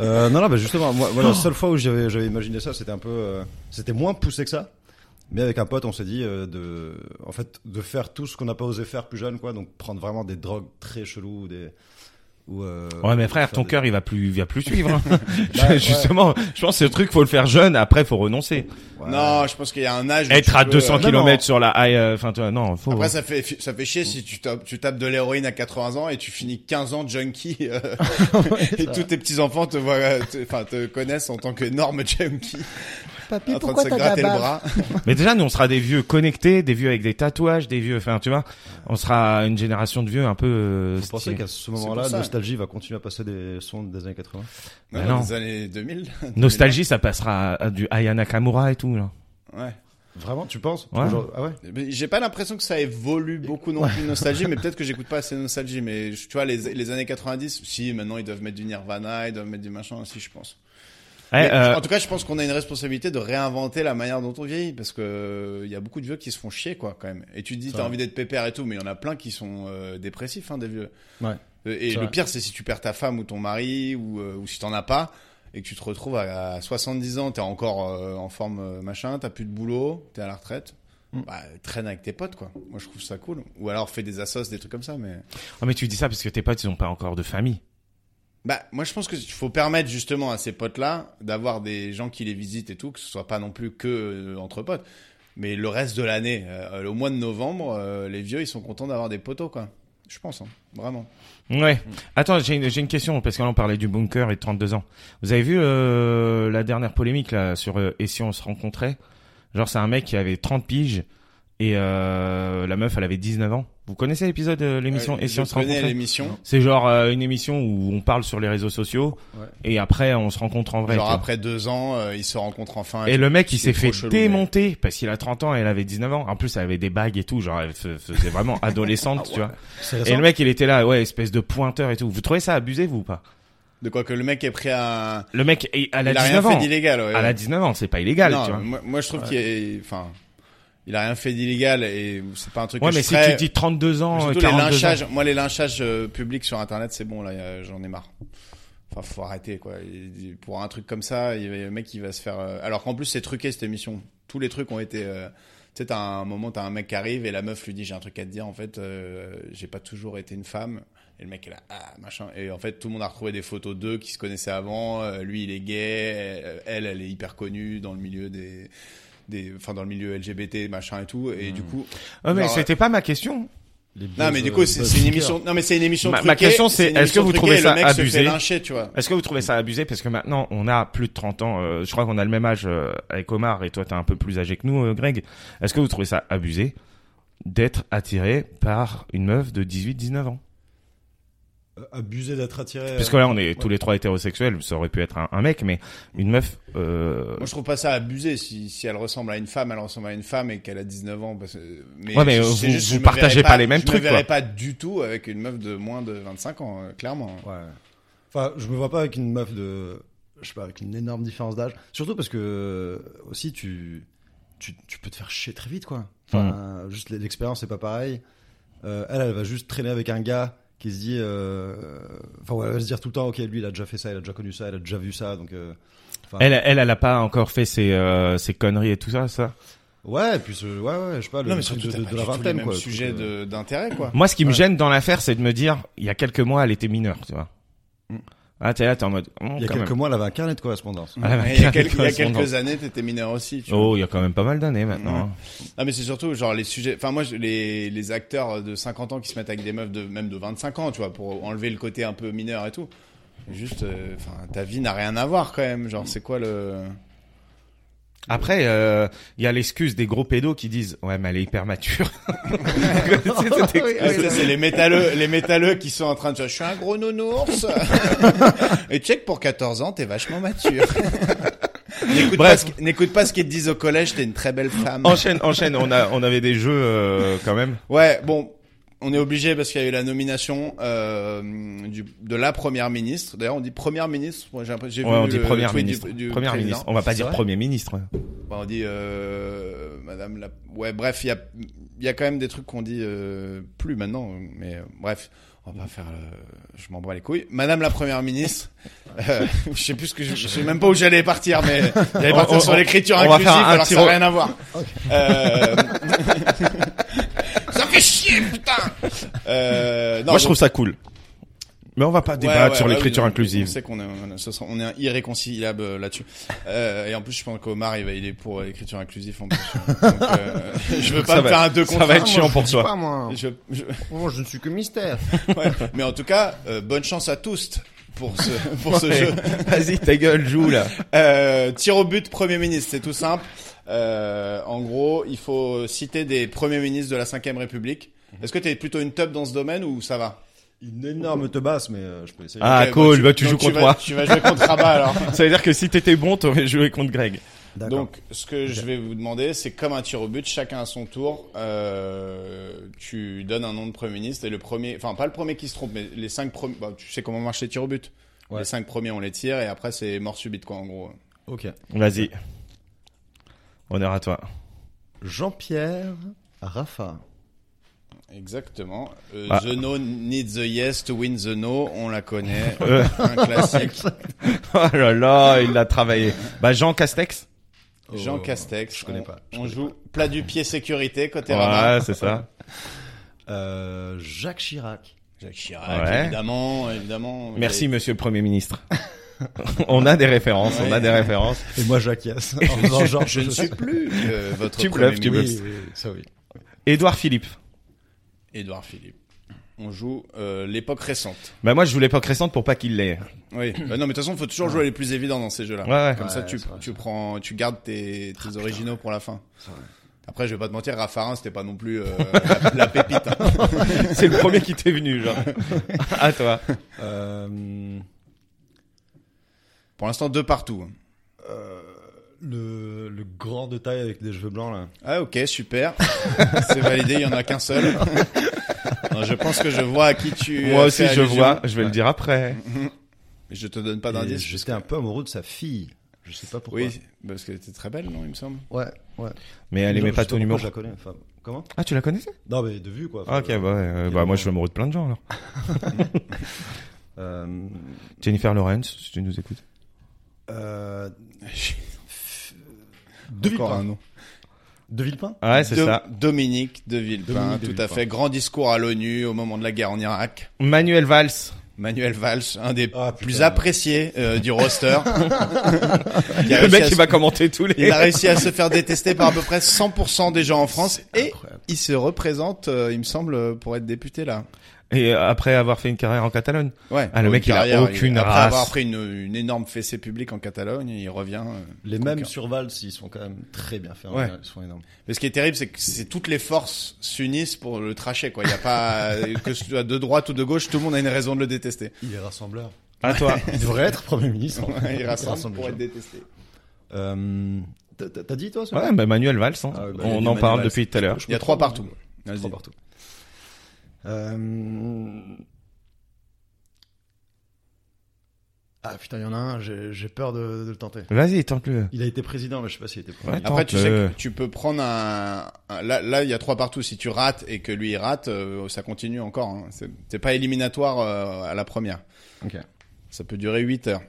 Speaker 4: Euh, non, non, bah justement, moi,
Speaker 3: Oh.
Speaker 4: moi, la seule fois où j'avais, j'avais imaginé ça, c'était un peu, euh, c'était moins poussé que ça. Mais avec un pote, on s'est dit euh, de, en fait, de faire tout ce qu'on n'a pas osé faire plus jeune, quoi. Donc prendre vraiment des drogues très cheloues, ou des. Ou, euh,
Speaker 3: Ouais, mais frère,
Speaker 4: faire
Speaker 3: ton
Speaker 4: des-
Speaker 3: cœur, il va plus, il va plus suivre. hein.
Speaker 4: Bah, ouais.
Speaker 3: Justement, je pense que ce truc, faut le faire jeune. Après, faut renoncer.
Speaker 4: Ouais.
Speaker 2: Non, je pense qu'il y a un âge. où
Speaker 3: Être
Speaker 2: tu
Speaker 3: à
Speaker 2: peux,
Speaker 3: 200
Speaker 2: euh,
Speaker 4: non, non.
Speaker 3: km sur la high, euh, enfin, toi, non, faut.
Speaker 2: Après, ça fait, ça fait chier si tu tapes, tu tapes de l'héroïne à 80 ans et tu finis 15 ans de junkie. euh, et tous tes petits-enfants te voient, euh, te- enfin, te connaissent en tant qu'énorme junkie. Papy, en train de se gratter le bras.
Speaker 3: Mais déjà, nous, on sera des vieux connectés, des vieux avec des tatouages, des vieux, enfin, tu vois, on sera une génération de vieux un peu. euh,
Speaker 4: Vous pensez
Speaker 3: stylés.
Speaker 4: qu'à ce
Speaker 2: pour
Speaker 4: moment-là,
Speaker 2: ça.
Speaker 4: Nostalgie va continuer à passer des sons des années 80
Speaker 3: Bah
Speaker 2: Non,
Speaker 3: non.
Speaker 2: Dans les années 2000.
Speaker 3: Nostalgie, ça passera à, à du Aya Nakamura et tout. Là.
Speaker 2: Ouais.
Speaker 4: Vraiment, tu penses
Speaker 3: Ouais.
Speaker 4: Aujourd'hui- Ah ouais
Speaker 2: Mais J'ai pas l'impression que ça évolue beaucoup non plus nostalgie, mais peut-être que j'écoute pas assez nostalgie. Mais je- tu vois, les, les années 90, si maintenant ils doivent mettre du Nirvana, ils doivent mettre du machin aussi, je pense.
Speaker 4: Eh,
Speaker 3: Ouais,
Speaker 2: Mais,
Speaker 3: euh,
Speaker 2: En tout cas, je pense qu'on a une responsabilité de réinventer la manière dont on vieillit, parce que euh, il y a beaucoup de vieux qui se font chier, quoi, quand même. Et tu te dis,
Speaker 4: C'est
Speaker 2: t'as
Speaker 4: vrai.
Speaker 2: envie d'être pépère et tout, mais il y en a plein qui sont euh, dépressifs, hein, des vieux.
Speaker 4: Ouais.
Speaker 2: Euh, Et
Speaker 4: C'est
Speaker 2: le
Speaker 4: vrai.
Speaker 2: pire, c'est si tu perds ta femme ou ton mari, ou, euh, ou si t'en as pas, et que tu te retrouves à, à 70 ans, t'es encore euh, en forme, euh, machin, t'as plus de boulot, t'es à la retraite.
Speaker 4: Mm.
Speaker 2: Bah, traîne avec tes potes, quoi. Moi, je trouve ça cool. Ou alors, fais des assos, des trucs comme ça, mais.
Speaker 3: oh, mais tu dis ça parce que tes potes, ils ont pas encore de famille.
Speaker 2: Bah, moi, je pense qu'il faut permettre justement à ces potes-là d'avoir des gens qui les visitent et tout, que ce soit pas non plus que euh, entre potes. Mais le reste de l'année, euh, au mois de novembre, euh, les vieux, ils sont contents d'avoir des poteaux, quoi. Je pense, hein. vraiment.
Speaker 3: Ouais. Attends, j'ai une, j'ai une question parce qu'on parlait du bunker et de 32 ans. Vous avez vu euh, la dernière polémique là sur euh, et si on se rencontrait Genre c'est un mec qui avait 30 piges et euh, la meuf elle avait 19 ans. Vous connaissez l'épisode de l'émission
Speaker 2: Euh,
Speaker 3: et si
Speaker 2: je
Speaker 3: on se
Speaker 2: connais
Speaker 3: rencontrait
Speaker 2: l'émission.
Speaker 3: C'est genre euh, une émission où on parle sur les réseaux sociaux
Speaker 4: Ouais.
Speaker 3: et après on se rencontre en vrai.
Speaker 2: Genre
Speaker 3: tu vois.
Speaker 2: après deux ans, euh, ils se rencontrent enfin.
Speaker 3: Et le mec, il
Speaker 2: C'est
Speaker 3: s'est fait
Speaker 2: trop chelou,
Speaker 3: démonter parce qu'il a 30 ans et elle avait 19 ans. En plus, elle avait des bagues et tout, genre elle se- faisait vraiment adolescente,
Speaker 2: Ah
Speaker 3: tu vois.
Speaker 4: C'est
Speaker 3: Et
Speaker 4: récent.
Speaker 3: le mec, il était là, ouais, espèce de pointeur et tout. Vous trouvez ça abusé, vous ou pas
Speaker 2: De quoi que le mec est pris à.
Speaker 3: Le mec, il- elle a
Speaker 2: il a
Speaker 3: 19
Speaker 2: rien fait
Speaker 3: ans.
Speaker 2: d'illégal. ouais.
Speaker 3: Elle a 19 ans, c'est pas illégal,
Speaker 2: Non,
Speaker 3: tu vois.
Speaker 2: Moi, moi, je trouve qu'il est, enfin, il a rien fait d'illégal et c'est pas un truc
Speaker 3: Ouais,
Speaker 2: que
Speaker 3: mais
Speaker 2: je
Speaker 3: si
Speaker 2: ferais.
Speaker 3: tu dis 32 ans, euh,
Speaker 2: Surtout les
Speaker 3: 42 ans.
Speaker 2: lynchages, moi les lynchages euh, publics sur internet, c'est bon là, euh, j'en ai marre. Enfin, faut arrêter quoi. Il- Pour un truc comme ça, il, le mec il va se faire. euh, Alors qu'en plus c'est truqué cette émission. Tous les trucs ont été. euh, Tu sais, t'as un moment, t'as un mec qui arrive et la meuf lui dit j'ai un truc à te dire. En fait, euh, j'ai pas toujours été une femme. Et le mec est là, ah machin. Et en fait, tout le monde a retrouvé des photos d'eux qui se connaissaient avant. Euh, lui, il est gay. euh, Elle, elle est hyper connue dans le milieu des, des, enfin dans le milieu LGBT, machin et tout.
Speaker 3: Hmm.
Speaker 2: Et du coup,
Speaker 3: Ouais, mais
Speaker 2: Genre,
Speaker 3: c'était pas ma question.
Speaker 4: Les
Speaker 2: non
Speaker 4: buzz,
Speaker 2: mais du
Speaker 4: euh,
Speaker 2: coup c'est
Speaker 4: buzz
Speaker 2: c'est une
Speaker 4: stickers.
Speaker 2: émission non mais c'est une émission
Speaker 3: Ma- ma
Speaker 2: truquée.
Speaker 3: question, c'est,
Speaker 2: une
Speaker 3: est-ce
Speaker 2: émission
Speaker 3: que vous
Speaker 2: truquée
Speaker 3: trouvez
Speaker 2: et le
Speaker 3: ça
Speaker 2: mec se
Speaker 3: abusé Euh.
Speaker 2: fait lyncher, tu vois.
Speaker 3: Est-ce que vous trouvez ça abusé Parce que maintenant, on a plus de 30 ans. euh, je crois qu'on a le même âge euh, avec Omar et toi, t'es un peu plus âgé que nous, euh, Greg. Est-ce que vous trouvez ça abusé d'être attiré par une meuf de 18-19 ans
Speaker 4: Euh, Abusé d'être
Speaker 2: Euh,
Speaker 4: attiré.
Speaker 3: Parce que là, on est tous les trois hétérosexuels. Ça aurait pu être un, un mec, mais une meuf. Euh...
Speaker 2: Moi je trouve pas ça abusé si si elle ressemble à une femme, elle ressemble à une femme et qu'elle a 19 ans parce que mais,
Speaker 3: Ouais, mais, euh,
Speaker 2: c'est
Speaker 3: vous-
Speaker 2: juste que
Speaker 3: vous
Speaker 2: je me
Speaker 3: partagez
Speaker 2: verrais
Speaker 3: pas les mêmes
Speaker 2: je
Speaker 3: trucs,
Speaker 2: Je me verrais
Speaker 3: quoi.
Speaker 2: pas du tout avec une meuf de moins de 25 ans euh, clairement.
Speaker 4: Ouais. Enfin, je me vois pas avec une meuf de. Je sais pas, avec une énorme différence d'âge. Surtout parce que euh, aussi, tu, tu, tu peux te faire chier très vite, quoi. Enfin, juste l'expérience, c'est pas pareil. Euh, elle, elle va juste traîner avec un gars qui se dit. euh, Enfin, ouais, elle va se dire tout le temps, ok, lui, il a déjà fait ça, il a déjà connu ça, il a déjà vu ça, donc. euh, enfin,
Speaker 3: Elle, elle, elle a pas encore fait ses, euh, ses conneries et tout ça, ça.
Speaker 4: Ouais, et puis ce- ouais, ouais, je sais pas, le
Speaker 2: non mais
Speaker 4: truc
Speaker 2: surtout
Speaker 4: de,
Speaker 2: t'as pas
Speaker 4: de- de la
Speaker 2: du tout les
Speaker 4: vingtaine,
Speaker 2: mêmes
Speaker 4: quoi.
Speaker 2: sujets
Speaker 4: Donc, euh,
Speaker 2: de d'intérêt quoi.
Speaker 3: Moi, ce qui me
Speaker 4: Ouais.
Speaker 3: gêne dans l'affaire, c'est de me dire, il y a quelques mois, elle était mineure, tu vois.
Speaker 2: Mm.
Speaker 3: Ah, t'es là, t'es en mode. oh,
Speaker 4: Il y a
Speaker 3: quand même.
Speaker 4: quelques mois, elle avait un carnet de correspondance.
Speaker 3: Elle avait
Speaker 2: Et il y a
Speaker 3: un
Speaker 2: quelques, il y a
Speaker 3: correspondant.
Speaker 2: quelques années, t'étais mineur aussi. Tu vois.
Speaker 3: Oh, il y a quand même pas mal d'années maintenant. hein.
Speaker 2: Ah mais c'est surtout genre les sujets. Enfin moi je- les les acteurs de 50 ans qui se mettent avec des meufs de même de 25 ans, tu vois, pour enlever le côté un peu mineur et tout. Juste, euh, enfin ta vie n'a rien à voir quand même. Genre c'est quoi le
Speaker 3: Après, euh, il y a l'excuse des gros pédos qui disent ouais, mais elle est hyper mature. C'est cette excuse.
Speaker 2: Ah, ça, c'est les métalleux, les métalleux qui sont en train de dire je suis un gros nounours. et check pour 14 ans, t'es vachement mature. N'écoute pas,
Speaker 3: Bref.
Speaker 2: ce qu'- n'écoute pas ce qu'ils te disent au collège, t'es une très belle femme.
Speaker 3: enchaîne, enchaîne. On a, on avait des jeux euh, quand même.
Speaker 2: Ouais, bon, on est obligé parce qu'il y a eu la nomination euh, du, de la première ministre. D'ailleurs, on dit première ministre. Moi, j'ai, un peu- j'ai
Speaker 3: Ouais,
Speaker 2: vu
Speaker 3: on dit
Speaker 2: le
Speaker 3: première
Speaker 2: tweet du-
Speaker 3: ministre.
Speaker 2: du
Speaker 3: première
Speaker 2: président.
Speaker 3: ministre. On va pas
Speaker 4: C'est
Speaker 3: dire
Speaker 4: vrai
Speaker 3: premier ministre.
Speaker 2: Bah, on dit euh, Madame la. Ouais, bref, il y a, il y a quand même des trucs qu'on dit euh, plus maintenant, mais euh, bref, on va pas faire. le- Je m'en bats les couilles. Madame la Première ministre, euh, je sais plus ce que je, je sais même pas où j'allais partir, mais euh, j'allais partir
Speaker 3: On- on-
Speaker 2: sur l'écriture
Speaker 3: on va
Speaker 2: inclusive,
Speaker 3: faire un
Speaker 2: alors que
Speaker 3: petit
Speaker 2: ça n'a
Speaker 3: re-
Speaker 2: rien à voir. Euh, ça fait chier, putain. Euh, non,
Speaker 3: Moi, je
Speaker 2: donc-
Speaker 3: trouve ça cool. Mais on va pas
Speaker 2: Ouais,
Speaker 3: débattre
Speaker 2: ouais,
Speaker 3: sur
Speaker 2: ouais,
Speaker 3: l'écriture
Speaker 2: oui, on- On
Speaker 3: inclusive.
Speaker 2: sait qu'on est, on est- ce sera- on est un irréconciliable euh, là-dessus. Euh, et en plus, je pense qu'Omar, il, va- il est pour euh, l'écriture inclusive. En plus. Donc, euh, je veux
Speaker 3: Ça
Speaker 2: pas me
Speaker 3: va-
Speaker 2: faire un deux
Speaker 3: ça
Speaker 2: contre
Speaker 3: va
Speaker 2: un,
Speaker 3: être
Speaker 2: moi.
Speaker 3: chiant pour toi.
Speaker 4: moi.
Speaker 2: Je- je-
Speaker 4: Moi, je ne suis que mystère.
Speaker 2: ouais. Mais en tout cas, euh, bonne chance à tous pour ce, pour ce
Speaker 3: Ouais.
Speaker 2: jeu.
Speaker 3: Vas-y, ta gueule, joue là.
Speaker 2: Euh, tir au but, Premier ministre, c'est tout simple. Euh, en gros, il faut citer des premiers ministres de la Ve République. Est-ce que t'es plutôt une top dans ce domaine ou ça va
Speaker 4: Une énorme tebasse, mais euh, je peux essayer.
Speaker 3: Ah,
Speaker 2: Ok,
Speaker 3: cool,
Speaker 2: donc
Speaker 3: bah, tu
Speaker 2: donc
Speaker 3: joues contre
Speaker 2: vas-
Speaker 3: moi.
Speaker 2: Tu vas jouer contre Rabat alors.
Speaker 3: Ça veut dire que si t'étais bon, t'aurais joué contre Greg.
Speaker 4: D'accord.
Speaker 2: Donc, ce que je vais vous demander, c'est comme un tir au but, chacun à son tour, euh, tu donnes un nom de Premier ministre et le premier, enfin pas le premier qui se trompe, mais les cinq premiers, bah, tu sais comment marche les tirs au but.
Speaker 4: Ouais.
Speaker 2: Les cinq premiers, on les tire et après, c'est mort subite, quoi, en gros.
Speaker 4: Ok.
Speaker 3: Vas-y. Honneur à toi.
Speaker 4: Jean-Pierre Raffarin.
Speaker 2: Exactement. Euh,
Speaker 4: Bah.
Speaker 3: Ah.
Speaker 2: The no needs the yes to win the no, on la connaît.
Speaker 3: Euh.
Speaker 2: un classique.
Speaker 3: Oh là là, il l'a travaillé. Bah Jean Castex.
Speaker 2: Jean
Speaker 4: Oh,
Speaker 2: Castex.
Speaker 4: je connais
Speaker 2: on-
Speaker 4: pas,
Speaker 2: On,
Speaker 4: je connais
Speaker 2: joue plat du pied sécurité côté Rana.
Speaker 3: Ouais, c'est ça.
Speaker 4: Euh, Jacques Chirac.
Speaker 2: Jacques Chirac,
Speaker 3: Ouais.
Speaker 2: évidemment, évidemment.
Speaker 3: Merci Monsieur le Premier ministre. on a des références, on a des références.
Speaker 4: Et moi, j'acquiesce. En faisant genre,
Speaker 2: Je ne suis plus euh, votre
Speaker 3: Tu
Speaker 2: premier
Speaker 3: bluffes, tu
Speaker 2: ministre.
Speaker 4: Oui, oui, oui, ça oui.
Speaker 3: Édouard Philippe.
Speaker 2: Édouard Philippe. On joue euh, l'époque récente.
Speaker 3: Bah moi je voulais l'époque récente pour pas qu'il l'ait.
Speaker 2: Oui. Bah non, mais de toute façon, faut toujours jouer les plus évidents dans ces jeux-là.
Speaker 3: Ouais, ouais.
Speaker 2: Comme ça,
Speaker 4: Ouais,
Speaker 2: tu,
Speaker 4: c'est vrai. Ah,
Speaker 2: tu prends, tu gardes tes, tes originaux pour la fin.
Speaker 4: vrai.
Speaker 2: Après, je vais pas te mentir, Raffarin, c'était pas non plus euh, la, la pépite. hein.
Speaker 3: C'est le premier qui t'est venu, genre. à toi.
Speaker 4: Euh,
Speaker 2: Pour l'instant, deux partout.
Speaker 4: le, le grand de taille avec des cheveux blancs, là.
Speaker 2: Ah ok, super. C'est validé, il y en a qu'un seul. Non, je pense que je vois à qui tu.
Speaker 3: Moi
Speaker 2: euh,
Speaker 3: aussi
Speaker 2: fais
Speaker 3: je
Speaker 2: allusion.
Speaker 3: vois, je vais le dire après.
Speaker 2: Je te donne pas
Speaker 4: Et
Speaker 2: d'indice.
Speaker 4: J'étais un peu amoureux de sa fille. Je sais pas pourquoi.
Speaker 2: Oui, parce qu'elle était très belle, non, il me semble.
Speaker 4: Ouais, ouais.
Speaker 3: Mais elle
Speaker 4: Je
Speaker 3: aimait
Speaker 4: sais
Speaker 3: pas ton
Speaker 4: pourquoi
Speaker 3: humour.
Speaker 4: Je la connais. Enfin, comment
Speaker 3: Ah tu la connaissais
Speaker 4: Non, mais de vue, quoi.
Speaker 3: Ah, Ok bah, ouais, euh, bah
Speaker 4: Évidemment.
Speaker 3: moi je suis amoureux de plein de gens alors.
Speaker 4: Euh,
Speaker 3: Jennifer Lawrence, si tu nous écoutes.
Speaker 4: euh,
Speaker 2: De Villepin.
Speaker 4: de Villepin
Speaker 3: Ouais c'est
Speaker 2: Do-
Speaker 3: ça.
Speaker 2: Dominique de Villepin,
Speaker 4: Dominique de
Speaker 2: tout à
Speaker 4: Villepin.
Speaker 2: fait. Grand discours à l'ONU au moment de la guerre en Irak.
Speaker 3: Manuel Valls.
Speaker 2: Manuel Valls, un des
Speaker 4: Ah, putain.
Speaker 2: plus appréciés euh, du roster. il, a
Speaker 3: Le
Speaker 2: réussi
Speaker 3: mec
Speaker 2: à
Speaker 3: qui
Speaker 2: se-
Speaker 3: va commenter tous les.
Speaker 2: il a réussi à se faire détester par à peu près 100% des gens en France et
Speaker 4: Incroyable.
Speaker 2: il se représente, euh, il me semble, pour être député là.
Speaker 3: Et euh, après avoir fait une carrière en Catalogne.
Speaker 2: Ouais.
Speaker 3: Ah, le
Speaker 2: Pour
Speaker 3: mec,
Speaker 2: une
Speaker 3: il a
Speaker 2: carrière,
Speaker 3: aucune
Speaker 2: après
Speaker 3: race.
Speaker 2: avoir pris une, une énorme fessée publique en Catalogne, il revient. euh,
Speaker 4: Les mêmes
Speaker 2: conquin.
Speaker 4: sur Valls, ils sont quand même très bien faits. en
Speaker 2: Ouais.
Speaker 4: général, Ils sont énormes.
Speaker 2: Mais ce qui est terrible, c'est que c'est toutes les forces s'unissent pour le tracher, quoi. Il n'y a pas, euh, que ce soit de droite ou de gauche, tout le monde a une raison de le détester.
Speaker 4: Il est rassembleur.
Speaker 3: À toi.
Speaker 4: Il devrait être Premier ministre.
Speaker 2: Il rassemble
Speaker 4: rassemble
Speaker 2: pour
Speaker 4: les
Speaker 2: être détesté.
Speaker 4: gens. Euh, t'as- T'as t'as dit, toi, ça
Speaker 3: Ouais, bah Manuel Valls, hein.
Speaker 4: Ah ouais, bah, il y a
Speaker 3: on
Speaker 4: du
Speaker 3: en parle
Speaker 4: Manuel
Speaker 3: depuis tout à l'heure.
Speaker 4: Je
Speaker 2: Il y a
Speaker 4: peux
Speaker 2: trois
Speaker 4: prendre-
Speaker 2: partout.
Speaker 4: Trois
Speaker 2: Vas-y.
Speaker 4: partout. Euh, Ah putain, il y en a un, j'ai j'ai peur de, de le tenter.
Speaker 3: Vas-y, tente-le.
Speaker 4: Il a été président, mais je sais pas s'il était
Speaker 3: Ouais,
Speaker 4: premier.
Speaker 2: Après, tu sais
Speaker 3: tente-le.
Speaker 2: que tu peux prendre un. un- Là, là, il y a trois partout. Si tu rates et que lui il rate, euh, ça continue encore. hein. C'est- C'est pas éliminatoire euh, à la première.
Speaker 4: Ok.
Speaker 2: Ça peut durer 8 heures.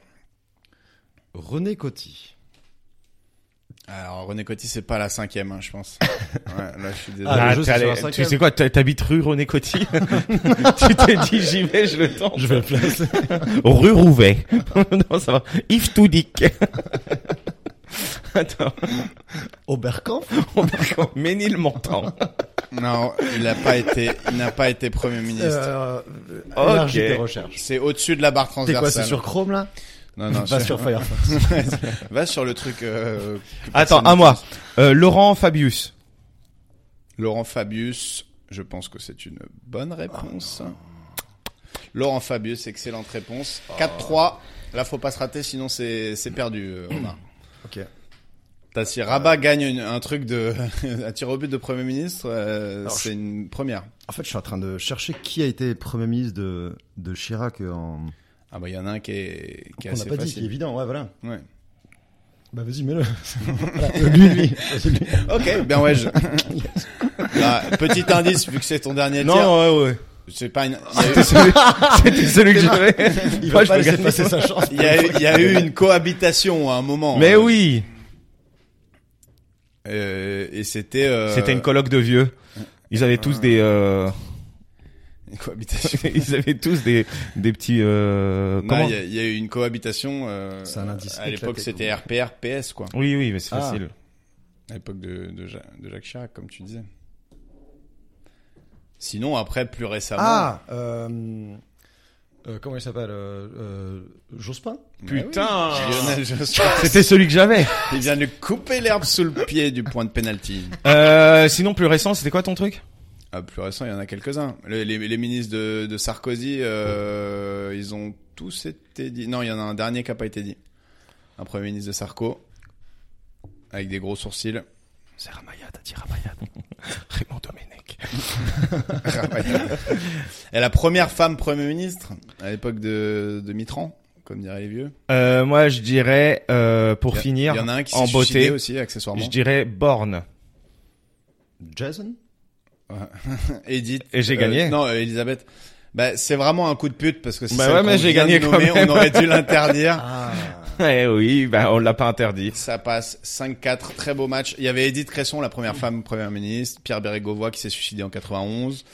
Speaker 4: René Coty.
Speaker 2: Alors, René Coty, c'est pas la cinquième, hein, je pense. Ouais, là, je suis désolé.
Speaker 4: Ah, le
Speaker 3: Ah,
Speaker 4: jeu,
Speaker 3: t'es
Speaker 4: c'est
Speaker 3: allé-
Speaker 4: sur la cinquième.
Speaker 3: tu sais quoi, t'as- t'habites rue René Coty. tu t'es dit, j'y vais, je le tente.
Speaker 4: Je vais le placer.
Speaker 3: Rue Rouvet. non, ça va. Yves Toudic. Attends,
Speaker 4: Oberkampf
Speaker 3: on va Ménilmontant.
Speaker 2: Non, il a pas été, il n'a pas été premier ministre.
Speaker 4: euh,
Speaker 3: Ok.
Speaker 4: élargis tes recherches.
Speaker 2: C'est au-dessus de la barre
Speaker 4: C'est
Speaker 2: transversale.
Speaker 4: quoi, c'est sur Chrome là
Speaker 2: Non, non,
Speaker 4: Pas
Speaker 2: sur-
Speaker 4: sur Firefox.
Speaker 2: Va sur le truc. euh, que
Speaker 3: Attends,
Speaker 2: personne
Speaker 3: à
Speaker 2: ne
Speaker 3: moi.
Speaker 2: pense.
Speaker 3: Euh, Laurent Fabius.
Speaker 2: Laurent Fabius, je pense que c'est une bonne réponse. Laurent Fabius, excellente réponse. 4-3. Là, faut pas se rater, sinon c'est c'est perdu, euh, Romain.
Speaker 4: ok.
Speaker 2: T'as si Rabat gagne une- un truc de un tir au but de Premier ministre, euh,
Speaker 4: Alors,
Speaker 2: c'est une première.
Speaker 4: En fait, je suis en train de chercher qui a été premier ministre de, de Chirac euh, en.
Speaker 2: Ah bah il y en a un qui est qui est
Speaker 4: Qu'on n'a
Speaker 2: assez
Speaker 4: pas dit, qui est
Speaker 2: facile.
Speaker 4: évident, ouais, voilà.
Speaker 2: Ouais.
Speaker 4: Bah vas-y, mets-le. Voilà, lui, lui. Vas-y, lui.
Speaker 2: Ok, bien ouais. Je... Bah, petit indice vu que c'est ton dernier tir.
Speaker 3: ouais, ouais.
Speaker 2: C'est pas une. il y a eu-
Speaker 3: C'était celui que j'avais.
Speaker 4: Il
Speaker 3: Moi,
Speaker 4: va
Speaker 3: je
Speaker 4: pas
Speaker 3: me
Speaker 4: laisser
Speaker 3: gagne.
Speaker 4: passer sa chance.
Speaker 2: Il y, a eu, il y a eu une cohabitation à un moment.
Speaker 3: Mais
Speaker 2: Euh,
Speaker 3: oui.
Speaker 2: euh, et c'était. euh,
Speaker 3: C'était une colloque de vieux. Ils avaient tous des, euh,
Speaker 2: une cohabitation.
Speaker 3: ils avaient tous des, des petits, euh,
Speaker 2: Non,
Speaker 3: comment?
Speaker 2: Bah, il y, a- il y a eu une cohabitation. euh,
Speaker 4: C'est un indice
Speaker 2: À l'époque,
Speaker 4: éclaté,
Speaker 2: c'était RPR, PS, quoi.
Speaker 3: Oui, oui, mais c'est
Speaker 4: Ah.
Speaker 3: facile.
Speaker 2: À l'époque de, de, Ja- de Jacques Chirac, comme tu disais. Sinon, après, plus récemment.
Speaker 4: Ah, euh, euh, comment il s'appelle euh, euh, Jospin
Speaker 2: bah oui,
Speaker 3: Putain.
Speaker 2: Lionel Jospin.
Speaker 3: C'était celui que j'avais.
Speaker 2: Il vient de lui couper l'herbe sous le pied du point de penalty.
Speaker 3: Euh, sinon, plus récent, c'était quoi ton truc
Speaker 2: Ah, plus récent, il y en a quelques-uns. Les, les- les ministres de, de Sarkozy, euh, ils ont tous été dit. Non, il y en a un dernier qui n'a pas été dit. Un premier ministre de Sarko. avec des gros sourcils.
Speaker 4: C'est Ramaya, t'as dit Ramaya.
Speaker 3: Raymond Domenech.
Speaker 2: Et la première femme Premier ministre à l'époque de, de Mitran, comme diraient les vieux.
Speaker 3: Euh, moi, je dirais, euh, pour
Speaker 2: Il y a-
Speaker 3: finir,
Speaker 2: il y en a un qui
Speaker 3: en
Speaker 2: s'est suicidé
Speaker 3: beauté,
Speaker 2: aussi, accessoirement.
Speaker 3: je dirais Borne.
Speaker 4: Jason
Speaker 2: Edith.
Speaker 3: Et j'ai
Speaker 2: euh,
Speaker 3: gagné.
Speaker 2: non, euh, Elisabeth. Bah, c'est vraiment un coup de pute parce que si
Speaker 3: Bah
Speaker 2: c'est
Speaker 3: ouais,
Speaker 2: qu'on
Speaker 3: mais j'ai
Speaker 2: vient de
Speaker 3: gagné quand
Speaker 2: nommer,
Speaker 3: même. Ah.
Speaker 2: on aurait dû l'interdire.
Speaker 3: Eh oui, bah, on l'a pas interdit.
Speaker 2: Ça passe 5-4, très beau match. Il y avait Edith Cresson, la première femme première ministre, Pierre Bérégovoy qui s'est suicidé en 91,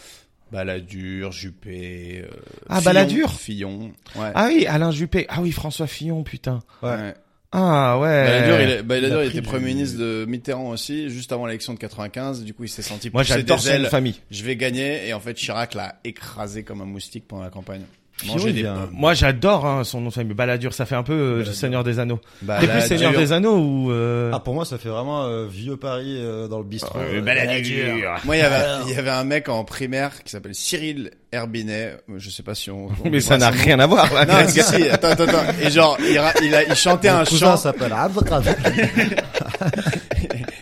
Speaker 2: Balladur, Juppé, euh,
Speaker 3: Ah,
Speaker 2: Fillon-
Speaker 3: Balladur
Speaker 2: Fillon. Ouais.
Speaker 3: Ah oui, Alain Juppé. Ah oui, François Fillon, putain.
Speaker 4: ouais.
Speaker 2: Ouais.
Speaker 3: Ah ouais.
Speaker 2: Balladur, il, est- Balladur,
Speaker 4: il a
Speaker 2: il
Speaker 4: pris
Speaker 2: était
Speaker 4: du-
Speaker 2: Premier ministre de Mitterrand aussi, juste avant l'élection de 95. Du coup, il s'est senti
Speaker 3: Moi,
Speaker 2: pousser
Speaker 3: j'adore
Speaker 2: des
Speaker 3: son
Speaker 2: ailes.
Speaker 3: famille.
Speaker 2: Je vais gagner. Et en fait, Chirac l'a écrasé comme un moustique pendant la campagne.
Speaker 4: Fillon,
Speaker 2: Manger
Speaker 4: il
Speaker 2: des
Speaker 4: vient-
Speaker 2: pommes.
Speaker 3: Moi, j'adore hein, son nom de famille. Balladur, ça fait un peu euh, Seigneur des Anneaux. T'es
Speaker 2: Balladur.
Speaker 3: plus Seigneur des Anneaux ou... euh,
Speaker 4: Ah, pour moi, ça fait vraiment euh, vieux Paris euh, dans le bistrot.
Speaker 3: euh,
Speaker 4: Euh,
Speaker 3: Balladur.
Speaker 2: Moi, il y, avait, il y avait un mec en primaire qui s'appelle Cyril Herbinet. Je sais pas si on. on
Speaker 3: Ah, Mais ça n'a
Speaker 2: voit son
Speaker 3: rien à voir. là.
Speaker 2: nom. Non, si, si, attends, attends, attends. Et genre, il, ra- il, a, il chantait
Speaker 4: Mon
Speaker 2: un
Speaker 4: cousin
Speaker 2: chant.
Speaker 4: s'appelle Abd.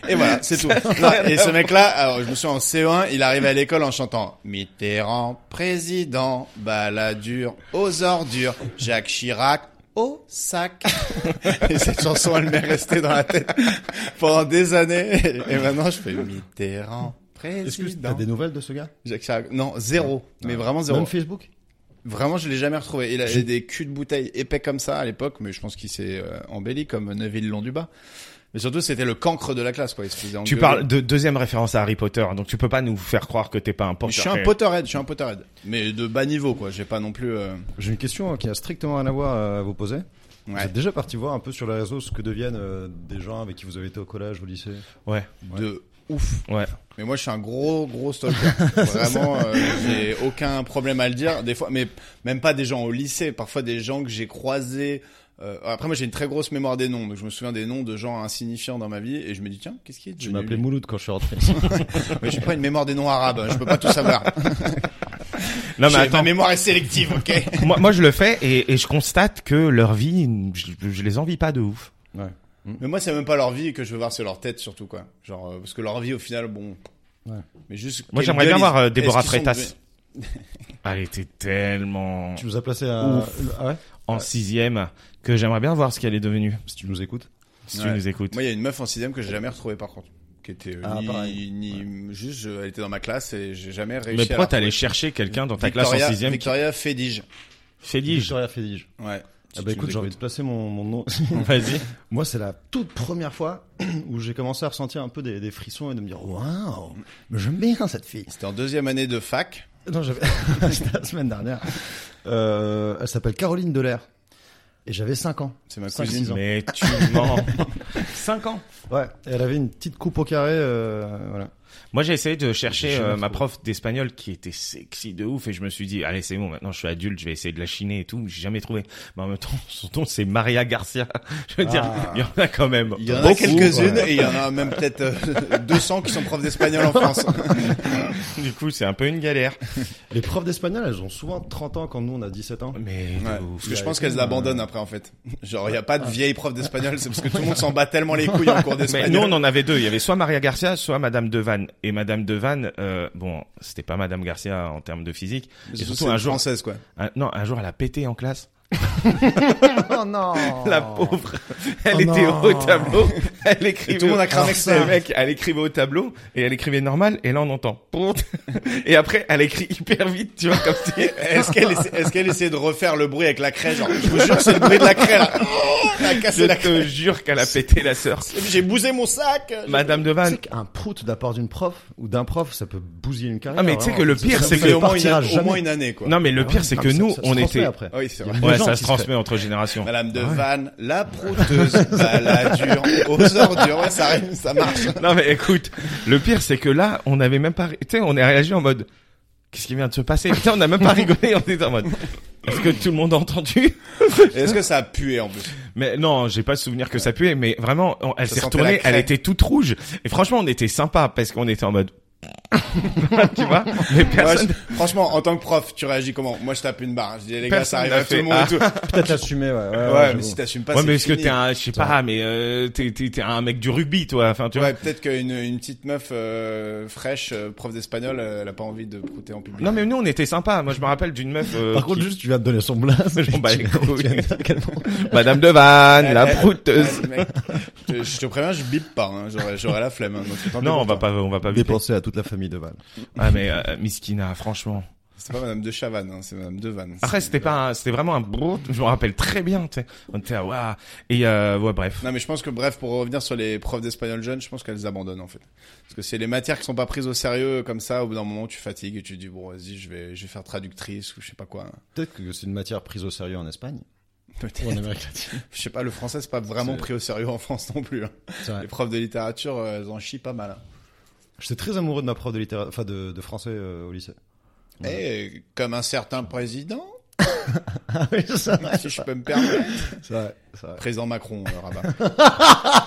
Speaker 2: Et voilà, c'est tout. Non, et ce mec-là, alors je me souviens en CE1, il arrivait à l'école en chantant Mitterrand, président, Balladur, aux ordures, Jacques Chirac, au sac. et cette chanson, elle m'est restée dans la tête pendant des années. Et maintenant, je fais Mitterrand,
Speaker 4: Est-ce que
Speaker 2: président.
Speaker 4: t'as des nouvelles de ce gars
Speaker 2: Jacques Chirac. Non, zéro. Mais vraiment zéro.
Speaker 4: Même Facebook
Speaker 2: Vraiment, je l'ai jamais retrouvé. Il avait des culs de bouteilles épais comme ça à l'époque, mais je pense qu'il s'est euh, embelli comme Neville Londuba. Mais surtout, c'était le cancre de la classe, quoi. Il se faisait
Speaker 3: Tu
Speaker 2: engueuler.
Speaker 3: parles de deuxième référence à Harry Potter, donc tu peux pas nous faire croire que t'es pas un
Speaker 2: Mais Je suis un
Speaker 3: Potterhead.
Speaker 2: Potterhead, je suis un Potterhead, mais de bas niveau quoi. J'ai pas non plus. euh,
Speaker 4: J'ai une question hein, qui a strictement rien à voir euh, à vous poser. Vous
Speaker 2: ouais,
Speaker 4: êtes déjà parti voir un peu sur les réseaux ce que deviennent euh, des gens avec qui vous avez été au collège, au lycée
Speaker 3: Ouais,
Speaker 2: de ouf.
Speaker 3: ouais.
Speaker 2: Mais moi, je suis un gros gros stalker. Vraiment, euh, j'ai aucun problème à le dire. Des fois, mais même pas des gens au lycée. Parfois, des gens que j'ai croisés. euh, après, moi, j'ai une très grosse mémoire des noms, donc je me souviens des noms de gens insignifiants dans ma vie, et je me dis tiens, qu'est-ce qui est
Speaker 4: Je
Speaker 2: devenu
Speaker 4: m'appelais
Speaker 2: lui
Speaker 4: Mouloud quand je suis rentré.
Speaker 2: Mais j'ai pas une mémoire des noms arabes, hein. je peux pas tout savoir.
Speaker 3: Non mais
Speaker 2: J'ai- Ma
Speaker 3: attends,
Speaker 2: mémoire est sélective, ok.
Speaker 3: moi, moi je le fais et, et je constate que leur vie, je, je les envie pas de ouf.
Speaker 4: ouais.
Speaker 2: Mais moi, c'est même pas leur vie que je veux voir, c'est leur tête surtout, quoi. Genre, euh, parce que leur vie, au final, bon.
Speaker 4: Ouais.
Speaker 2: Mais juste.
Speaker 3: Moi
Speaker 2: quelle
Speaker 3: j'aimerais
Speaker 2: gueule
Speaker 3: bien
Speaker 2: ils-
Speaker 3: voir euh, Déborah
Speaker 2: est-ce qu'ils sont
Speaker 3: Freitas. Elle était tellement
Speaker 4: Tu nous as placé à. Ah ouais
Speaker 3: en sixième que j'aimerais bien voir ce qu'elle est devenue.
Speaker 4: Si tu nous écoutes.
Speaker 3: Si tu
Speaker 2: Ouais.
Speaker 3: nous écoutes.
Speaker 2: Moi, il y a une meuf en sixième que j'ai jamais retrouvée, par contre. Qui était euh,
Speaker 4: Ah,
Speaker 2: ni,
Speaker 4: pareil.
Speaker 2: ni juste, je- elle était dans ma classe et j'ai jamais réussi.
Speaker 3: mais pourquoi
Speaker 2: à la
Speaker 3: t'allais
Speaker 2: retrouver.
Speaker 3: chercher quelqu'un dans ta classe en
Speaker 2: Victoria-
Speaker 3: sixième qui...
Speaker 2: Victoria Fédige.
Speaker 3: Félige.
Speaker 4: Victoria Fédige.
Speaker 2: Ouais. Si
Speaker 4: Ah
Speaker 2: tu
Speaker 4: bah écoute,
Speaker 2: nous
Speaker 4: j'ai envie
Speaker 2: écoutes.
Speaker 4: de placer mon, mon nom.
Speaker 3: Vas-y.
Speaker 4: Moi, c'est la toute première fois où j'ai commencé à ressentir un peu des, des frissons et de me dire Waouh, mais j'aime bien cette fille.
Speaker 2: C'était en deuxième année de fac.
Speaker 4: Non, j'avais. C'était la semaine dernière. Euh, elle s'appelle Caroline Delair. Et j'avais 5 ans.
Speaker 2: C'est ma
Speaker 4: Cinq,
Speaker 2: cousine.
Speaker 4: six ans.
Speaker 3: Mais tu mens. Cinq ans.
Speaker 4: Ouais. Et elle avait une petite coupe au carré. euh, voilà.
Speaker 3: Moi, j'ai essayé de chercher
Speaker 4: J'ai jamais
Speaker 3: euh, ma
Speaker 4: trouvé.
Speaker 3: prof d'espagnol qui était sexy de ouf et je me suis dit, allez, c'est bon, maintenant je suis adulte, je vais essayer de la chiner et tout. J'ai jamais trouvé. Mais en même temps, son nom, c'est Maria Garcia. Je veux dire, il y en a quand même.
Speaker 2: Ah. Il y en a
Speaker 3: beaucoup,
Speaker 2: quelques-unes
Speaker 3: quoi.
Speaker 2: et il y en a même peut-être euh, 200 qui sont profs d'espagnol en France.
Speaker 3: Du coup, c'est un peu une galère.
Speaker 4: Les profs d'espagnol, elles ont souvent 30 ans quand nous on a 17 ans.
Speaker 3: Mais de
Speaker 2: Ouais,
Speaker 3: ouf.
Speaker 2: parce que je pense
Speaker 3: euh,
Speaker 2: qu'elles abandonnent après en fait. Genre il y a pas de vieille prof d'espagnol, c'est parce que tout le monde s'en bat tellement les couilles en cours
Speaker 3: Ah. Mais
Speaker 2: d'espagnol.
Speaker 3: nous, on en avait deux. Il y avait soit Maria Garcia, soit Madame Devanne. Et Madame Devanne, euh, bon, c'était pas Madame Garcia en termes de physique. Et surtout, un jour,
Speaker 2: française quoi.
Speaker 3: un- Ah, non, un jour, elle a pété en classe.
Speaker 4: Oh non
Speaker 3: La pauvre, elle
Speaker 4: Oh
Speaker 3: était
Speaker 4: non.
Speaker 3: au tableau, elle écrivait.
Speaker 2: tout le monde a cramé
Speaker 3: Alors,
Speaker 2: que ça.
Speaker 3: le mec, elle écrivait au tableau et elle écrivait normal et là on entend. Pout. Et après, elle écrit hyper vite, tu vois, comme si.
Speaker 2: Est-ce qu'elle essa- est-ce qu'elle essayait de refaire le bruit avec la craie genre je vous jure c'est le bruit de la craie là. Elle a
Speaker 3: Je
Speaker 2: cassé la craie.
Speaker 3: te jure qu'elle a pété la sœur.
Speaker 2: J'ai bousé mon sac.
Speaker 3: Madame Devanne.
Speaker 4: Tu sais qu'un prout d'apport d'une prof ou d'un prof, ça peut bousiller une carrière.
Speaker 3: Ah, mais tu sais
Speaker 4: vraiment.
Speaker 3: que le
Speaker 4: Ça-
Speaker 3: pire,
Speaker 4: ça
Speaker 3: c'est
Speaker 4: ne
Speaker 2: Ça
Speaker 3: que
Speaker 2: fait au moins, une,
Speaker 4: partira
Speaker 2: au
Speaker 4: jamais.
Speaker 2: moins une année quoi.
Speaker 3: Non, mais le pire, c'est
Speaker 4: Ah,
Speaker 3: que
Speaker 4: ça-
Speaker 3: nous,
Speaker 4: ça se
Speaker 3: on
Speaker 4: transmet
Speaker 3: était.
Speaker 4: après.
Speaker 2: Ah oui, c'est
Speaker 4: Il y
Speaker 2: vrai.
Speaker 4: a beaucoup de
Speaker 3: Ouais,
Speaker 4: gens
Speaker 3: ça
Speaker 4: qui
Speaker 3: se
Speaker 4: fait-
Speaker 3: transmet entre générations.
Speaker 2: Madame de Vannes, la prouteuse, bah, la dure, aux ordures, ouais, ça, rime, ça marche.
Speaker 3: Non mais écoute, le pire c'est que là, on n'avait même pas, ré- tu sais, on est réagi en mode, qu'est-ce qui vient de se passer Putain, on n'a même pas rigolé, on était en mode, est-ce que tout le monde a entendu
Speaker 2: Est-ce que ça a pué en plus
Speaker 3: Mais non, j'ai pas de souvenir que ça puait, mais vraiment, on- elle
Speaker 2: Ça
Speaker 3: s'est
Speaker 2: sentait la
Speaker 3: retournée,
Speaker 2: craie.
Speaker 3: elle était toute rouge. Et franchement, on était sympa parce qu'on était en mode. tu vois Mais personne.
Speaker 2: Moi, je- franchement, en tant que prof, tu réagis comment Moi, je tape une barre. Je dis, les gars, ça
Speaker 3: Personne
Speaker 2: arrive
Speaker 3: l'a
Speaker 2: à tout
Speaker 3: fait.
Speaker 2: le monde. et tout.
Speaker 4: Peut-être l'assumer, ouais.
Speaker 2: Ouais,
Speaker 4: Ouais,
Speaker 2: mais si t'assumes pas,
Speaker 3: ouais,
Speaker 2: c'est
Speaker 3: mais est-ce que
Speaker 2: fini.
Speaker 3: t'es un, je sais pas, mais euh, t'es t'es t'es un mec du rugby, toi. Enfin, tu vois.
Speaker 2: Ouais, peut-être qu'une une petite meuf euh, fraîche, euh, prof d'espagnol, euh, elle a pas envie de prouter en public.
Speaker 3: Non, mais nous, on était sympa. Moi, je me rappelle d'une meuf. euh,
Speaker 4: Par contre,
Speaker 3: qui- bah,
Speaker 4: juste, tu viens de donner son blaze.
Speaker 3: Je m'en bats les
Speaker 4: Tu viens- tu
Speaker 3: couilles.
Speaker 4: viens de dire quel nom.
Speaker 3: Madame Devanne,
Speaker 2: Elle-
Speaker 3: la
Speaker 2: elle-
Speaker 3: prouteuse.
Speaker 2: Ouais, mec, je, je te préviens, je bip pas. Hein, J'aurais j'aurais la flemme. hein, donc c'est tant pis
Speaker 3: Non,
Speaker 2: pour
Speaker 3: on va
Speaker 2: toi.
Speaker 3: pas, on va pas. biper.
Speaker 4: Dépenser à toute la famille de Val.
Speaker 3: Ah, mais euh, Miskina, franchement.
Speaker 2: C'est pas Madame de Chavannes, hein, c'est Madame Devanne.
Speaker 3: Après, c'était pas, un- c'était vraiment un brou. Je me rappelle très bien. tu sais. On était, à waouh. Et euh, ouais, bref.
Speaker 2: Non mais je pense que bref pour revenir sur les profs d'espagnol jeunes, je pense qu'elles abandonnent en fait. Parce que c'est les matières qui sont pas prises au sérieux comme ça, au bout d'un moment tu fatigues et tu te dis bon vas-y je vais je vais faire traductrice ou je sais pas quoi. hein.
Speaker 4: Peut-être que c'est une matière prise au sérieux en Espagne.
Speaker 2: Peut-être.
Speaker 4: Ou en Amérique latine.
Speaker 2: Je sais pas le français c'est pas vraiment
Speaker 4: C'est-
Speaker 2: pris au sérieux en France non plus. hein.
Speaker 4: C'est vrai.
Speaker 2: Les profs de littérature euh, elles en chient pas mal. hein.
Speaker 4: J'étais très amoureux de ma prof de littérature, enfin de, de français euh, au lycée.
Speaker 2: Et comme un certain président,
Speaker 4: Ah oui, c'est vrai.
Speaker 2: si je peux me permettre,
Speaker 4: C'est vrai, c'est vrai.
Speaker 2: président Macron euh, rabat.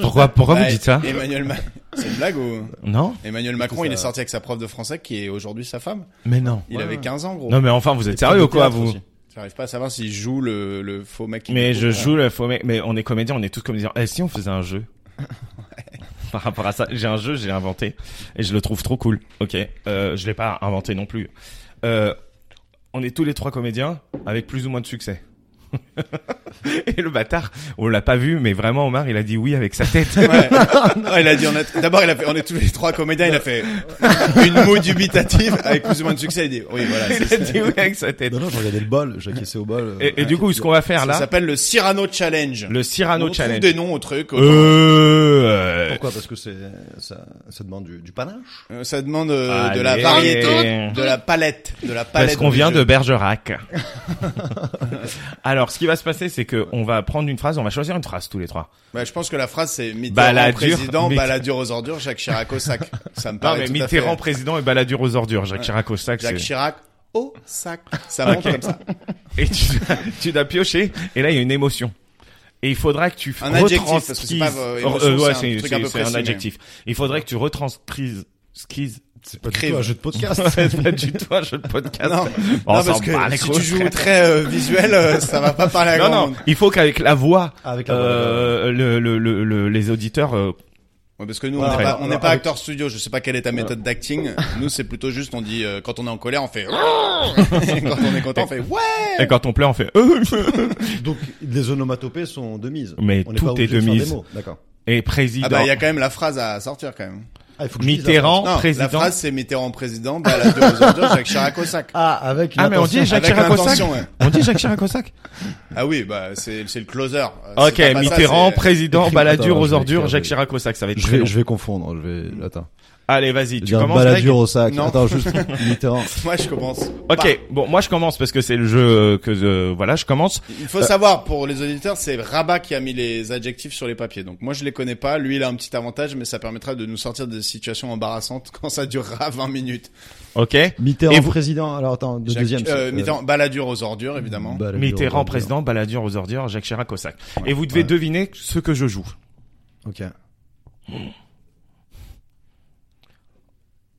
Speaker 3: Pourquoi, pourquoi
Speaker 2: Bah,
Speaker 3: vous dites ça
Speaker 2: Emmanuel Ma- c'est une blague ou
Speaker 3: Non,
Speaker 2: Emmanuel Macron
Speaker 4: ça-
Speaker 2: il est sorti avec sa prof de français qui est aujourd'hui sa femme.
Speaker 3: mais non.
Speaker 2: Il
Speaker 4: Ouais,
Speaker 2: avait
Speaker 4: ouais.
Speaker 2: 15 ans gros.
Speaker 3: Non, mais enfin, vous êtes sérieux ou quoi, vous
Speaker 2: J'arrive pas à savoir s'il joue le, le faux mec. qui
Speaker 3: Mais
Speaker 2: découvre,
Speaker 3: je
Speaker 2: hein.
Speaker 3: joue le faux mec. Mais on est comédien, on est tous comédiens. Eh, si on faisait un jeu Par rapport à ça, j'ai un jeu, j'ai inventé et je le trouve trop cool. Ok, euh, je l'ai pas inventé non plus. Euh, on est tous les trois comédiens avec plus ou moins de succès. et le bâtard, on l'a pas vu, mais vraiment Omar, il a dit oui avec sa tête.
Speaker 2: Ouais. Ouais, il a dit, on a, d'abord, il a fait, on est tous les trois comédiens, il a fait une moue dubitative avec plus ou moins de succès, il dit, oui, voilà, c'est-
Speaker 3: il a dit oui avec sa tête.
Speaker 4: Non, non, je regardais le bol, j'acquiesçais au bol. euh,
Speaker 3: Et, et du coup, ce qu'on va faire
Speaker 2: ça
Speaker 3: là,
Speaker 2: s'appelle le Cyrano Challenge.
Speaker 3: le
Speaker 2: on
Speaker 3: Cyrano
Speaker 2: trouve
Speaker 3: Challenge.
Speaker 2: des noms au truc.
Speaker 3: Euh, euh,
Speaker 4: Pourquoi Parce que c'est ça, ça demande du, du panache.
Speaker 2: Euh, Ça demande euh, de
Speaker 3: Allez.
Speaker 2: la variété, de la palette, de la palette.
Speaker 3: Parce qu'on
Speaker 2: des
Speaker 3: vient
Speaker 2: jeux.
Speaker 3: de Bergerac. Alors, ce qui va se passer, c'est que on va prendre une phrase, on va choisir une phrase tous les trois.
Speaker 2: Bah, je pense que la phrase c'est Mitterrand
Speaker 3: Balladur,
Speaker 2: président,
Speaker 3: Mitt-
Speaker 2: Balladur aux ordures, Jacques Chirac au sac. Ça me
Speaker 3: Non,
Speaker 2: paraît
Speaker 3: mais
Speaker 2: Ah tout à
Speaker 3: Mitterrand
Speaker 2: fait-
Speaker 3: président et Balladur aux ordures. Jacques Chirac au sac.
Speaker 2: Jacques
Speaker 3: c'est-
Speaker 2: Chirac au sac. Ça monte comme ça.
Speaker 3: Et tu, tu dois piocher. Et là, il y a une émotion. Et il faudra que tu
Speaker 2: Un adjectif,
Speaker 3: retranscrises-
Speaker 2: parce que c'est pas, euh,
Speaker 3: Or,
Speaker 2: émotion,
Speaker 3: ouais,
Speaker 2: c'est un
Speaker 3: c'est
Speaker 2: truc un peu
Speaker 3: c'est- c'est
Speaker 2: précis,
Speaker 3: un adjectif. Il faudrait que tu retranscrises. skis.
Speaker 4: C'est pas
Speaker 2: Crève.
Speaker 4: du tout un jeu de podcast.
Speaker 3: c'est pas du tout un jeu de podcast.
Speaker 2: Ah Non,
Speaker 3: On
Speaker 2: non
Speaker 3: s'en
Speaker 2: parce
Speaker 3: bat les
Speaker 2: que si
Speaker 3: couilles.
Speaker 2: tu joues très euh, visuel, euh, ça va pas parler à
Speaker 3: Non,
Speaker 2: grand
Speaker 3: non,
Speaker 2: monde.
Speaker 3: il faut qu'avec la voix,
Speaker 4: Ah, Avec la voix,
Speaker 3: euh, le, le, le, le- les auditeurs euh,
Speaker 2: Ouais, parce que nous, on
Speaker 4: Voilà,
Speaker 2: n'est
Speaker 4: voilà,
Speaker 2: pas, on n'est
Speaker 4: voilà,
Speaker 2: pas
Speaker 4: avec-
Speaker 2: acteur studio. Je sais pas quelle est ta méthode d'acting. Nous, c'est plutôt juste, on dit euh, quand on est en colère, on fait. Et quand on est content, on fait ouais.
Speaker 4: Eh.
Speaker 3: et quand on pleure, on fait. Euh,
Speaker 4: Donc les onomatopées sont de mise.
Speaker 3: Mais
Speaker 4: On n'est
Speaker 3: tout
Speaker 4: pas
Speaker 3: est
Speaker 4: obligé
Speaker 3: de
Speaker 4: faire des
Speaker 3: mise.
Speaker 4: mots, D'accord.
Speaker 3: et président.
Speaker 2: Ah bah, il y a quand même la phrase à sortir quand même.
Speaker 4: Ah, il faut que je dise la
Speaker 3: Mitterrand,
Speaker 2: Non,
Speaker 3: président.
Speaker 2: la phrase c'est Mitterrand président, bah, la deux aux ordures, Jacques Chirac au sac.
Speaker 4: phrase. Ah, avec une
Speaker 3: Ah, mais on
Speaker 4: intention.
Speaker 3: dit Jacques
Speaker 2: Avec
Speaker 3: Chirac au sac
Speaker 2: l'intention, ouais.
Speaker 3: On dit Jacques Chirac au sac
Speaker 2: Ah oui, bah c'est c'est le closer. Euh, c'est
Speaker 4: Ah,
Speaker 3: Ok,
Speaker 2: pas- pas ça,
Speaker 3: Mitterrand,
Speaker 2: c'est-
Speaker 3: président,
Speaker 4: Écris-
Speaker 3: Balladur
Speaker 4: Attends, je
Speaker 3: aux
Speaker 4: vais
Speaker 3: ordures,
Speaker 4: écrire,
Speaker 3: Jacques
Speaker 4: je-
Speaker 3: Chirac au sac, ça va être
Speaker 4: Je
Speaker 3: très
Speaker 4: vais,
Speaker 3: long.
Speaker 4: je vais confondre. Je vais. Attends.
Speaker 3: Allez, vas-y,
Speaker 4: Je
Speaker 3: tu
Speaker 4: viens de
Speaker 3: commences mec
Speaker 4: Balladur au sac.
Speaker 2: Non.
Speaker 4: Attends, juste Mitterrand.
Speaker 2: Moi, je commence. Bah,
Speaker 3: Ok, bon, moi je commence parce que c'est le jeu euh, que euh, voilà, je commence.
Speaker 2: Il faut savoir pour les auditeurs, c'est Rabat qui a mis les adjectifs sur les papiers. Donc moi je les connais pas, lui il a un petit avantage mais ça permettra de nous sortir des situations embarrassantes quand ça durera 20 minutes.
Speaker 3: Ok. Et
Speaker 4: Mitterrand
Speaker 3: vous-
Speaker 4: président. Alors attends, de
Speaker 2: Jacques-
Speaker 4: deuxième. c'est, Bah,
Speaker 2: euh,
Speaker 4: euh,
Speaker 2: Mitterrand Balladur aux ordures évidemment.
Speaker 4: Balladur,
Speaker 3: Mitterrand,
Speaker 4: Balladur.
Speaker 3: président, Balladur aux ordures, Jacques Chirac au sac.
Speaker 2: Ouais,
Speaker 3: Et vous devez
Speaker 4: hein. ouais.
Speaker 3: deviner ce que je joue.
Speaker 4: Ok.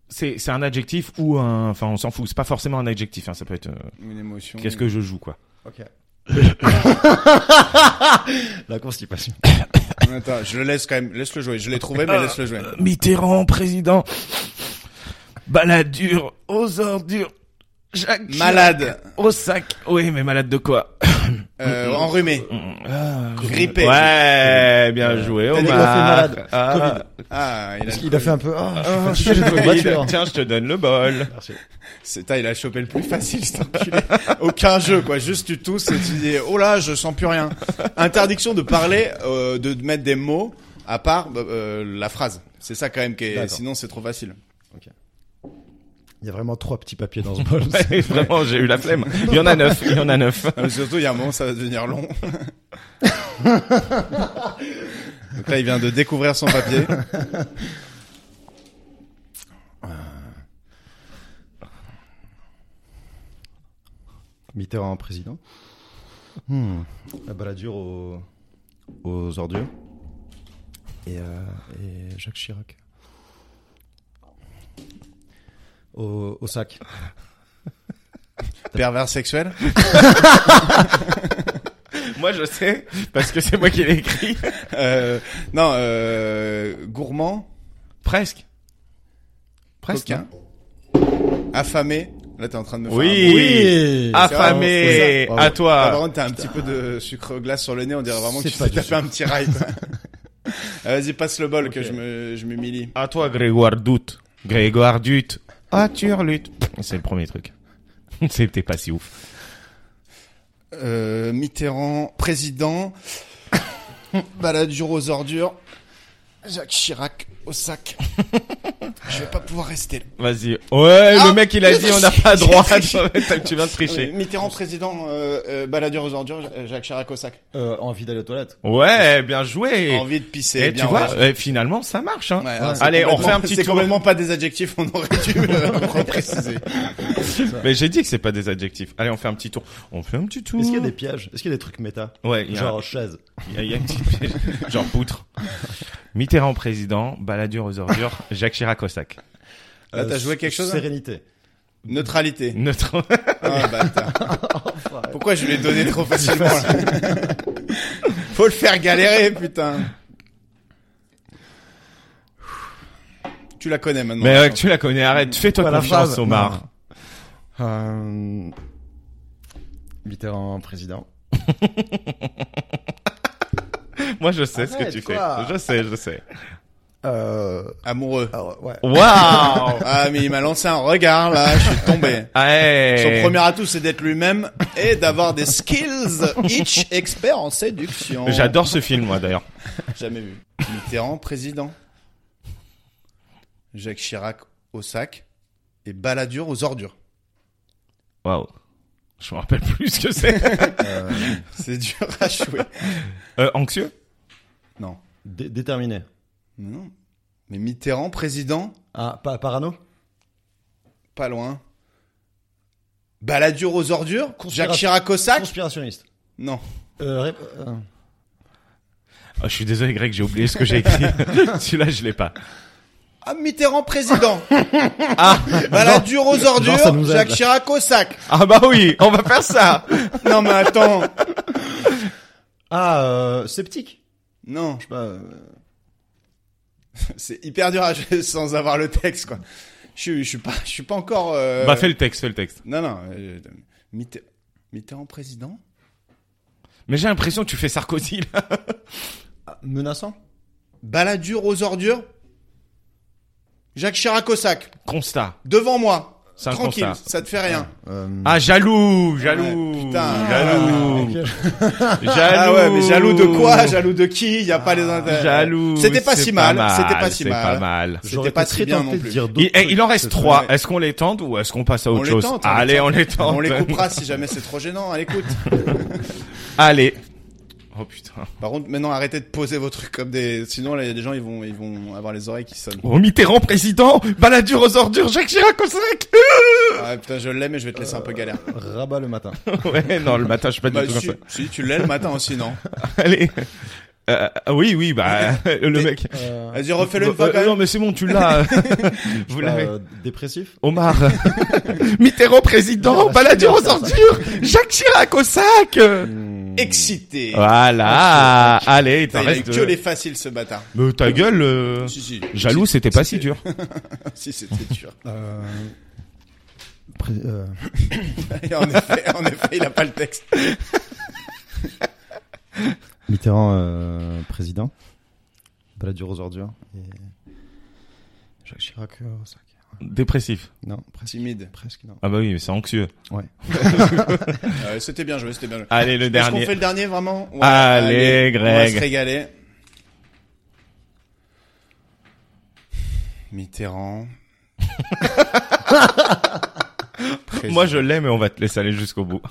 Speaker 3: C'est c'est un adjectif ou un, enfin, on s'en fout. C'est pas forcément un adjectif. Hein, ça peut être. euh,
Speaker 2: Une émotion.
Speaker 3: Qu'est-ce que je joue quoi
Speaker 4: Ok. La constipation.
Speaker 2: Attends, je le laisse quand même, laisse le jouer. Je l'ai trouvé
Speaker 3: Ah.
Speaker 2: mais laisse le jouer.
Speaker 3: Mitterrand, président, Balladur aux ordures, Jacques.
Speaker 2: Malade,
Speaker 3: Au sac. Oui, mais malade de quoi
Speaker 2: euh, enrhumé. Grippé.
Speaker 3: Ouais, bien joué,
Speaker 4: T'as dit
Speaker 3: Omar.
Speaker 4: qu'on fait malade.
Speaker 3: Ah.
Speaker 2: Ah, il a,
Speaker 4: Parce qu'il a fait un peu. Ah, je suis
Speaker 3: Il
Speaker 4: fatigué, j'ai
Speaker 3: a-
Speaker 4: trop de
Speaker 3: Tiens, je te donne le bol.
Speaker 4: Merci.
Speaker 2: c'est, tain, il a chopé le plus facile, cet enculé. Aucun jeu, quoi. Juste tu tousses et tu dis, oh là, je sens plus rien. Interdiction de parler, euh, de mettre des mots à part bah, euh, la phrase. C'est ça quand même qui est,
Speaker 4: D'accord.
Speaker 2: sinon c'est trop facile.
Speaker 4: Il y a vraiment trois petits papiers dans ce bol.
Speaker 3: Ouais, Vraiment, j'ai eu la flemme. Il y en a neuf, il y en a neuf.
Speaker 2: Non, mais surtout, il y a un moment, ça va devenir long. Donc là, il vient de découvrir son papier.
Speaker 4: Mitterrand président. Hmm. La baladure aux, aux ordures. Et, euh, et Jacques Chirac. au, au sac.
Speaker 2: Pervers sexuel
Speaker 3: Moi, je sais, parce que c'est moi qui l'ai écrit.
Speaker 2: Euh, Non, euh, gourmand,
Speaker 3: Presque. Presque. hein.
Speaker 2: coquin, affamé. Là, t'es en train de me faire
Speaker 3: Oui.
Speaker 2: un bruit.
Speaker 4: hein. Oui.
Speaker 3: Affamé.
Speaker 4: Bravo.
Speaker 3: À
Speaker 2: Ah, par
Speaker 3: toi.
Speaker 2: contre, t'as un petit peu de sucre glace sur le nez, on dirait vraiment que
Speaker 4: C'est
Speaker 2: tu
Speaker 4: pas
Speaker 2: t'es
Speaker 4: du
Speaker 2: tapé un petit rail. quoi. Euh, Vas-y, passe le bol que
Speaker 3: Ok.
Speaker 2: je me- je m'humilie.
Speaker 3: À toi, Grégoire Doute. Grégoire Dut. Ah, tu lutte. C'est le premier truc. C'était pas si ouf.
Speaker 2: Euh, Mitterrand, président, balade dure aux ordures, Jacques Chirac au sac. je vais pas pouvoir rester là.
Speaker 3: Vas-y. Ouais,
Speaker 2: Ah
Speaker 3: le mec, il a dit, on n'a pas droit. tu viens de
Speaker 2: Euh,
Speaker 3: tricher.
Speaker 2: Mitterrand, président, euh, euh, baladure aux ordures, euh, Jacques Chirac au sac.
Speaker 4: Euh, envie d'aller aux toilettes.
Speaker 3: Ouais, bien joué.
Speaker 2: Envie de pisser.
Speaker 3: Et
Speaker 2: bien
Speaker 3: tu vois,
Speaker 2: envie.
Speaker 3: euh, finalement, ça marche. Hein.
Speaker 2: Ouais, ouais, c'est
Speaker 3: Allez, on
Speaker 2: complètement-
Speaker 3: refait un petit
Speaker 2: C'est
Speaker 3: tour.
Speaker 2: complètement pas des adjectifs, on aurait dû euh, préciser.
Speaker 3: Mais j'ai dit que c'est pas des adjectifs. Allez, on fait un petit tour. On fait un petit tour.
Speaker 4: Est-ce qu'il y a des pièges Est-ce qu'il y a des trucs méta
Speaker 3: Ouais, il y a-
Speaker 4: Genre chaise.
Speaker 3: il y a, il y a un petit piège. Genre poutre. Mitterrand président, baladure aux ordures, Jacques Chirac au sac.
Speaker 2: Là, t'as
Speaker 4: Euh,
Speaker 2: joué quelque chose, hein
Speaker 4: Sérénité.
Speaker 2: Neutralité.
Speaker 3: Notre...
Speaker 2: Ah, bâtard. Pourquoi je lui ai donné trop facilement là Faut le faire galérer, putain. Tu la connais maintenant.
Speaker 3: Mais
Speaker 2: la
Speaker 3: ouais,
Speaker 2: chanson.
Speaker 3: tu la connais, arrête. Fais-toi
Speaker 4: Pas la
Speaker 3: confiance,
Speaker 4: phrase,
Speaker 3: Omar.
Speaker 4: Euh... Mitterrand président.
Speaker 3: Moi, je sais ce que
Speaker 4: Arrête,
Speaker 3: tu
Speaker 4: quoi.
Speaker 3: fais. Je sais, je sais.
Speaker 4: Euh...
Speaker 2: Amoureux.
Speaker 4: Alors, ouais.
Speaker 3: Waouh
Speaker 2: Ah, mais il m'a lancé un regard là, je suis tombé.
Speaker 3: Hey.
Speaker 2: Son premier atout, c'est d'être lui-même et d'avoir des skills each expert en séduction.
Speaker 3: J'adore ce film, moi, d'ailleurs.
Speaker 2: Jamais vu. Mitterrand, président. Jacques Chirac au sac et baladure aux ordures.
Speaker 3: Waouh. Je me rappelle plus ce que c'est.
Speaker 4: Euh,
Speaker 2: C'est dur à jouer.
Speaker 3: Euh, anxieux
Speaker 2: Non.
Speaker 4: dé- déterminé.
Speaker 2: Non. Mais Mitterrand, président,
Speaker 4: Ah, pas parano
Speaker 2: pas loin. Baladure aux ordures
Speaker 4: Conspirat-
Speaker 2: Jacques Chirac au sac
Speaker 4: Conspirationniste.
Speaker 2: Non.
Speaker 4: Euh, ré- euh,
Speaker 3: Oh, Je suis désolé, Greg, j'ai oublié ce que j'ai écrit. Celui-là, je l'ai pas.
Speaker 2: Ah, Mitterrand, président
Speaker 3: Ah.
Speaker 2: Baladure aux ordures
Speaker 4: ça nous aide,
Speaker 2: Jacques
Speaker 4: là.
Speaker 2: Chirac au sac
Speaker 3: Ah bah oui, on va faire ça.
Speaker 2: Non, mais attends
Speaker 4: Ah, euh, sceptique.
Speaker 2: Non,
Speaker 4: Je sais pas. euh,
Speaker 2: c'est hyper dur à jouer sans avoir le texte, quoi. Je, suis- je suis pas, je suis pas encore. euh,
Speaker 3: Bah fais le texte, fais le texte.
Speaker 2: Non, non. euh, Mitter- Mitterrand, président.
Speaker 3: Mais j'ai l'impression que tu fais Sarkozy là.
Speaker 4: ah, menaçant.
Speaker 2: Baladure aux ordures. Jacques Chirac au sac,
Speaker 3: Constat.
Speaker 2: devant moi.
Speaker 3: C'est un
Speaker 2: Tranquille,
Speaker 3: constat.
Speaker 2: ça te fait rien.
Speaker 4: Euh,
Speaker 3: Ah jaloux, jaloux,
Speaker 2: Ouais, putain.
Speaker 3: Ah, jaloux,
Speaker 4: ok.
Speaker 3: jaloux. Ah,
Speaker 2: Ah ouais, mais jaloux de quoi Jaloux de qui Il y a pas les intérêts.
Speaker 3: Jaloux.
Speaker 2: C'était pas
Speaker 3: c'est
Speaker 2: si mal, c'était pas si
Speaker 3: c'est
Speaker 2: mal.
Speaker 3: Pas mal.
Speaker 2: C'était
Speaker 4: J'aurais
Speaker 2: pas
Speaker 4: pas
Speaker 2: si
Speaker 4: très
Speaker 2: bien
Speaker 4: tenté
Speaker 2: non
Speaker 4: de
Speaker 2: plus.
Speaker 4: dire
Speaker 3: Il,
Speaker 4: d'autres.
Speaker 3: eh,
Speaker 4: trucs.
Speaker 3: il en reste
Speaker 4: C'est-
Speaker 3: trois.
Speaker 2: vrai.
Speaker 3: Est-ce qu'on les tente ou est-ce qu'on passe à
Speaker 2: On
Speaker 3: autre
Speaker 2: les
Speaker 3: chose
Speaker 2: tente, on les
Speaker 3: Allez,
Speaker 2: tente.
Speaker 3: on les tente.
Speaker 2: On les coupera si jamais c'est trop gênant Hein, à l'écoute.
Speaker 3: Allez. Oh putain.
Speaker 2: Par contre, maintenant arrêtez de poser vos trucs comme des. Sinon, là, il y a des gens, ils vont, ils vont avoir les oreilles qui sonnent.
Speaker 3: Oh, Mitterrand président, baladure aux ordures, Jacques Chirac au sac.
Speaker 2: Ah, putain, je l'aime mais je vais te laisser un peu galère.
Speaker 4: Rabat le matin.
Speaker 3: ouais, non, le matin, je suis pas
Speaker 2: Bah,
Speaker 3: du tout
Speaker 2: si,
Speaker 3: comme
Speaker 2: si, tu l'aimes le matin aussi, non
Speaker 3: ça. Allez. Euh, oui, oui, bah le mec.
Speaker 4: Euh,
Speaker 2: Vas-y, refais-le
Speaker 3: Euh,
Speaker 2: une fois
Speaker 3: euh,
Speaker 2: quand
Speaker 3: Non,
Speaker 2: même. Bah,
Speaker 3: mais c'est bon, tu l'as. Vous l'avez.
Speaker 4: euh, dépressif.
Speaker 3: Omar. Mitterrand président, baladure aux ordures, Jacques Chirac au sac.
Speaker 2: Mm. Excité.
Speaker 3: Ah,
Speaker 2: Ah,
Speaker 3: Voilà. Allez,
Speaker 2: Putain,
Speaker 3: t'en
Speaker 2: il a eu
Speaker 3: restes.
Speaker 2: que les faciles, ce bâtard.
Speaker 3: Mais ta gueule. euh,
Speaker 2: Si, si.
Speaker 3: Jaloux,
Speaker 2: Si,
Speaker 3: c'était pas si dur.
Speaker 2: Si, c'était dur.
Speaker 4: Euh, pré- euh,
Speaker 2: Et en effet, en effet, il a pas le texte.
Speaker 4: Mitterrand euh, président. Baladure aux ordures. Et... Jacques Chirac euh, au sac.
Speaker 3: Dépressif.
Speaker 4: Non, presque.
Speaker 2: Timide.
Speaker 4: Presque non.
Speaker 3: Ah bah oui, mais c'est anxieux.
Speaker 2: Euh, c'était bien joué, c'était bien joué.
Speaker 3: Allez, le
Speaker 2: Est-ce qu'on
Speaker 3: dernier.
Speaker 2: fait le dernier vraiment Ouais,
Speaker 3: Allez, Greg.
Speaker 2: On va se régaler. Mitterrand. Président.
Speaker 3: Moi, je l'aime et on va te laisser aller jusqu'au bout.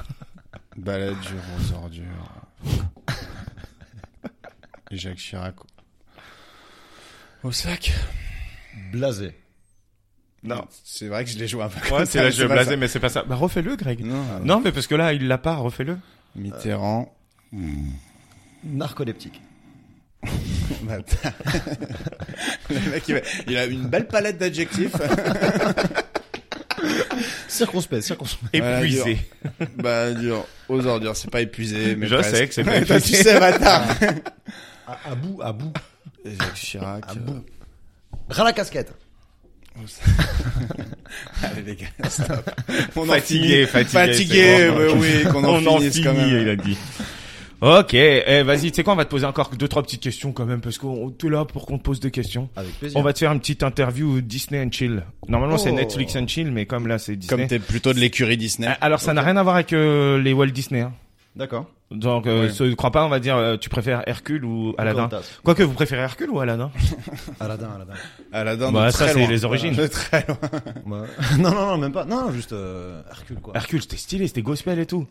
Speaker 2: Balade dure aux ordures. Jacques Chirac. Au sac.
Speaker 4: Blasé.
Speaker 3: Non.
Speaker 2: C'est vrai que je l'ai joué un peu.
Speaker 3: Ouais,
Speaker 2: comme
Speaker 3: c'est
Speaker 2: ça,
Speaker 3: là
Speaker 2: mais
Speaker 3: je vais
Speaker 2: pas
Speaker 3: blaser,
Speaker 2: ça.
Speaker 3: mais c'est pas ça. Bah refais-le, Greg.
Speaker 2: Non.
Speaker 3: Non, mais parce que là, il l'a pas, refais-le.
Speaker 2: Mitterrand.
Speaker 4: Narcoleptique.
Speaker 2: Bâtard. le mec, il, va- il a une belle palette d'adjectifs.
Speaker 4: Circonspect, circonspect.
Speaker 2: Voilà,
Speaker 3: Épuisé.
Speaker 2: bah, dur. Aux ordures, c'est pas épuisé, mais
Speaker 3: Je
Speaker 2: presque.
Speaker 3: sais que c'est pas
Speaker 2: Toi, tu
Speaker 3: épuisé. Ah.
Speaker 2: sais, bâtard.
Speaker 4: À, à bout, à bout.
Speaker 2: Et Jacques Chirac.
Speaker 4: À
Speaker 2: euh,
Speaker 4: bout. Ras la casquette.
Speaker 2: Allez, les gars, stop. On en
Speaker 3: Fatigué,
Speaker 2: finit.
Speaker 3: fatigué,
Speaker 2: Fatigué,
Speaker 3: c'est bon.
Speaker 2: ouais, oui, qu'on en finisse quand même.
Speaker 3: il a dit. Ok, eh, vas-y, tu sais quoi, on va te poser encore deux, trois petites questions quand même, parce qu'on t'es là pour qu'on te pose des questions.
Speaker 4: Avec plaisir.
Speaker 3: On va te faire une petite interview Disney and Chill. Normalement, c'est
Speaker 4: Oh.
Speaker 3: Netflix and Chill, mais comme là, c'est
Speaker 2: Comme
Speaker 3: Disney.
Speaker 2: t'es plutôt de l'écurie Disney.
Speaker 3: Ah, Alors, ça n'a rien à voir avec euh, les Walt Disney. Hein.
Speaker 4: D'accord.
Speaker 3: Donc, euh,
Speaker 2: Ouais.
Speaker 3: ce- je crois pas, on va dire, euh, tu préfères Hercule ou Aladdin
Speaker 4: Pocahontas.
Speaker 3: Quoique, vous préférez Hercule ou Aladdin
Speaker 4: Aladdin, Aladdin.
Speaker 2: Aladdin,
Speaker 3: Bah,
Speaker 2: de
Speaker 3: ça,
Speaker 2: très
Speaker 3: c'est
Speaker 2: loin.
Speaker 3: les origines.
Speaker 2: De très loin.
Speaker 4: Ouais. non, non, non, même pas. Non, non, juste euh, Hercule, quoi.
Speaker 3: Hercule, c'était stylé, c'était gospel et tout.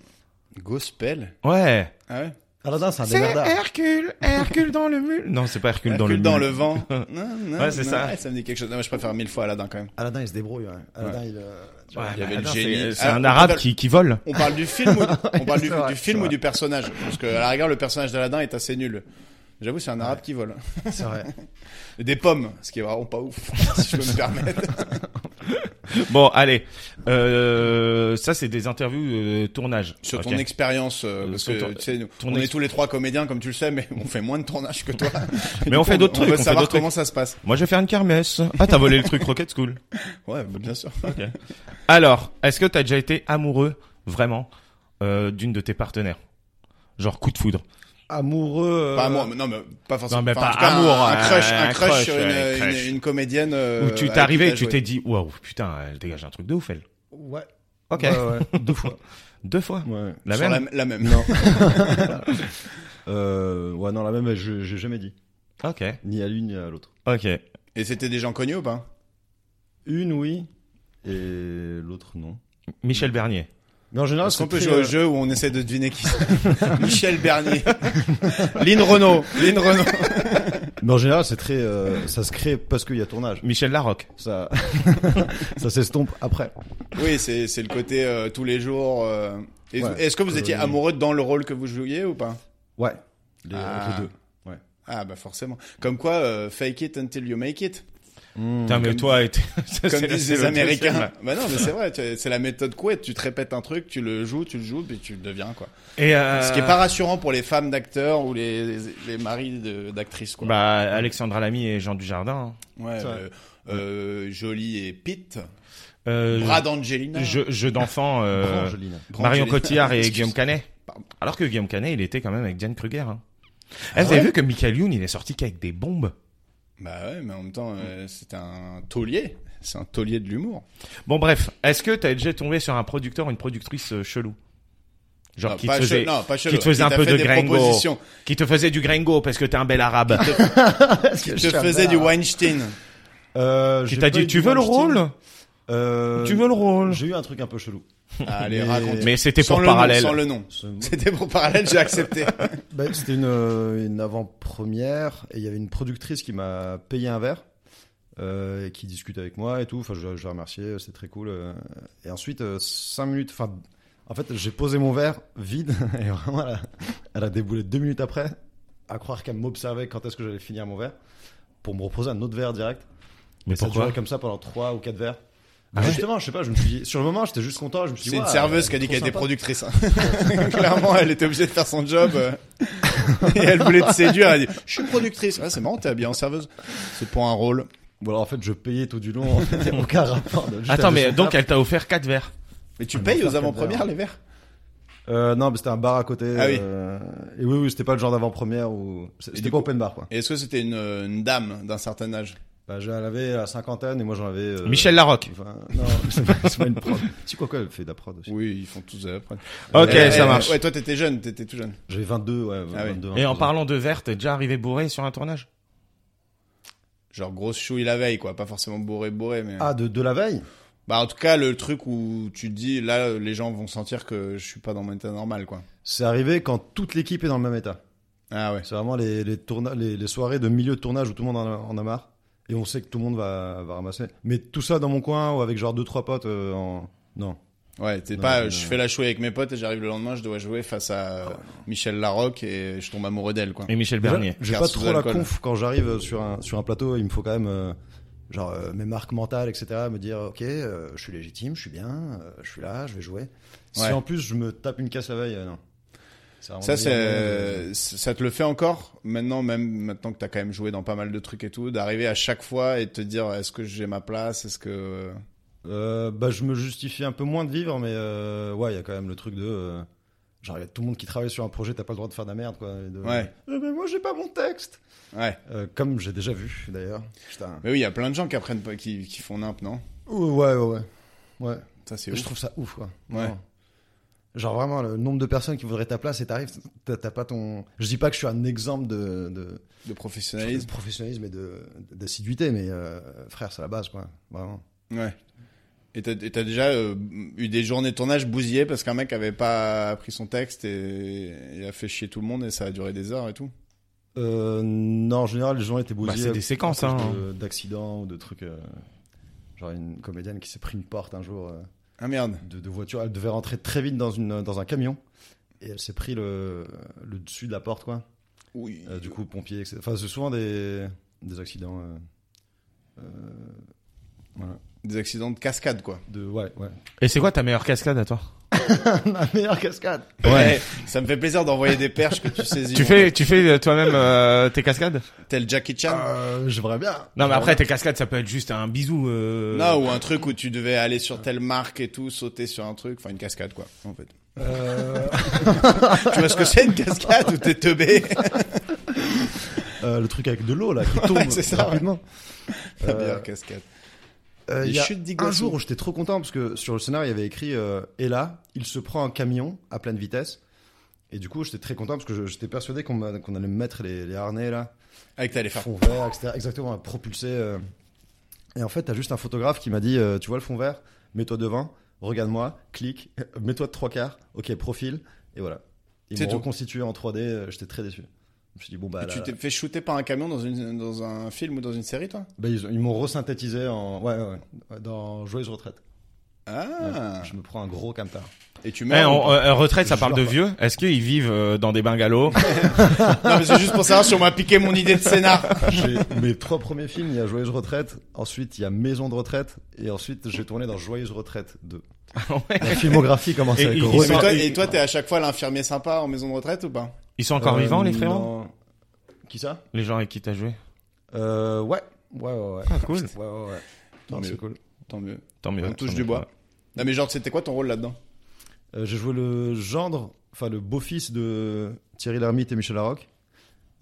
Speaker 2: Gospel.
Speaker 3: Ouais.
Speaker 2: Ah ouais.
Speaker 4: Aladdin, c'est un
Speaker 3: C'est
Speaker 4: démerdard.
Speaker 3: Hercule, Hercule dans le mule. Non, c'est pas Hercule, dans le
Speaker 2: Hercule
Speaker 3: mule.
Speaker 2: Ah, dans le vent. Non, non,
Speaker 3: Ouais, c'est
Speaker 2: non,
Speaker 3: ça.
Speaker 2: Ça me dit quelque chose. Non, mais je préfère mille fois Aladdin quand même.
Speaker 4: Aladdin, il se débrouille. ouais. Aladdin, il. euh, tu vois.
Speaker 3: Ouais,
Speaker 2: Il y avait le
Speaker 3: Aladdin,
Speaker 2: génie.
Speaker 3: c'est- C'est
Speaker 2: Ah,
Speaker 3: un
Speaker 2: on
Speaker 3: arabe
Speaker 2: parle-
Speaker 3: qui, qui vole.
Speaker 2: On parle du film ou, on parle du,
Speaker 4: C'est vrai,
Speaker 2: du film
Speaker 4: c'est
Speaker 2: ou
Speaker 4: vrai.
Speaker 2: du personnage Parce que à la rigueur, le personnage d'Aladin est assez nul. J'avoue, c'est un arabe qui vole.
Speaker 4: C'est vrai.
Speaker 2: Des pommes, ce qui est vraiment pas ouf, si je peux me permettre.
Speaker 3: Bon, allez. Euh, ça, c'est des interviews euh, tournage.
Speaker 2: Sur
Speaker 3: Ok.
Speaker 2: ton expérience, euh,
Speaker 3: Euh,
Speaker 2: parce
Speaker 3: sur
Speaker 2: que
Speaker 3: ton-
Speaker 2: tu sais, nous,
Speaker 3: ton
Speaker 2: on est
Speaker 3: ex-
Speaker 2: tous les trois comédiens, comme tu le sais, mais on fait moins de tournage que toi.
Speaker 3: Mais on fait d'autres trucs.
Speaker 2: On
Speaker 3: On
Speaker 2: veut
Speaker 3: fait
Speaker 2: savoir
Speaker 3: d'autres trucs.
Speaker 2: comment ça se passe.
Speaker 3: Moi, je vais faire une kermesse. Ah, t'as volé le truc Rocket School.
Speaker 2: Ouais, bah, bien sûr.
Speaker 3: Alors, est-ce que t'as déjà été amoureux, vraiment, euh, d'une de tes partenaires Genre coup de foudre.
Speaker 4: Amoureux. euh,
Speaker 2: Pas amour, mais non, mais pas forcément.
Speaker 3: Non, mais
Speaker 2: Enfin, en
Speaker 3: pas
Speaker 2: tout cas, un-
Speaker 3: amour,
Speaker 2: Un,
Speaker 3: euh,
Speaker 2: crush, un
Speaker 3: un
Speaker 2: crush,
Speaker 3: crush,
Speaker 2: sur
Speaker 3: ouais,
Speaker 2: une,
Speaker 3: un
Speaker 2: une-
Speaker 3: crush.
Speaker 2: une comédienne.
Speaker 3: Où
Speaker 2: euh,
Speaker 3: tu
Speaker 2: avec
Speaker 3: t'es arrivé
Speaker 2: qui
Speaker 3: et tu
Speaker 2: joué.
Speaker 3: t'es dit, waouh, putain, elle dégage un truc de ouf, elle.
Speaker 4: Ouais.
Speaker 3: Ok.
Speaker 4: Ouais, ouais. Deux fois.
Speaker 3: Deux fois.
Speaker 4: Ouais.
Speaker 3: La
Speaker 2: Sur
Speaker 3: même.
Speaker 2: la, la même.
Speaker 4: Non. euh, ouais, non, la même, je j'ai jamais dit.
Speaker 3: Ok.
Speaker 4: Ni à l'une, ni à l'autre.
Speaker 3: Ok.
Speaker 2: Et c'était des gens connus ou pas
Speaker 4: Une, oui. Et l'autre, non.
Speaker 3: Michel Bernier.
Speaker 4: Mais en général,
Speaker 2: Est-ce
Speaker 4: c'est
Speaker 2: qu'on peut
Speaker 4: très,
Speaker 2: jouer
Speaker 4: euh,
Speaker 2: au jeu où on essaie de deviner qui c'est Michel Bernier. Lynn Renault. Lynn Renault.
Speaker 4: Mais en général, c'est très, euh, ça se crée parce qu'il y a tournage.
Speaker 3: Michel Larocque.
Speaker 4: Ça, ça s'estompe après.
Speaker 2: Oui, c'est c'est le côté euh, tous les jours. euh, et-
Speaker 4: Ouais.
Speaker 2: Est-ce que vous étiez
Speaker 4: Euh,
Speaker 2: amoureux dans le rôle que vous jouiez ou pas
Speaker 4: Ouais. Les,
Speaker 2: Ah.
Speaker 4: les deux. Ouais.
Speaker 2: Ah bah forcément. Comme quoi, euh, fake it until you make it.
Speaker 3: Putain, mais toi, et t'es- ça,
Speaker 2: Mmh. Comme
Speaker 3: c'est-
Speaker 2: disent
Speaker 3: c'est
Speaker 2: les
Speaker 3: le-
Speaker 2: Américains. Bah non, mais c'est vrai. tu- C'est la méthode couette. Tu te répètes un truc, tu le joues, tu le joues, puis tu le deviens quoi.
Speaker 3: Et euh,
Speaker 2: Ce qui est pas rassurant pour les femmes d'acteurs ou les, les, les maris de- d'actrices quoi.
Speaker 3: Bah, Alexandra Lamy et Jean Dujardin. hein.
Speaker 2: ouais.
Speaker 4: ça-
Speaker 2: euh, euh, Jolie et Pitt.
Speaker 3: Euh,
Speaker 2: Bras d'Angelina.
Speaker 3: jeu, jeu d'enfant, euh,
Speaker 4: Brangelina.
Speaker 3: Marion
Speaker 2: Brangelina.
Speaker 3: Cotillard et
Speaker 2: Excuse-
Speaker 3: Guillaume Canet.
Speaker 2: Pardon. Ah
Speaker 3: Alors que Guillaume Canet, il était quand même avec Diane Kruger. Hein. Eh, vous avez vu que Michael Youn, il est sorti qu'avec des bombes.
Speaker 2: Bah ouais, mais en même temps, euh, c'est un taulier. C'est un taulier de l'humour.
Speaker 3: Bon, bref, est-ce que t'as déjà tombé sur un producteur ou une productrice euh, chelou Genre
Speaker 2: Non,
Speaker 3: qui, te
Speaker 2: Bah, pas
Speaker 3: faisait,
Speaker 2: chelou, non, pas chelou,
Speaker 3: qui te
Speaker 2: qui
Speaker 3: faisait un
Speaker 2: t'a
Speaker 3: peu
Speaker 2: fait
Speaker 3: de
Speaker 2: des
Speaker 3: gringo.
Speaker 2: propositions.
Speaker 3: Qui te faisait du gringo parce que t'es un bel arabe.
Speaker 2: Je te faisais du Weinstein.
Speaker 4: Euh,
Speaker 3: qui
Speaker 4: j'ai
Speaker 3: t'a
Speaker 4: pas eu
Speaker 3: dit, tu
Speaker 4: du
Speaker 3: veux le
Speaker 4: Weinstein.
Speaker 3: rôle
Speaker 4: Euh,
Speaker 3: Tu veux le rôle
Speaker 4: J'ai eu un truc un peu chelou.
Speaker 2: Allez,
Speaker 4: Mais-
Speaker 2: raconte.
Speaker 3: Mais c'était
Speaker 2: Sans
Speaker 3: pour
Speaker 2: le nom,
Speaker 3: parallèle.
Speaker 2: sans le nom.
Speaker 4: Ce-
Speaker 2: C'était pour parallèle, j'ai accepté.
Speaker 4: Bah, C'était une, euh, une avant-première et il y avait une productrice qui m'a payé un verre euh, et qui discute avec moi et tout. Enfin, je, je la remerciais, c'était très cool. euh. Et ensuite, 5 minutes, enfin, en fait, j'ai posé mon verre vide et vraiment, elle a, elle a déboulé deux minutes après à croire qu'elle m'observait quand est-ce que j'allais finir mon verre pour me reposer un autre verre direct.
Speaker 3: Mais
Speaker 4: Et ça
Speaker 3: pourquoi
Speaker 4: durait comme ça pendant 3 ou 4 verres.
Speaker 3: Ah ouais
Speaker 4: justement, je sais pas, je me suis dit, sur le moment, j'étais juste content. Je me suis dit,
Speaker 2: C'est une
Speaker 4: Ouah,
Speaker 2: serveuse qui a
Speaker 4: elle est
Speaker 2: dit qu'elle
Speaker 4: trop
Speaker 2: était
Speaker 4: sympa.
Speaker 2: productrice. hein. Clairement, elle était obligée de faire son job. euh, et elle voulait te séduire. Elle a dit Je suis productrice. Ah, c'est marrant, t'es habillée en serveuse. C'est pour un rôle.
Speaker 4: Bon, alors en fait, je payais tout du long. En fait, il y a aucun rapport. Juste
Speaker 3: Attends,
Speaker 4: elle
Speaker 3: mais
Speaker 4: descend
Speaker 3: donc
Speaker 4: pas.
Speaker 3: elle t'a offert quatre verres.
Speaker 2: Mais tu
Speaker 4: Elle
Speaker 2: payes
Speaker 4: va
Speaker 2: aux
Speaker 4: Ah, faire hein.
Speaker 2: avant-premières
Speaker 4: quatre
Speaker 2: les verres
Speaker 4: Euh, non, mais c'était un bar à côté.
Speaker 2: Ah oui.
Speaker 4: euh, Et oui, oui, c'était pas le genre d'avant-première ou c'était
Speaker 2: du coup-
Speaker 4: pas open bar quoi.
Speaker 2: Et est-ce que c'était une, euh, une dame d'un certain âge
Speaker 4: Bah, j'en avais la cinquantaine et moi j'en avais. euh,
Speaker 3: Michel Larocque.
Speaker 4: Enfin, non, c'est pas, c'est pas une prod. si quoi quoi, elle fait de la prod aussi.
Speaker 2: Oui, ils font tous euh, après.
Speaker 3: Ok,
Speaker 2: Euh,
Speaker 3: ça
Speaker 2: euh,
Speaker 3: marche.
Speaker 2: Ouais, toi, t'étais jeune, t'étais tout jeune.
Speaker 4: J'avais 22, ouais.
Speaker 2: Ah oui.
Speaker 4: 22,
Speaker 3: Et
Speaker 4: 23
Speaker 3: en
Speaker 4: ans.
Speaker 3: parlant de verre, t'es déjà arrivé bourré sur un tournage
Speaker 2: Genre grosse chouille la veille, quoi. Pas forcément bourré, bourré, mais.
Speaker 4: Ah, de, de la veille
Speaker 2: Bah, en tout cas, le truc où tu te dis, là, les gens vont sentir que je suis pas dans mon état normal, quoi.
Speaker 4: C'est arrivé quand toute l'équipe est dans le même état.
Speaker 2: Ah ouais.
Speaker 4: C'est vraiment les, les, tourna- les, les soirées de milieu de tournage où tout le monde en a, en a marre. Et on sait que tout le monde va, va ramasser. Mais tout ça dans mon coin ou avec genre deux trois potes. euh, en... Non.
Speaker 2: Ouais, t'es
Speaker 4: Non,
Speaker 2: pas,
Speaker 4: non,
Speaker 2: euh, je
Speaker 4: non.
Speaker 2: fais la chouée avec mes potes et j'arrive le lendemain, je dois jouer face à euh, Michel Larocque et je tombe amoureux d'elle, quoi.
Speaker 3: Et Michel
Speaker 4: Déjà,
Speaker 3: Bernier.
Speaker 4: J'ai
Speaker 2: Car
Speaker 4: pas
Speaker 2: sous
Speaker 4: trop la
Speaker 2: l'alcool.
Speaker 4: conf quand j'arrive sur un, sur un plateau, il me faut quand même euh, genre euh, mes marques mentales, etc. Me dire, ok, euh, je suis légitime, je suis bien, euh, je suis là, je vais jouer.
Speaker 2: Ouais.
Speaker 4: Si en plus je me tape une casse la veille, euh, non. C'est vraiment
Speaker 2: Ça,
Speaker 4: bien,
Speaker 2: c'est,
Speaker 4: euh,
Speaker 2: euh, ça te le fait encore maintenant, même maintenant que t'as quand même joué dans pas mal de trucs et tout, d'arriver à chaque fois et de te dire est-ce que j'ai ma place, est-ce que
Speaker 4: euh, bah, je me justifie un peu moins de vivre, mais euh, ouais, il y a quand même le truc de. euh, genre, il y a tout le monde qui travaille sur un projet, t'as pas le droit de faire de la merde, quoi. et de-
Speaker 2: Ouais.
Speaker 4: Euh, mais moi, j'ai pas mon texte.
Speaker 2: ouais.
Speaker 4: Euh, comme j'ai déjà vu, d'ailleurs. Putain.
Speaker 2: Mais oui, il y a plein de gens qui apprennent pas, qui, qui font nimp, non
Speaker 4: Ouais, ouais, ouais. Ouais.
Speaker 2: Ça c'est
Speaker 4: Je
Speaker 2: ouf.
Speaker 4: trouve ça ouf, quoi.
Speaker 2: Ouais.
Speaker 4: Vraiment. Genre vraiment, le nombre de personnes qui voudraient ta place et t'arrives, t'as t'as pas ton. Je dis pas que je suis un exemple de, de,
Speaker 2: De
Speaker 4: de
Speaker 2: professionnalisme.
Speaker 4: professionnalisme et de d'assiduité, mais euh, frère, c'est la base, quoi. Vraiment.
Speaker 2: Ouais. Et t'as et t'as déjà euh, eu des journées de tournage bousillées parce qu'un mec avait pas appris son texte et il a fait chier tout le monde et ça a duré des heures et tout.
Speaker 4: Euh, non, en général, les gens étaient bousillés.
Speaker 3: Bah, c'est des
Speaker 4: à
Speaker 3: séquences,
Speaker 4: cause
Speaker 3: hein.
Speaker 4: de- D'accidents ou de trucs. euh, genre une comédienne qui s'est pris une porte un jour euh,
Speaker 2: Ah merde.
Speaker 4: de, de voiture. Elle devait rentrer très vite dans, une, dans un camion et elle s'est pris le, le dessus de la porte, quoi.
Speaker 2: Oui.
Speaker 4: Euh, du coup, pompiers, etc. Enfin, c'est souvent des, des accidents. euh, euh, voilà.
Speaker 2: Des accidents de cascade quoi.
Speaker 4: De, ouais, ouais.
Speaker 3: Et c'est quoi ta meilleure cascade à toi
Speaker 4: La meilleure cascade
Speaker 2: Ouais. ça me fait plaisir d'envoyer des perches que tu saisis.
Speaker 3: Tu fais, tu fais euh, toi-même euh, tes cascades
Speaker 2: tel Jackie Chan.
Speaker 4: euh, J'aimerais bien.
Speaker 3: Non, mais après tes cascades, ça peut être juste un bisou. euh,
Speaker 2: Non, ou un truc où tu devais aller sur telle marque et tout, sauter sur un truc, enfin une cascade quoi, en fait.
Speaker 4: Euh,
Speaker 2: tu vois ce que c'est une cascade où t'es teubé
Speaker 4: euh, le truc avec de l'eau, là, qui tombe
Speaker 2: Ouais, c'est ça,
Speaker 4: rapidement.
Speaker 2: La
Speaker 4: Euh,
Speaker 2: meilleure cascade.
Speaker 4: Euh,
Speaker 2: Les
Speaker 4: il y a
Speaker 2: chutes d'Iguazu.
Speaker 4: un jour où j'étais trop content parce que sur le scénario il y avait écrit euh, et là il se prend un camion à pleine vitesse et du coup j'étais très content parce que je- j'étais persuadé qu'on m'a- qu'on allait me mettre les, les harnais là
Speaker 2: Avec t'allais faire.
Speaker 4: fond vert, etc. Exactement, à propulser. euh. Et en fait, t'as juste un photographe qui m'a dit, euh, tu vois le fond vert, mets-toi devant, regarde-moi, clique, mets-toi de trois quarts, ok, profil, et voilà. Ils
Speaker 2: C'est
Speaker 4: m'ont
Speaker 2: tout.
Speaker 4: reconstitué en 3D, euh, j'étais très déçu. Je me suis dit, bon, bah,
Speaker 2: Et tu
Speaker 4: là-
Speaker 2: t'es fait shooter par un camion dans, une, dans un film ou dans une série, toi
Speaker 4: bah, ils, ont- ils m'ont resynthétisé en, ouais, ouais, ouais, dans Joyeuse Retraite.
Speaker 2: Ah
Speaker 4: Je me prends un gros camtar.
Speaker 2: Et tu
Speaker 3: Eh,
Speaker 2: meurs. ou
Speaker 3: en,
Speaker 2: pas
Speaker 3: en retraite, ça
Speaker 4: Je
Speaker 3: parle de
Speaker 4: jure
Speaker 3: vieux. Est-ce qu'ils vivent euh, dans des bungalows
Speaker 2: Non, mais c'est juste pour savoir si on m'a piqué mon idée de scénar.
Speaker 4: J'ai mes trois premiers films, il y a Joyeuse Retraite, ensuite il y a Maison de Retraite, et ensuite j'ai tourné dans Joyeuse Retraite 2.
Speaker 2: Ah,
Speaker 3: Ouais.
Speaker 4: La filmographie commence
Speaker 3: Et
Speaker 4: avec
Speaker 3: ils-
Speaker 4: gros
Speaker 2: Et
Speaker 3: sont-
Speaker 2: toi, et toi, t'es à chaque fois l'infirmier sympa en maison de retraite ou pas
Speaker 3: Ils sont encore
Speaker 4: Euh,
Speaker 3: vivants, les frérots
Speaker 4: non. Qui ça
Speaker 3: Les gens avec qui t'as joué
Speaker 4: Euh, ouais. Ouais, ouais, ouais.
Speaker 3: Ah, cool.
Speaker 4: Ouais, ouais, ouais.
Speaker 2: Tant
Speaker 4: Non,
Speaker 2: mieux.
Speaker 4: c'est cool.
Speaker 2: Tant mieux.
Speaker 3: Tant mieux.
Speaker 2: On
Speaker 3: tant
Speaker 2: touche du
Speaker 3: mieux.
Speaker 2: bois. Non, mais genre, c'était quoi ton rôle là-dedans
Speaker 4: Euh, J'ai joué le gendre, enfin le beau-fils de Thierry Lhermitte et Michel Larocque.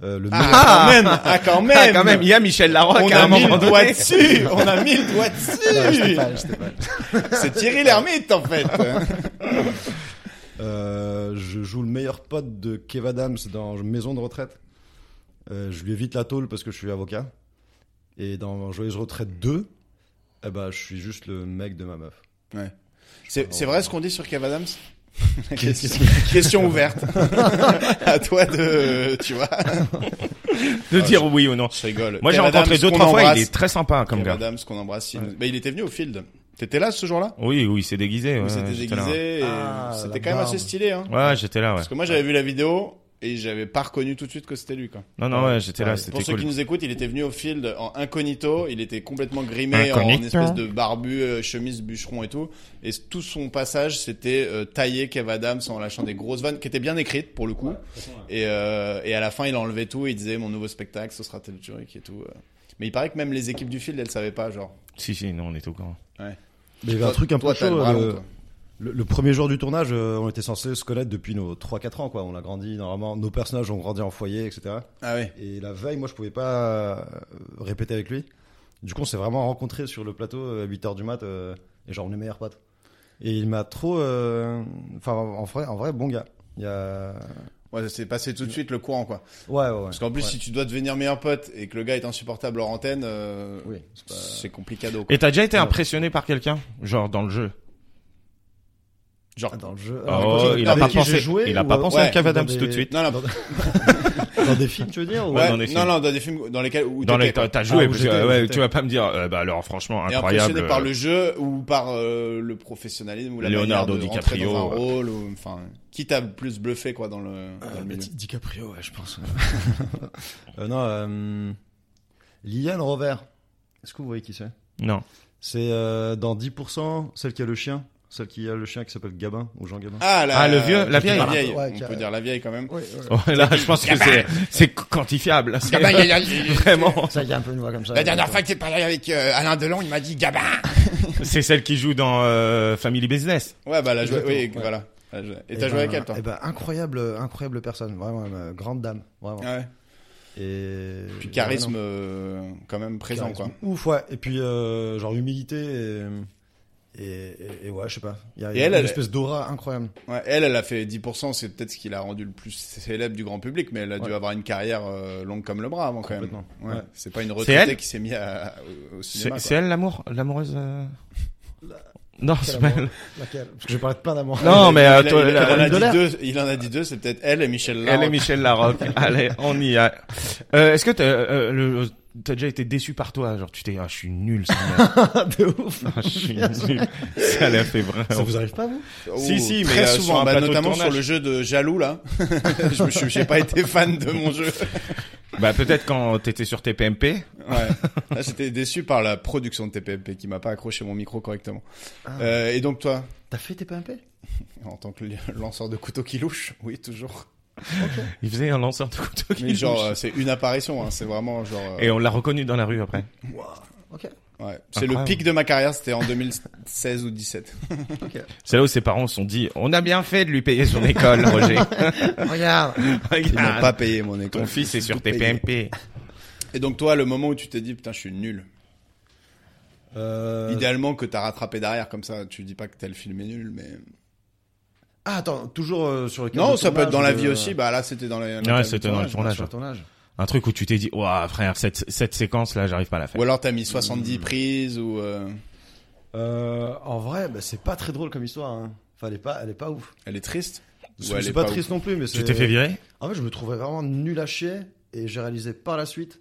Speaker 4: Euh, le meilleur-
Speaker 2: Ah, quand même Ah, quand même
Speaker 3: Ah, quand même, il y a Michel Larocque
Speaker 2: On
Speaker 3: à
Speaker 2: a
Speaker 3: un
Speaker 2: mis
Speaker 3: moment
Speaker 2: le doigt
Speaker 3: donné. Ah,
Speaker 2: dessus On a mis le doigt
Speaker 4: Non, j'étais pas,
Speaker 2: dessus
Speaker 4: j'étais pas.
Speaker 2: C'est Thierry Lhermitte, en fait
Speaker 4: Euh, je joue le meilleur pote de Kev Adams dans Maison de retraite. Euh, je lui évite la tôle parce que je suis avocat. Et dans Joyeuse Retraite 2, eh ben, je suis juste le mec de ma meuf.
Speaker 2: C'est c'est vrai ce qu'on dit sur Kev Adams
Speaker 4: Qu'est-ce que
Speaker 2: Question ouverte. à toi de, tu vois.
Speaker 3: De dire oui ou non.
Speaker 2: Je rigole.
Speaker 3: Moi, j'ai
Speaker 2: Kev
Speaker 3: rencontré
Speaker 2: Adams,
Speaker 3: deux,
Speaker 2: qu'on
Speaker 3: trois fois.
Speaker 2: embrasse.
Speaker 3: Il est très sympa comme
Speaker 2: Kev
Speaker 3: gars.
Speaker 2: Adams qu'on embrasse. il nous- bah, il était venu au field. T'étais là ce jour-là
Speaker 3: Oui, oui, il s'est déguisé.
Speaker 2: On
Speaker 3: ouais,
Speaker 2: s'était
Speaker 3: j'étais là.
Speaker 2: déguisé. et
Speaker 4: Ah,
Speaker 2: C'était
Speaker 4: la
Speaker 2: quand même assez
Speaker 4: barbe.
Speaker 2: stylé, hein.
Speaker 3: Ouais, j'étais là, ouais.
Speaker 2: Parce que moi, j'avais vu la vidéo et j'avais pas reconnu tout de suite que c'était lui, quoi.
Speaker 3: Non, non, ouais, j'étais là,
Speaker 4: Ouais,
Speaker 2: Pour
Speaker 3: c'était
Speaker 2: ceux qui
Speaker 3: cool.
Speaker 2: nous écoutent, il était venu au field en incognito. Il était complètement grimé en
Speaker 3: Incognito.
Speaker 2: espèce de barbu, euh, chemise bûcheron et tout. Et tout son passage, c'était euh, taillé Kev Adams en lâchant des grosses vannes qui étaient bien écrites pour le coup. Et, euh, et à la fin, il enlevait tout. Il disait mon nouveau spectacle, ce sera tel truc et tout. euh. Mais il paraît que même les équipes du field, elles savaient pas, genre.
Speaker 3: Si, si, non, on était au courant.
Speaker 4: Mais il y avait un truc un
Speaker 2: Toi,
Speaker 4: peu
Speaker 2: t'as le
Speaker 4: chaud.
Speaker 2: bras long,
Speaker 4: euh,
Speaker 2: toi.
Speaker 4: Le, le premier jour du tournage, euh, on était censé se connaître depuis nos 3-4 ans, quoi. On a grandi normalement, nos personnages ont grandi en foyer, etc.
Speaker 2: Ah ouais.
Speaker 4: Et la veille, moi, je pouvais pas euh, répéter avec lui. Du coup, on s'est vraiment rencontrés sur le plateau euh, à 8h du mat, euh, et genre, on est meilleurs potes. Et il m'a trop. euh, Enfin, en, vrai, en vrai, bon gars. Il y a.
Speaker 2: Ouais, c'est passé tout de suite le courant, quoi.
Speaker 4: Ouais, ouais, ouais.
Speaker 2: Parce qu'en plus,
Speaker 4: Ouais.
Speaker 2: si tu dois devenir meilleur pote et que le gars est insupportable hors antenne, euh,
Speaker 4: Oui, c'est pas-
Speaker 2: c'est compliqué d'eau.
Speaker 3: Et t'as déjà été impressionné par quelqu'un Genre dans le jeu
Speaker 2: Genre,
Speaker 4: Ah, Dans le jeu.
Speaker 3: Oh,
Speaker 4: Alors, Ah, quand j'ai-
Speaker 3: il a
Speaker 4: avec
Speaker 3: pas
Speaker 4: qui j'ai
Speaker 3: pensé-
Speaker 4: joué
Speaker 3: Ah, il a
Speaker 4: ou-
Speaker 3: pas pensé
Speaker 2: à
Speaker 4: ouais,
Speaker 3: Kev
Speaker 4: dans
Speaker 3: Adams
Speaker 4: des-
Speaker 3: tout de suite.
Speaker 2: Non, non.
Speaker 4: dans- Dans des films, tu veux dire ou-
Speaker 3: Ouais,
Speaker 2: Ouais,
Speaker 3: dans des
Speaker 2: non,
Speaker 3: films.
Speaker 2: non, dans des films dans lesquels où
Speaker 3: Dans
Speaker 2: t'étais,
Speaker 3: les
Speaker 2: quoi.
Speaker 3: t'as t'as joué,
Speaker 4: Ah, où
Speaker 3: parce que,
Speaker 4: j'étais, où
Speaker 3: ouais,
Speaker 4: j'étais.
Speaker 3: tu vas pas me dire, euh, bah alors franchement
Speaker 2: Et impressionné
Speaker 3: incroyable.
Speaker 2: par le jeu ou par euh, le professionnalisme ou la
Speaker 3: Leonardo
Speaker 2: manière de
Speaker 3: DiCaprio, euh.
Speaker 2: rentrer dans un
Speaker 3: ouais.
Speaker 2: rôle ou enfin qui t'a plus bluffé quoi dans le, dans le
Speaker 4: Euh,
Speaker 2: milieu.
Speaker 4: Di- DiCaprio, ouais, je pense. Euh, non, euh, Liliane Rovert. Est-ce que vous voyez qui c'est
Speaker 3: Non.
Speaker 4: C'est euh, dans 10%, celle qui a le chien. Celle qui a le chien qui s'appelle Gabin ou Jean Gabin.
Speaker 2: Ah, la,
Speaker 3: Ah, le vieux- la vieille.
Speaker 2: La vieille.
Speaker 4: Ouais, qui
Speaker 2: on
Speaker 4: a-
Speaker 2: peut dire la vieille quand même.
Speaker 3: Ouais, là, je
Speaker 2: "Ah
Speaker 3: pense que
Speaker 2: bah,
Speaker 3: c'est c'est quantifiable. C'est
Speaker 2: Gabin, Ah bah, il y a- il y a-
Speaker 3: vraiment.
Speaker 4: Ça y a un peu une voix comme ça.
Speaker 2: La dernière fois que j'ai parlé avec euh, Alain Delon, il m'a dit Gabin.
Speaker 3: C'est celle qui joue dans euh, Family Business.
Speaker 2: Ouais, bah la joué,
Speaker 4: Exactement,
Speaker 2: oui,
Speaker 4: ouais.
Speaker 2: voilà. Elle jouait- Et t'as joué avec elle, toi
Speaker 4: Eh ben, incroyable, incroyable personne. Vraiment, euh, grande dame. Vraiment.
Speaker 2: Ouais.
Speaker 4: Et.
Speaker 2: Ah. Puis charisme euh, quand même présent,
Speaker 4: Charisme.
Speaker 2: quoi.
Speaker 4: Ouf, ouais. Et puis, euh, genre, humilité et. Et, et- et ouais, je sais pas. Il y a, il y a
Speaker 2: elle,
Speaker 4: une
Speaker 2: elle-
Speaker 4: espèce d'aura incroyable.
Speaker 2: Ouais, elle, elle a fait 10%, c'est peut-être ce qui l'a rendu le plus célèbre du grand public, mais elle a dû
Speaker 4: Ouais.
Speaker 2: avoir une carrière euh, longue comme le bras avant quand même.
Speaker 4: Complètement,
Speaker 2: Ouais.
Speaker 4: ouais.
Speaker 2: C'est pas une
Speaker 3: C'est
Speaker 2: retraitée
Speaker 3: elle
Speaker 2: qui s'est mise à- au, au cinéma.
Speaker 3: C'est
Speaker 2: quoi.
Speaker 3: c'est elle l'amour, l'amoureuse. euh, Non, c'est pas elle.
Speaker 4: Laquelle Parce que je vais parler de plein d'amour.
Speaker 3: Non, mais euh,
Speaker 2: il, a-
Speaker 3: toi,
Speaker 2: il,
Speaker 3: la-
Speaker 2: en a
Speaker 4: de l'air.
Speaker 2: dit deux, il en a dit deux, c'est peut-être elle et Michel Larocque.
Speaker 3: elle est Michel Larocque. Allez, on y a. Euh, Est-ce que t'as euh, le- t'as déjà été déçu par toi Genre, tu t'es, ah, je suis nul. ça m'a-
Speaker 4: de ouf.
Speaker 3: Ah, je suis nul. Ça l'a fait vraiment.
Speaker 4: Ça vous arrive pas, vous
Speaker 2: Oh,
Speaker 3: Si, si,
Speaker 2: très
Speaker 3: mais, euh, sur
Speaker 2: souvent,
Speaker 3: un
Speaker 2: bah,
Speaker 3: plateau de
Speaker 2: notamment
Speaker 3: tournage.
Speaker 2: sur le jeu de Jaloux là. je me suis, j'ai pas été fan de mon jeu.
Speaker 3: Bah peut-être quand t'étais sur TPMP.
Speaker 2: Ouais. Là, j'étais déçu par la production de TPMP qui m'a pas accroché mon micro correctement.
Speaker 4: Ah.
Speaker 2: Euh, et donc toi,
Speaker 4: T'as fait tes PMP
Speaker 2: en tant que li- lanceur de couteau qui louche, oui toujours.
Speaker 3: Il faisait un lanceur de couteau.
Speaker 2: Mais genre, euh, c'est une apparition, hein, c'est vraiment genre. euh,
Speaker 3: Et on l'a reconnu dans la rue après.
Speaker 4: Ok.
Speaker 2: ouais. C'est le
Speaker 3: Incroyable.
Speaker 2: pic de ma carrière, c'était en 2016 ou 17.
Speaker 3: C'est là où ses parents se sont dit, on a bien fait de lui payer son école, Roger.
Speaker 4: Regarde.
Speaker 2: Ils m'ont
Speaker 3: Regarde,
Speaker 2: pas payé mon école.
Speaker 3: ton fils est sur
Speaker 2: Tout payé.
Speaker 3: TPMP.
Speaker 2: Et donc toi, le moment où tu t'es dit putain, je suis nul.
Speaker 4: Euh...
Speaker 2: Idéalement que t'as rattrapé derrière comme ça, tu dis pas que t'as le film est nul, mais.
Speaker 4: Ah, attends, toujours euh, sur le cadre
Speaker 2: Non,
Speaker 4: de
Speaker 2: ça peut
Speaker 4: tournage, euh,
Speaker 2: être dans la
Speaker 4: de-
Speaker 2: vie aussi. Bah là, c'était dans les.
Speaker 3: Ouais, c'était dans le
Speaker 4: Ah,
Speaker 3: tournage. hein.
Speaker 4: sur le tournage.
Speaker 3: Un truc où tu t'es dit, ouah frère, cette, cette séquence là, j'arrive pas à la faire.
Speaker 2: Ou alors t'as mis
Speaker 4: Hmm.
Speaker 2: 70 prises ou. euh,
Speaker 4: Euh, en vrai, bah, c'est pas très drôle comme histoire. Hein. Enfin, elle est pas, elle est pas ouf.
Speaker 2: Elle est triste. Ou
Speaker 4: C'est
Speaker 2: elle
Speaker 4: c'est
Speaker 2: est
Speaker 4: pas,
Speaker 2: pas
Speaker 4: triste non plus, mais c'est.
Speaker 3: Tu t'es fait virer
Speaker 4: En fait, je me trouvais vraiment nul à chier et j'ai réalisé par la suite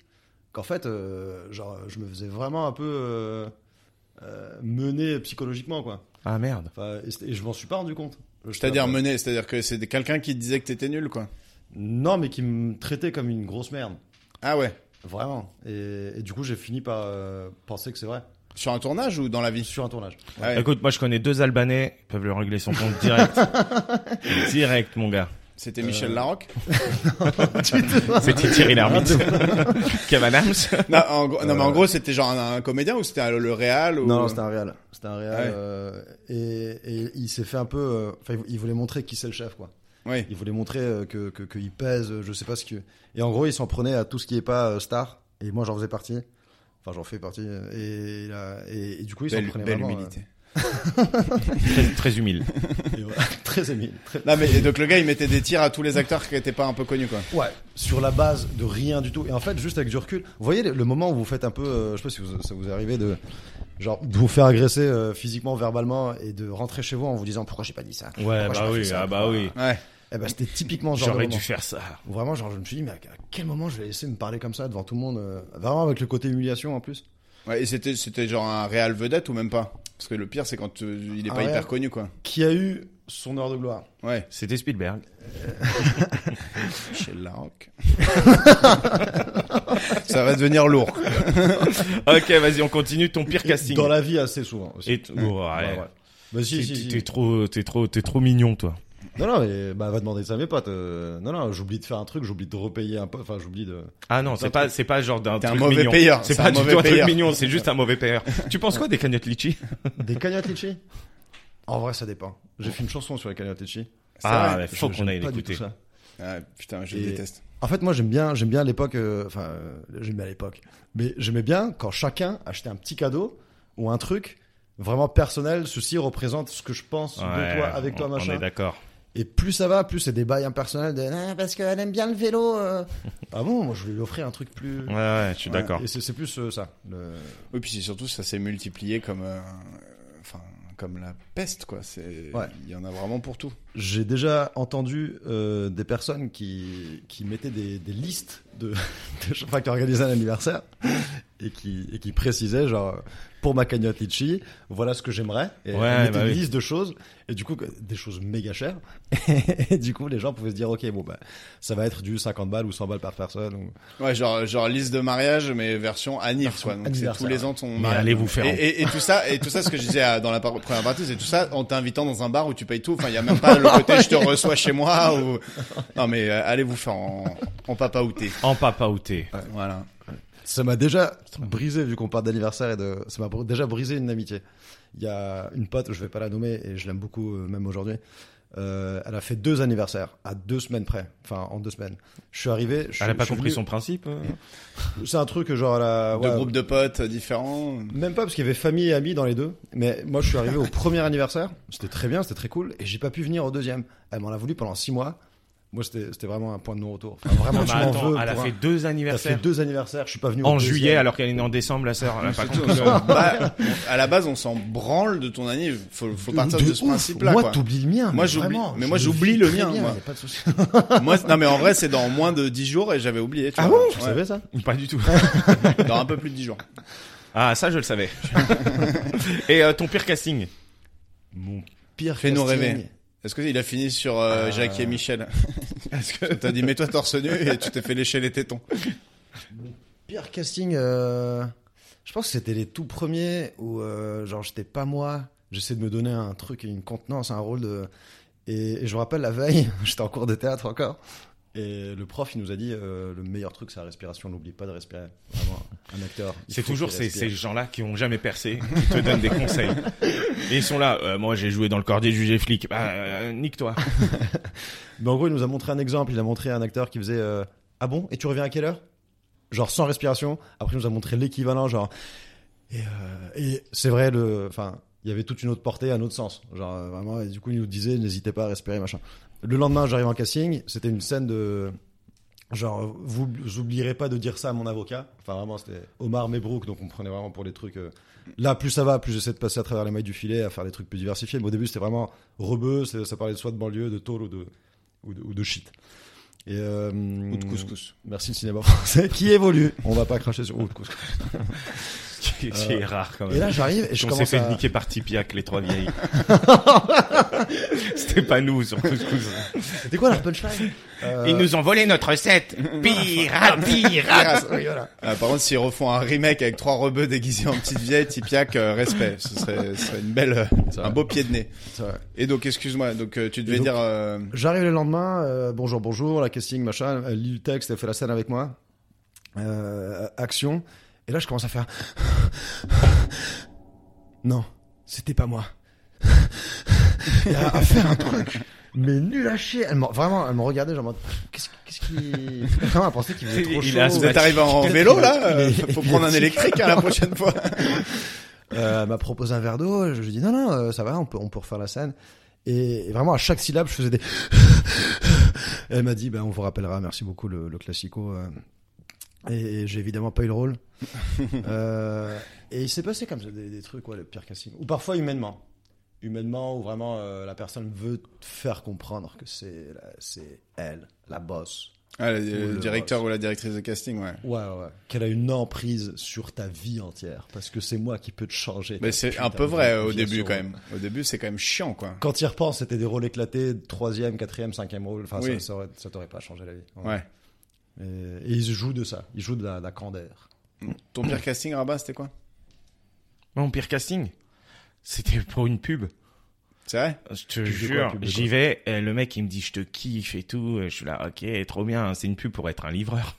Speaker 4: qu'en fait, euh, genre, je me faisais vraiment un peu euh, euh, mener psychologiquement, quoi.
Speaker 3: Ah merde.
Speaker 4: Enfin, et, c'était- et je m'en suis pas rendu compte.
Speaker 2: C'est-à-dire
Speaker 4: Enfin,
Speaker 2: mener, c'est-à-dire que c'est quelqu'un qui te disait que t'étais nul, quoi.
Speaker 4: Non, mais qui me traitait comme une grosse merde.
Speaker 2: Ah ouais.
Speaker 4: Vraiment. Et, et du coup, j'ai fini par euh, penser que c'est vrai.
Speaker 2: Sur un tournage ou dans la vie
Speaker 4: Sur un tournage.
Speaker 2: Ah ouais.
Speaker 3: Écoute, moi je connais deux Albanais, ils peuvent lui régler son compte direct. direct, mon gars.
Speaker 2: C'était
Speaker 4: euh,
Speaker 2: Michel Larocque
Speaker 3: C'était Thierry Lhermitte. Kevin Adams.
Speaker 2: non, en gros- non, mais en gros, c'était genre un, un comédien ou c'était un- le réal ou...
Speaker 4: Euh, Non,
Speaker 3: euh,
Speaker 4: non, c'était un réal. C'était un réal.
Speaker 2: Ouais.
Speaker 4: euh, et, et il s'est fait un peu. euh, Enfin, il voulait montrer qui c'est le chef, quoi.
Speaker 2: Oui.
Speaker 4: Il voulait montrer euh, que que- qu'il pèse, euh, je sais pas ce que. Et en gros, il s'en prenait à tout ce qui est pas euh, star. Et moi, j'en faisais partie. Enfin, j'en fais partie. euh, Et, il a- et, et du coup, il s'en
Speaker 2: Belle,
Speaker 4: prenait
Speaker 2: belle
Speaker 4: vraiment.
Speaker 2: humilité.
Speaker 3: Très, très humile.
Speaker 4: euh, et voilà. très aimé. Très...
Speaker 2: Non, mais et donc le gars, il mettait des tirs à tous les acteurs qui étaient pas un peu connus, quoi.
Speaker 4: Ouais. Sur la base de rien du tout. Et en fait, juste avec du recul, vous voyez le, le moment où vous faites un peu, euh, je sais pas si vous- ça vous est arrivé de, genre, de vous faire agresser euh, physiquement, verbalement, et de rentrer chez vous en vous disant pourquoi j'ai pas dit ça.
Speaker 3: Ouais,
Speaker 4: Pourquoi j'ai
Speaker 3: bah
Speaker 4: pas fait
Speaker 3: oui,
Speaker 4: ça
Speaker 3: ah bah oui.
Speaker 2: Ouais.
Speaker 4: Eh ben, c'était typiquement ce genre de
Speaker 3: J'aurais
Speaker 4: moment.
Speaker 3: dû faire ça.
Speaker 4: Où Vraiment, genre, je me suis dit, mais à quel moment je vais laisser me parler comme ça devant tout le monde euh, Vraiment avec le côté humiliation en plus.
Speaker 2: ouais et c'était, c'était genre un réal vedette ou même pas Parce que le pire, c'est quand euh, il est
Speaker 4: Un
Speaker 2: pas hyper
Speaker 4: réal.
Speaker 2: connu, quoi.
Speaker 4: Qui a eu son heure de gloire
Speaker 2: Ouais.
Speaker 3: C'était Spielberg.
Speaker 2: Michel Larocque. Ça va devenir lourd.
Speaker 3: Ok, vas-y, on continue ton pire casting.
Speaker 4: Dans la vie, assez souvent aussi.
Speaker 3: Et t- oh, ouais.
Speaker 4: Ouais, ouais. Bah, si,
Speaker 3: T'es-
Speaker 4: si,
Speaker 3: t'es-
Speaker 4: si.
Speaker 3: T'es trop, t'es trop, t'es trop mignon, toi.
Speaker 4: Non, non, mais bah, va demander ça à mes potes. euh, Non, non, j'oublie de faire un truc, j'oublie de repayer un pote, enfin, j'oublie de.
Speaker 3: Ah non, c'est pas, c'est pas genre d'un
Speaker 2: T'es un
Speaker 3: truc
Speaker 2: mauvais
Speaker 3: mignon.
Speaker 2: payeur,
Speaker 3: C'est
Speaker 2: c'est un
Speaker 3: pas du
Speaker 2: mauvais
Speaker 3: tout un truc
Speaker 2: payeur.
Speaker 3: mignon, c'est juste un mauvais payeur. tu penses quoi des cagnottes litchi
Speaker 4: Des cagnottes litchi En vrai, ça dépend. J'ai fait une chanson sur les cagnottes litchi.
Speaker 2: C'est
Speaker 3: Ah,
Speaker 2: vrai.
Speaker 3: ouais, faut
Speaker 4: Je-
Speaker 3: qu'on
Speaker 4: j'aime
Speaker 3: aille
Speaker 4: pas du
Speaker 3: l'écouter.
Speaker 4: tout ça.
Speaker 2: Ah, putain, je
Speaker 4: Et-
Speaker 2: déteste.
Speaker 4: En fait, moi, j'aime bien, j'aime bien l'époque. euh, Enfin, euh, j'aime bien l'époque. Mais j'aimais bien quand chacun achetait un petit cadeau ou un truc vraiment personnel. Ceci représente ce que je pense
Speaker 3: Ouais,
Speaker 4: de toi, avec toi,
Speaker 3: on- On est
Speaker 4: machin.
Speaker 3: d'accord.
Speaker 4: Et plus ça va, plus c'est des bails impersonnels. De, Ah, parce qu'elle aime bien le vélo. euh. ah bon, moi, je voulais lui offrir un truc plus.
Speaker 3: Ouais, ouais, je suis
Speaker 2: Ouais.
Speaker 3: d'accord.
Speaker 4: Et c'est c'est plus euh, ça. le-
Speaker 2: Oui, puis c'est surtout ça s'est multiplié comme. euh, Enfin, comme la peste, quoi. C'est,
Speaker 4: Ouais.
Speaker 2: il y en a vraiment pour tout.
Speaker 4: J'ai déjà entendu euh, des personnes qui, qui mettaient des, des listes de, de chaque fois qu'ils organisaient un anniversaire et qui, et qui précisaient genre pour ma cagnotte litchi, voilà ce que j'aimerais. Et
Speaker 3: Ouais,
Speaker 4: on mettait
Speaker 3: bah
Speaker 4: une
Speaker 3: oui.
Speaker 4: liste de choses et du coup que- des choses méga chères. et du coup les gens pouvaient se dire ok bon bah ça va être du 50 balles ou 100 balles par personne. ou-
Speaker 2: Ouais, genre, genre liste de mariage, mais version anniversaire quoi. Donc c'est tous
Speaker 4: anniversaire,
Speaker 2: les ans ton
Speaker 3: Mais
Speaker 2: mariage.
Speaker 3: allez vous faire
Speaker 2: Et,
Speaker 3: en-
Speaker 2: et, et tout ça, et tout ça, ce que je disais à- dans la par- première partie, c'est tout ça en t'invitant dans un bar où tu payes tout. Enfin, il y a même pas le côté je te reçois chez moi ou. Non, mais euh, allez vous faire en, en papa outé.
Speaker 3: En papaouté.
Speaker 2: Ah, Voilà.
Speaker 4: Ça m'a déjà brisé, vu qu'on parle d'anniversaire et de. Ça m'a br- déjà brisé une amitié. Il y a une pote, je vais pas la nommer et je l'aime beaucoup, euh, même aujourd'hui. Euh, elle a fait deux anniversaires à deux semaines près. Enfin, en deux semaines. Je suis arrivé. Je,
Speaker 3: Elle a pas
Speaker 4: je suis
Speaker 3: compris son
Speaker 4: venu-
Speaker 3: principe. euh
Speaker 4: C'est un truc genre. La...
Speaker 2: Deux groupes de potes euh, différents.
Speaker 4: Même pas, parce qu'il y avait famille et amis dans les deux. Mais moi, je suis arrivé au premier anniversaire. C'était très bien, c'était très cool. Et j'ai pas pu venir au deuxième. Elle m'en a voulu pendant six mois. Moi, c'était c'était vraiment un point de non-retour. Enfin, vraiment,
Speaker 3: Non,
Speaker 4: tu
Speaker 3: bah
Speaker 4: m'en
Speaker 3: attends,
Speaker 4: veux.
Speaker 3: elle a
Speaker 4: pour
Speaker 3: fait
Speaker 4: un-
Speaker 3: deux
Speaker 4: T'as fait
Speaker 3: anniversaires
Speaker 4: deux anniversaires. Je suis pas venu au
Speaker 3: en
Speaker 4: deuxième.
Speaker 3: juillet alors qu'elle est née en décembre, la sœur. Elle a pas
Speaker 2: Surtout,
Speaker 3: compris.
Speaker 2: euh, bah, à la base, on s'en branle de ton anniv. Faut, faut partir de,
Speaker 4: de
Speaker 2: ce
Speaker 4: ouf.
Speaker 2: principe-là.
Speaker 4: Moi,
Speaker 2: quoi.
Speaker 4: t'oublies le mien.
Speaker 2: Moi,
Speaker 4: mais
Speaker 2: j'oublie-
Speaker 4: vraiment,
Speaker 2: mais moi,
Speaker 4: je
Speaker 2: j'oublie
Speaker 4: vis
Speaker 2: le
Speaker 4: très
Speaker 2: mien,
Speaker 4: bien,
Speaker 2: moi.
Speaker 4: y a pas de souci.
Speaker 2: Moi, non, mais en vrai, c'est dans moins de 10 jours et j'avais oublié. Tu
Speaker 4: Ah
Speaker 2: vois.
Speaker 4: bon Tu
Speaker 2: Ouais.
Speaker 4: savais ça
Speaker 3: Pas du tout.
Speaker 2: Dans un peu plus de 10 jours.
Speaker 3: Ah, ça, je le savais. Et euh, ton pire casting Mon
Speaker 4: Pire.
Speaker 2: Fais-nous
Speaker 4: casting.
Speaker 2: rêver. Est-ce que il a fini sur euh, Jackie et Michel Est-ce que t'as dit mets-toi torse nu et tu t'es fait lécher les tétons
Speaker 4: Pire casting. euh, Je pense que c'était les tout premiers où euh, genre j'étais pas moi. J'essaie de me donner un truc, une contenance, un rôle de. Et, et je me rappelle la veille, j'étais en cours de théâtre encore. Et le prof, il nous a dit euh, le meilleur truc, c'est la respiration. N'oublie pas de respirer. Vraiment, un acteur. il
Speaker 3: C'est
Speaker 4: faut
Speaker 3: toujours
Speaker 4: qu'il
Speaker 3: ces,
Speaker 4: respire.
Speaker 3: ces gens-là qui ont jamais percé, qui te donnent des conseils. Et ils sont là, euh, moi j'ai joué dans le corps des jugés flics. Bah, euh, nique-toi.
Speaker 4: Mais en gros, il nous a montré un exemple. Il a montré un acteur qui faisait euh, Ah bon Et tu reviens à quelle heure Genre sans respiration. Après, il nous a montré l'équivalent, genre. Et, euh, et c'est vrai, le, enfin, il y avait toute une autre portée, un autre sens. Genre euh, vraiment, et du coup, il nous disait N'hésitez pas à respirer, machin. Le lendemain, j'arrive en casting. C'était une scène de. Genre, vous, vous oublierez pas de dire ça à mon avocat. Enfin, vraiment, c'était Omar Mebrook, donc on prenait vraiment pour les trucs. euh, Là, plus ça va, plus j'essaie de passer à travers les mailles du filet, à faire des trucs plus diversifiés. Mais au début, c'était vraiment rebeu, c'est- ça parlait soit de banlieue, de tôle ou de, ou de, ou de shit. Et, euh,
Speaker 2: Ou de couscous
Speaker 4: Merci le cinéma français qui évolue. On va pas cracher sur ou de couscous.
Speaker 3: C'est c'est rare quand même.
Speaker 4: Et là, j'arrive et je
Speaker 3: on s'est
Speaker 4: commence
Speaker 3: fait
Speaker 4: à...
Speaker 3: niquer par Tipiak, les trois vieilles. C'était pas nous sur Couscous.
Speaker 4: C'était quoi la punchline Euh,
Speaker 3: Ils nous ont volé notre recette. Pirate, pirate.
Speaker 4: Terrasse, oui, voilà.
Speaker 2: Ah, Par contre, s'ils refont un remake avec trois rebeux déguisés en petite vieille, Tipiak, euh, respect. Ce serait, ce serait une belle, euh, un beau pied de nez.
Speaker 4: C'est vrai.
Speaker 2: Et donc, excuse-moi, donc euh, tu devais
Speaker 4: Et donc-
Speaker 2: dire... euh,
Speaker 4: J'arrive le lendemain, euh, bonjour, bonjour, la casting, machin, elle lit le texte, elle fait la scène avec moi, Euh, action, et là je commence à faire... non, c'était pas moi. Et à, à faire un truc, mais nul à chier, elle m'a- vraiment, elle me regardait genre, en mode, qu'est-ce qu'est-ce qui... Vraiment, elle pensait qu'il faisait trop
Speaker 3: Il
Speaker 4: chaud.
Speaker 3: a
Speaker 2: Vous êtes arrivé en vélo, là Euh, Faut prendre un électrique hein, la prochaine fois.
Speaker 4: Euh, elle m'a proposé un verre d'eau. Je lui ai dit non, non, euh, ça va, on peut, on peut refaire la scène. Et, et vraiment, à chaque syllabe, je faisais des. elle m'a dit, ben, on vous rappellera, merci beaucoup, le, le classico. euh. Et, et j'ai évidemment pas eu le rôle. Euh, et il s'est passé comme ça des, des trucs, ouais, le pire casting. Ou parfois humainement. Humainement, où vraiment euh, la personne veut te faire comprendre que c'est la- c'est elle, la boss.
Speaker 2: Ah, le,
Speaker 4: Ou
Speaker 2: le
Speaker 4: le
Speaker 2: directeur ou la directrice de casting, ouais.
Speaker 4: Ouais, ouais, ouais. Qu'elle a une emprise sur ta vie entière. Parce que c'est moi qui peux te changer.
Speaker 2: Mais
Speaker 4: ta
Speaker 2: c'est
Speaker 4: putain
Speaker 2: un
Speaker 3: hein,
Speaker 2: peu
Speaker 4: de
Speaker 2: vrai euh, au
Speaker 4: vie
Speaker 2: début,
Speaker 4: sur-
Speaker 2: quand même. Au début, c'est quand même chiant, quoi.
Speaker 4: Quand il repense, c'était des rôles éclatés, troisième, quatrième, cinquième rôle. Enfin,
Speaker 2: Oui.
Speaker 4: ça- ça, aurait- ça t'aurait pas changé la vie.
Speaker 2: Ouais.
Speaker 4: Et, et ils jouent de ça. Ils jouent de la, la candeur.
Speaker 2: Ton pire casting, Rabat, c'était quoi
Speaker 3: Mon pire casting, c'était pour une pub.
Speaker 2: C'est vrai
Speaker 3: Je te
Speaker 4: Pub de quoi,
Speaker 3: jure,
Speaker 4: pub de quoi
Speaker 3: j'y vais. et le mec, il me dit, je te kiffe et tout. Et Je suis là, ok, trop bien. C'est une pub pour être un livreur.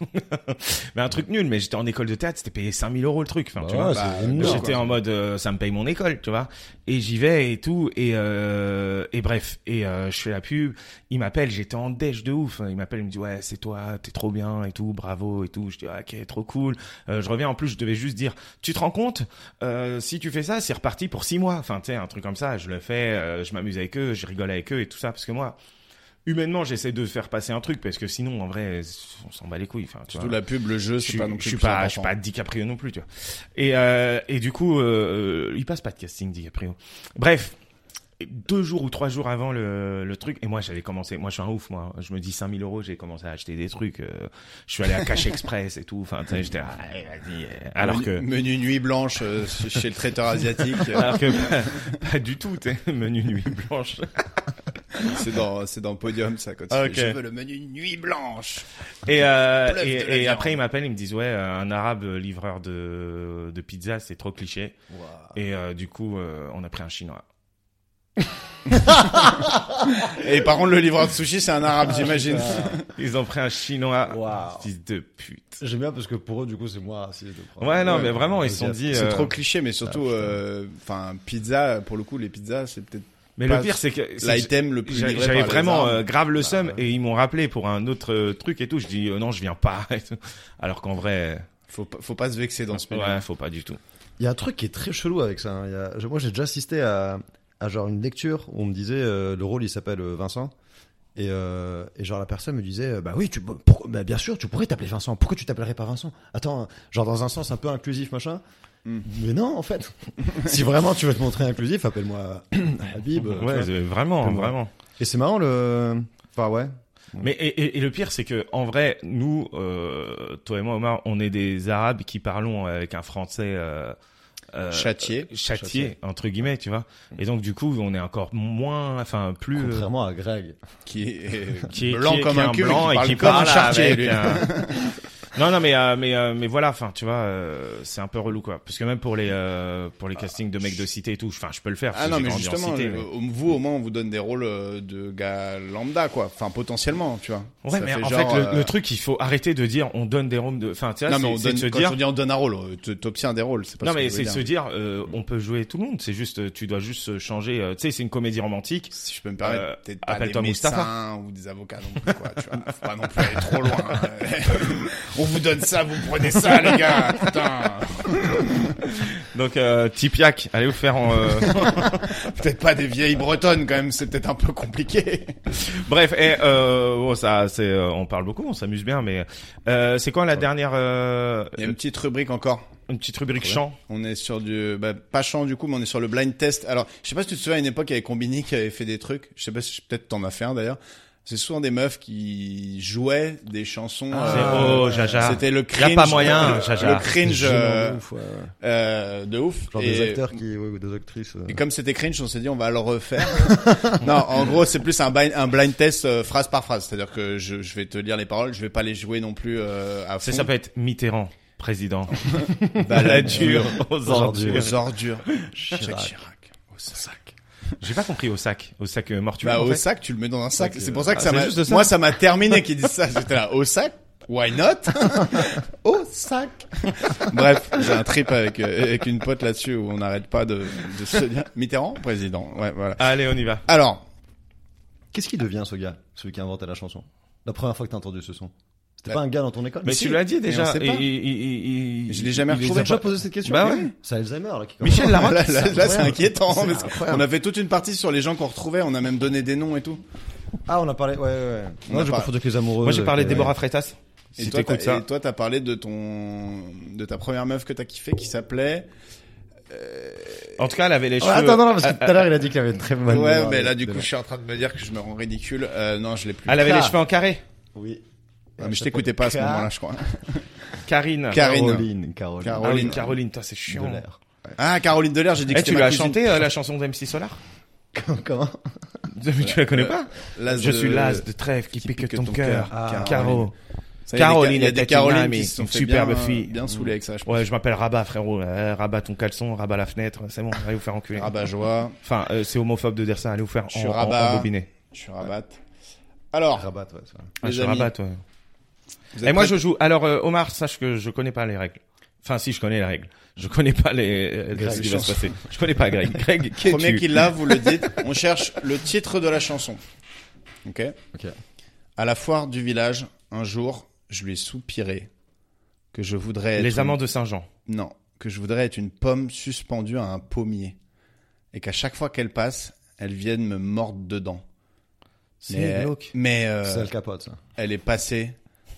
Speaker 3: mais un truc nul. Mais j'étais en école de théâtre, c'était payé 5000 euros le truc. Enfin, tu vois.
Speaker 2: c'est bah,
Speaker 3: Donc,
Speaker 2: énorme,
Speaker 3: J'étais en mode, euh, ça me paye mon école, tu vois. Et j'y vais et tout. Et, euh, et bref, et euh, je fais la pub. Il m'appelle, j'étais en déj de ouf. Il m'appelle, il me dit, ouais, c'est toi, t'es trop bien et tout, bravo et tout. Je dis, ah, ok, trop cool. Euh, je reviens en plus, je devais juste dire, tu te rends compte, Euh, si tu fais ça, c'est reparti pour six mois. Enfin, tu sais, un truc comme ça. Je le fais, euh, je m'amuse avec eux, je rigole avec eux et tout ça. Parce que moi, humainement, j'essaie de faire passer un truc parce que sinon, en vrai, on s'en bat les couilles. Enfin, tu
Speaker 2: Surtout
Speaker 3: vois.
Speaker 2: la pub, le jeu,
Speaker 3: Bah, je
Speaker 2: c'est
Speaker 3: suis
Speaker 2: pas non plus
Speaker 3: je suis
Speaker 2: le plus
Speaker 3: pas, je suis
Speaker 2: important.
Speaker 3: pas DiCaprio non plus, tu vois. Et, euh, et du coup, euh, il passe pas de casting DiCaprio. Bref, deux jours ou trois jours avant le, le truc, et moi j'avais commencé, moi je suis un ouf, moi, je me dis 5000 euros, j'ai commencé à acheter des trucs, euh, je suis allé à Cash Express et tout, enfin, tu sais, j'étais, ah, allez, vas-y, euh, alors
Speaker 2: Menu-
Speaker 3: que.
Speaker 2: Menu nuit blanche euh, chez le traiteur asiatique, euh,
Speaker 3: Alors que pas, pas du tout, t'es menu nuit blanche.
Speaker 2: c'est dans c'est dans Podium ça quand tu
Speaker 3: Ah,
Speaker 2: fais,
Speaker 3: ok.
Speaker 2: je veux le menu nuit blanche.
Speaker 3: Et, euh,
Speaker 2: Bluff de la hein.
Speaker 3: et, et
Speaker 2: viande.
Speaker 3: après ils m'appellent, ils me disent ouais, euh, un arabe euh, livreur de, de pizza, c'est trop cliché. Et euh, du coup, euh, on a pris un chinois.
Speaker 2: Et par contre le livreur de sushi c'est un
Speaker 3: Ah,
Speaker 2: arabe j'imagine.
Speaker 3: Ils ont pris un chinois. Oh,
Speaker 4: Waouh.
Speaker 3: Fils de pute.
Speaker 4: J'aime bien parce que pour eux, du coup, c'est moi. c'est de prendre-
Speaker 3: Ouais, non, mais vraiment, ils se
Speaker 4: c'est-
Speaker 3: sont dit.
Speaker 2: C'est
Speaker 3: euh,
Speaker 2: trop cliché mais surtout euh, enfin pizza pour le coup les pizzas c'est peut-être
Speaker 3: Mais
Speaker 2: pas
Speaker 3: le pire, c'est que. c'est que
Speaker 2: l'item le plus
Speaker 3: j'a-
Speaker 2: livré
Speaker 3: J'avais
Speaker 2: par Bah, les
Speaker 3: vraiment
Speaker 2: armes.
Speaker 3: euh, grave le seum et ils m'ont rappelé pour un autre euh, truc et tout. Je dis euh, non, je viens pas. et tout. Alors qu'en vrai,
Speaker 2: faut pas, faut pas se vexer dans ce milieu.
Speaker 3: ouais, Euh, faut pas du tout.
Speaker 4: Il y a un truc qui est très chelou avec ça. hein. Il y a- je- Moi, j'ai déjà assisté à, à genre une lecture où on me disait euh, le rôle, il s'appelle euh, Vincent. Et, euh, et genre la personne me disait euh, bah oui tu pour- bah, bien sûr tu pourrais t'appeler Vincent pourquoi tu t'appellerais pas Vincent attends genre dans un sens un peu inclusif machin
Speaker 2: Mm.
Speaker 4: mais non en fait si vraiment tu veux te montrer inclusif appelle-moi Habib euh, tu vois.
Speaker 3: Ouais, c'est- vraiment,
Speaker 4: Comme-
Speaker 3: vraiment.
Speaker 4: et c'est marrant le enfin ouais
Speaker 3: Mais et, et- et le pire, c'est que en vrai, nous, euh, toi et moi, Omar, on est des Arabes qui parlons avec un Français. Euh, euh,
Speaker 2: Châtié.
Speaker 3: châtié entre guillemets tu vois et donc du coup on est encore moins enfin plus euh,
Speaker 4: contrairement à Greg
Speaker 2: qui est,
Speaker 3: qui est
Speaker 2: blanc
Speaker 3: qui est-
Speaker 2: comme
Speaker 3: qui est
Speaker 2: un cul
Speaker 3: blanc
Speaker 2: et
Speaker 3: et
Speaker 2: parle
Speaker 3: qui
Speaker 2: comme
Speaker 3: parle
Speaker 2: un chartier
Speaker 3: avec euh,
Speaker 2: lui.
Speaker 3: un- non non mais euh, mais euh, mais voilà enfin tu vois euh, c'est un peu relou quoi parce que même pour les euh, pour les castings de mecs de cité et tout enfin je peux le faire parce
Speaker 2: Ah
Speaker 3: que
Speaker 2: non
Speaker 3: j'ai
Speaker 2: mais
Speaker 3: grandi en
Speaker 2: justement
Speaker 3: cité,
Speaker 2: le-
Speaker 3: mais-
Speaker 2: vous au moins on vous donne des rôles euh, de gars lambda quoi enfin potentiellement tu vois.
Speaker 3: ouais
Speaker 2: Ça
Speaker 3: mais en
Speaker 2: genre,
Speaker 3: fait le,
Speaker 2: euh,
Speaker 3: le truc il faut arrêter de dire on donne des rôles de enfin tu vois
Speaker 2: non
Speaker 3: c'est-
Speaker 2: mais on
Speaker 3: c'est
Speaker 2: donne
Speaker 3: de se
Speaker 2: quand
Speaker 3: dire
Speaker 2: on dit on donne un rôle euh, t- t'obtiens des rôles c'est pas
Speaker 3: non
Speaker 2: ce que
Speaker 3: mais
Speaker 2: je
Speaker 3: c'est
Speaker 2: veux
Speaker 3: de se
Speaker 2: dire.
Speaker 3: dire euh, on peut jouer tout le monde c'est juste euh, tu dois juste euh, changer euh, tu sais c'est une comédie romantique
Speaker 2: si je peux me permettre,
Speaker 3: Euh,
Speaker 2: peut-être pas des
Speaker 3: appelle-toi
Speaker 2: médecins
Speaker 3: Mustapha.
Speaker 2: ou des avocats non plus, quoi, tu vois. Faut pas non plus aller trop loin. hein. On vous donne ça, vous prenez ça, les gars, putain.
Speaker 3: donc euh, Tipiak allez vous faire en, euh,
Speaker 2: Peut-être pas des vieilles bretonnes, quand même, c'est peut-être un peu compliqué.
Speaker 3: Bref, et, euh, bon, ça, c'est, euh, on parle beaucoup, on s'amuse bien, mais euh, c'est quoi la dernière euh,
Speaker 2: Il y a une petite rubrique encore.
Speaker 3: une petite rubrique chant
Speaker 2: On est sur du, bah, pas chant du coup, mais on est sur le blind test. Alors, je sais pas si tu te souviens à une époque, il y avait Combini qui avait fait des trucs. Je sais pas si peut-être t'en as fait un d'ailleurs. C'est souvent des meufs qui jouaient des chansons.
Speaker 3: C'est-
Speaker 2: euh,
Speaker 3: Oh, Jaja.
Speaker 2: C'était le
Speaker 3: Y a
Speaker 2: cringe.
Speaker 3: pas moyen,
Speaker 2: le-
Speaker 3: Jaja.
Speaker 2: Le cringe
Speaker 4: Gênant
Speaker 2: euh,
Speaker 4: de ouf, ouais.
Speaker 2: euh, de ouf.
Speaker 4: genre
Speaker 2: Et-
Speaker 4: des acteurs qui ouais, ou des actrices euh.
Speaker 2: Et comme c'était cringe, on s'est dit on va le refaire. non, en gros, c'est plus un blind, un blind test euh, phrase par phrase. C'est-à-dire que je, je vais te lire les paroles, je vais pas les jouer non plus euh, à fond.
Speaker 3: Ça, ça peut être Mitterrand, président.
Speaker 2: Balladur,
Speaker 3: Balladur aux
Speaker 4: ordures.
Speaker 3: ordures.
Speaker 2: euh, aux ordures, Jacques
Speaker 4: Chirac.
Speaker 2: Chirac, au sac.
Speaker 3: J'ai pas compris au sac, au sac euh, mortuaire.
Speaker 2: Bah
Speaker 3: en
Speaker 2: au
Speaker 3: fait.
Speaker 2: sac, tu le mets dans un sac.
Speaker 4: Sac,
Speaker 2: C'est
Speaker 4: euh,
Speaker 2: pour ça que
Speaker 3: ah,
Speaker 2: ça
Speaker 3: c'est
Speaker 2: m'a,
Speaker 3: juste de ça.
Speaker 2: moi ça m'a terminé qu'ils disent ça. J'étais là au sac. Why not Au sac. Bref, j'ai un trip avec euh, avec une pote là-dessus où on n'arrête pas de, de se dire Mitterrand président. Ouais, voilà.
Speaker 3: Allez, on y va.
Speaker 2: Alors,
Speaker 4: Qu'est-ce qui devient ce gars, celui qui a inventé la chanson La première fois que t'as entendu ce son C'était
Speaker 2: Bah,
Speaker 4: pas un gars dans ton école
Speaker 3: Mais
Speaker 2: si,
Speaker 3: tu l'as dit
Speaker 2: mais on
Speaker 3: déjà.
Speaker 2: sait
Speaker 3: et-
Speaker 2: pas.
Speaker 3: et- et- et-
Speaker 2: Je l'ai jamais
Speaker 3: il les
Speaker 4: Ils
Speaker 2: retrouvé.
Speaker 4: ont
Speaker 3: a pas-
Speaker 4: déjà posé cette question
Speaker 3: Bah ouais.
Speaker 4: C'est Alzheimer là qui commence.
Speaker 3: Michel Larocque.
Speaker 2: là, là- là, c'est
Speaker 4: incroyable.
Speaker 2: inquiétant.
Speaker 4: C'est
Speaker 2: parce que
Speaker 4: incroyable.
Speaker 2: on a fait toute une partie sur les gens qu'on retrouvait. On a même donné des noms et tout.
Speaker 4: Ah, on a parlé. Ouais, ouais, ouais.
Speaker 2: On a
Speaker 4: Moi, je
Speaker 2: pas-
Speaker 4: confondu avec les amoureux. euh,
Speaker 3: Moi, j'ai parlé de
Speaker 4: de
Speaker 3: Déborah Freitas. Si
Speaker 2: et, toi,
Speaker 3: t'écoutes
Speaker 2: t'as-
Speaker 3: ça.
Speaker 2: et toi, t'as parlé de ton, de ta première meuf que t'as kiffé, qui s'appelait.
Speaker 3: En tout cas, elle avait les cheveux.
Speaker 4: ah, attends, non, non, parce que tout à l'heure, il a dit qu'il avait une très bonne.
Speaker 2: ouais,
Speaker 4: mémoire,
Speaker 2: mais là, du coup,
Speaker 4: désolé.
Speaker 2: je suis en train de me dire que je me rends ridicule. Euh, non, je l'ai plus.
Speaker 3: Elle avait les
Speaker 4: Ah.
Speaker 3: cheveux en carré.
Speaker 4: Oui.
Speaker 2: Ah, mais je t'écoutais pas à ce
Speaker 4: Car-
Speaker 2: moment-là, je crois.
Speaker 3: Carine.
Speaker 2: Karine.
Speaker 3: Ah oui,
Speaker 4: Caroline. Caroline.
Speaker 2: Caroline.
Speaker 3: Caroline. Caroline, putain, c'est
Speaker 4: De
Speaker 3: chiant.
Speaker 4: l'air.
Speaker 2: Ah, Caroline Delair, j'ai dit que
Speaker 3: Eh,
Speaker 2: c'était
Speaker 3: tu
Speaker 2: ma
Speaker 3: lui as
Speaker 2: cousine.
Speaker 3: chanté euh, la chanson de MC Solar
Speaker 4: Comment
Speaker 3: Mais tu la connais pas
Speaker 2: Las
Speaker 3: Je
Speaker 2: Euh, de-
Speaker 3: suis l'as de trêve qui, pique, ton cœur.
Speaker 4: Ah,
Speaker 3: Caro.
Speaker 2: Ça y est, il y a des- il y
Speaker 3: Caroline
Speaker 2: a des
Speaker 3: était une
Speaker 2: Carolines
Speaker 3: amie,
Speaker 2: qui se sont
Speaker 3: une
Speaker 2: fait
Speaker 3: superbe
Speaker 2: bien,
Speaker 3: fille.
Speaker 2: Bien saoulées avec ça, je pense.
Speaker 3: Ouais, je m'appelle Rabat, frérot. Euh, rabat ton caleçon, rabat la fenêtre. C'est bon, allez vous faire enculer.
Speaker 2: Rabat joie.
Speaker 3: Enfin, euh, c'est homophobe de dire ça. Allez vous faire
Speaker 2: Je suis
Speaker 3: en, en-
Speaker 2: rabat.
Speaker 3: embobiner.
Speaker 2: Je suis rabat. Alors,
Speaker 4: Rabat, ouais, ça.
Speaker 3: Ah,
Speaker 2: Les
Speaker 3: je suis
Speaker 2: amis,
Speaker 3: rabat, toi.
Speaker 2: vous êtes
Speaker 3: Et moi,
Speaker 2: prêts
Speaker 3: je joue. Alors, euh, Omar, sache que je connais pas les règles. Enfin, si, je connais les règles. Je connais pas les. euh,
Speaker 4: Greg,
Speaker 3: ce qui va
Speaker 4: chance.
Speaker 3: se passer. Je connais pas Greg. Greg, qui
Speaker 2: Premier
Speaker 3: es-tu
Speaker 2: qui l'a, vous le dites. On cherche le titre de la chanson. Ok.
Speaker 4: Ok.
Speaker 2: À la foire du village, un jour, je lui ai soupiré que je voudrais être
Speaker 3: Les amants
Speaker 2: une-
Speaker 3: de Saint-Jean.
Speaker 2: non que je voudrais être une pomme suspendue à un pommier et qu'à chaque fois qu'elle passe, elle vienne me mordre dedans.
Speaker 4: C'est
Speaker 2: Mais,
Speaker 4: glauque.
Speaker 2: mais, euh,
Speaker 4: C'est Al Capote, ça.
Speaker 2: elle est passée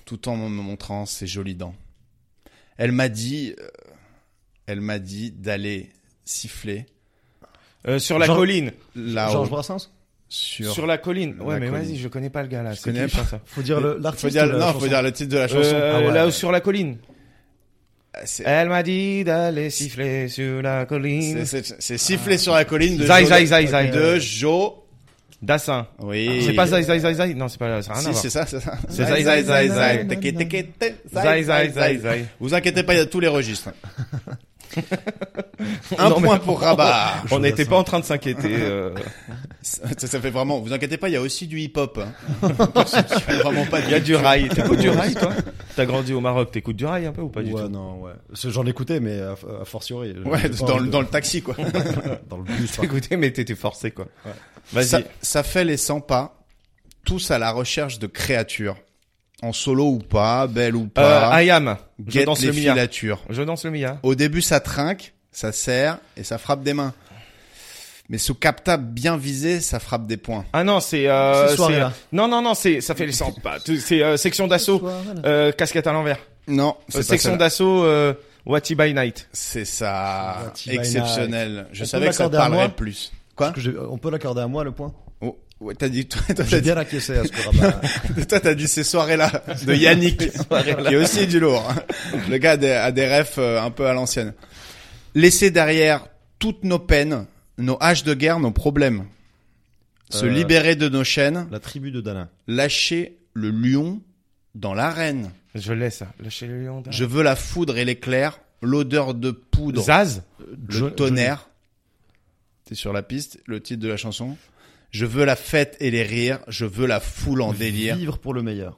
Speaker 2: tout en me montrant ses jolies dents. Elle m'a dit, euh, elle m'a dit d'aller siffler
Speaker 3: Euh, sur la
Speaker 4: Genre-
Speaker 3: colline.
Speaker 2: là-haut
Speaker 4: Georges Brassens
Speaker 2: sur.
Speaker 3: Sur la colline.
Speaker 2: La
Speaker 3: Ouais, mais
Speaker 2: colline.
Speaker 3: vas-y, je connais pas le gars là.
Speaker 2: Je
Speaker 3: C'est
Speaker 2: connais
Speaker 3: qui,
Speaker 2: pas.
Speaker 3: ça
Speaker 4: Faut dire le-
Speaker 2: Faut
Speaker 4: l'artiste.
Speaker 2: dire,
Speaker 4: de la
Speaker 2: non,
Speaker 4: chanson.
Speaker 2: faut dire le titre de la chanson.
Speaker 3: Euh,
Speaker 4: Ah ouais.
Speaker 3: Là sur la colline.
Speaker 2: C'est-
Speaker 3: Elle m'a dit d'aller siffler sur la colline.
Speaker 2: c'est- C'est c'est siffler sur la colline de
Speaker 3: Ah. Zai,
Speaker 2: Jo-
Speaker 3: zai, zai, zai.
Speaker 2: de Jo.
Speaker 3: Dassin.
Speaker 2: Oui.
Speaker 3: C'est pas Zai Zai Zai Zai. Non, c'est pas ça. a rien à
Speaker 2: Si,
Speaker 3: voir.
Speaker 2: c'est ça, c'est ça.
Speaker 3: C'est
Speaker 2: Zai,
Speaker 3: zai, zai, zai.
Speaker 2: Teke, teke, te,
Speaker 3: Zai Zai Zai Zai.
Speaker 2: Vous inquiétez pas, il y a tous les registres. Un
Speaker 3: Non, mais-
Speaker 2: point pour Rabat.
Speaker 3: On n'était pas en train de s'inquiéter. euh.
Speaker 2: ça, ça fait vraiment. Vous inquiétez pas, il y a aussi du hip-hop. hein. Pour ceux qui font vraiment pas.
Speaker 3: Il y a du rail. T'écoutes du rail, toi T'as grandi au Maroc. T'écoutes du rail un peu ou pas du
Speaker 4: ouais,
Speaker 3: tout
Speaker 4: non, ouais. Ce- J'en écoutais, mais à, à fortiori. J'avais
Speaker 2: Ouais,
Speaker 4: pas
Speaker 2: dans,
Speaker 4: envie
Speaker 2: le-
Speaker 4: de-
Speaker 2: dans le taxi quoi.
Speaker 4: dans le bus. par-
Speaker 3: T'écoutais, mais t'étais forcé, quoi.
Speaker 2: Ça,
Speaker 3: Vas-y. Euh,
Speaker 2: ça fait les 100 pas, tous à la recherche de créatures, en solo ou pas, belle ou
Speaker 3: Euh,
Speaker 2: pas.
Speaker 3: I am. Je
Speaker 2: guette
Speaker 3: danse
Speaker 2: les
Speaker 3: le milliard.
Speaker 2: filatures.
Speaker 3: Je danse le milliard.
Speaker 2: Au début, ça trinque, ça serre et ça frappe des mains. Mais sous capta bien visé, ça frappe des points.
Speaker 3: Ah non, c'est euh,
Speaker 4: Cette soirée-là.
Speaker 3: c'est- Non non non, c'est ça fait les 100 pas. Tu- C'est euh, section d'assaut. Euh, casquette à l'envers.
Speaker 2: Non,
Speaker 3: Euh,
Speaker 2: c'est pas
Speaker 3: section
Speaker 2: ça.
Speaker 3: d'assaut euh, Wati by Night.
Speaker 2: C'est ça,
Speaker 4: What you
Speaker 2: exceptionnel. Je
Speaker 4: On peut
Speaker 2: savais que ça te
Speaker 4: m'accorder à moi
Speaker 2: parlerait plus. Quoi
Speaker 4: Parce que j'ai- On peut l'accorder à moi, le point
Speaker 2: Oh, ouais, T'as dit, toi, toi, t'as
Speaker 4: J'ai
Speaker 2: dit,
Speaker 4: bien acquiescé à ce qu'on rabat.
Speaker 2: toi, t'as dit ces soirées-là de Yannick, qui est aussi du lourd. hein. Le gars a des, a des refs euh, un peu à l'ancienne. Laisser derrière toutes nos peines, nos haches de guerre, nos problèmes. Se
Speaker 4: Euh,
Speaker 2: libérer de nos chaînes,
Speaker 4: La tribu de Dana.
Speaker 2: lâcher le lion dans l'arène.
Speaker 3: Je laisse ça. Lâchez le lion. d'un.
Speaker 2: Je veux la foudre et l'éclair, l'odeur de poudre,
Speaker 3: Zaz.
Speaker 2: le tonnerre. T'es sur la piste, le titre de la chanson. Je veux la fête et les rires, je veux la foule en délire.
Speaker 4: Vivre pour le meilleur.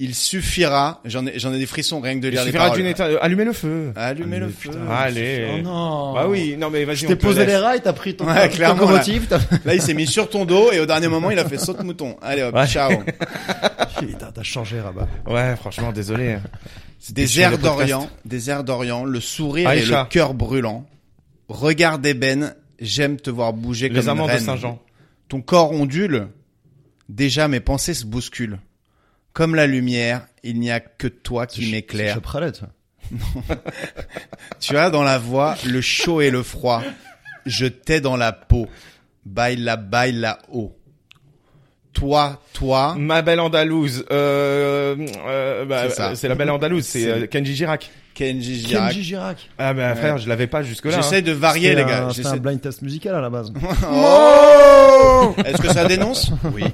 Speaker 2: Il suffira, j'en ai, j'en ai des frissons rien que de
Speaker 3: Il
Speaker 2: lire les
Speaker 3: suffira
Speaker 2: paroles.
Speaker 3: d'une Ah, éteinte. Allumez le feu.
Speaker 2: Allumez le feu.
Speaker 4: putain.
Speaker 3: Allez.
Speaker 4: Oh non.
Speaker 3: Bah oui, non mais vas-y.
Speaker 4: Je
Speaker 3: on
Speaker 4: t'ai
Speaker 3: te
Speaker 4: posé
Speaker 3: laisse.
Speaker 4: les rails, t'as pris ton
Speaker 2: Ouais,
Speaker 4: ton
Speaker 2: clairement,
Speaker 4: locomotive, t'as
Speaker 2: Là, il s'est mis sur ton dos et au dernier moment, il a fait saute mouton. Allez hop,
Speaker 3: Ouais.
Speaker 2: ciao.
Speaker 4: Putain, t'as changé, rabat.
Speaker 3: Ouais, franchement, désolé. hein. C'était
Speaker 2: Des
Speaker 3: sur le
Speaker 2: airs
Speaker 3: podcast.
Speaker 2: d'Orient, des airs d'Orient, le sourire et
Speaker 3: Aïcha.
Speaker 2: le cœur brûlant. Regard d'ébène, j'aime te voir bouger comme
Speaker 3: Les
Speaker 2: une
Speaker 3: amants de
Speaker 2: reine.
Speaker 3: Saint-Jean.
Speaker 2: Ton corps ondule. Déjà mes pensées se bousculent. Comme la lumière, il n'y a que toi qui m'éclaire.
Speaker 4: m'éclaire. Je pralette.
Speaker 2: Tu as dans la voix le chaud et le froid. Je t'ai dans la peau. Baila, baila haut. Toi, toi.
Speaker 3: Ma belle Andalouse. Euh, euh, bah,
Speaker 2: C'est ça.
Speaker 3: euh, c'est la belle Andalouse. C'est euh, Kenji Girac.
Speaker 2: Kenji Girac.
Speaker 4: Kenji Girac.
Speaker 3: Ah bah frère, je l'avais pas jusque là.
Speaker 2: J'essaie de varier,
Speaker 4: C'était
Speaker 2: les gars.
Speaker 4: un- C'était
Speaker 2: J'essaie-
Speaker 4: un blind test musical à la base.
Speaker 2: Oh Est-ce que ça dénonce Oui.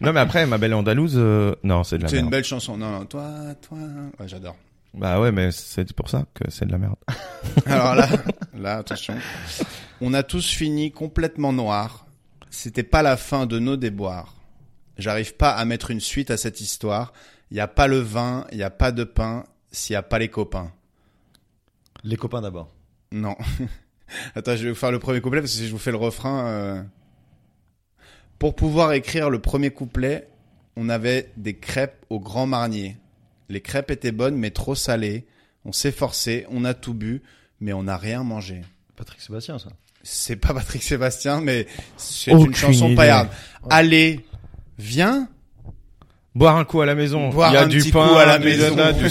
Speaker 3: Non mais après, ma belle Andalouse. euh, Non, c'est de la
Speaker 2: C'est
Speaker 3: merde.
Speaker 2: une belle chanson. Non, non, toi, toi. Ouais, j'adore.
Speaker 3: Bah ouais, mais c'est pour ça que c'est de la merde.
Speaker 2: Alors là, là, attention. On a tous fini complètement noir. C'était pas la fin de nos déboires. J'arrive pas à mettre une suite à cette histoire. Y a pas le vin, y a pas de pain, s'il y a pas les copains.
Speaker 4: Les copains d'abord.
Speaker 2: Non. Attends, je vais vous faire le premier couplet parce que si je vous fais le refrain. euh, Pour pouvoir écrire le premier couplet, on avait des crêpes au Grand Marnier. Les crêpes étaient bonnes mais trop salées. On s'est forcé, on a tout bu, mais on n'a rien mangé.
Speaker 4: Patrick Sébastien, ça.
Speaker 2: C'est pas Patrick Sébastien, mais c'est
Speaker 3: Aucune
Speaker 2: une chanson
Speaker 3: idée.
Speaker 2: paillarde. Allez, viens
Speaker 3: Boire un coup à la maison.
Speaker 2: boire
Speaker 3: Il y a
Speaker 2: un
Speaker 3: du
Speaker 2: petit
Speaker 3: pain,
Speaker 2: coup à la
Speaker 3: des
Speaker 2: maison.
Speaker 3: donuts, du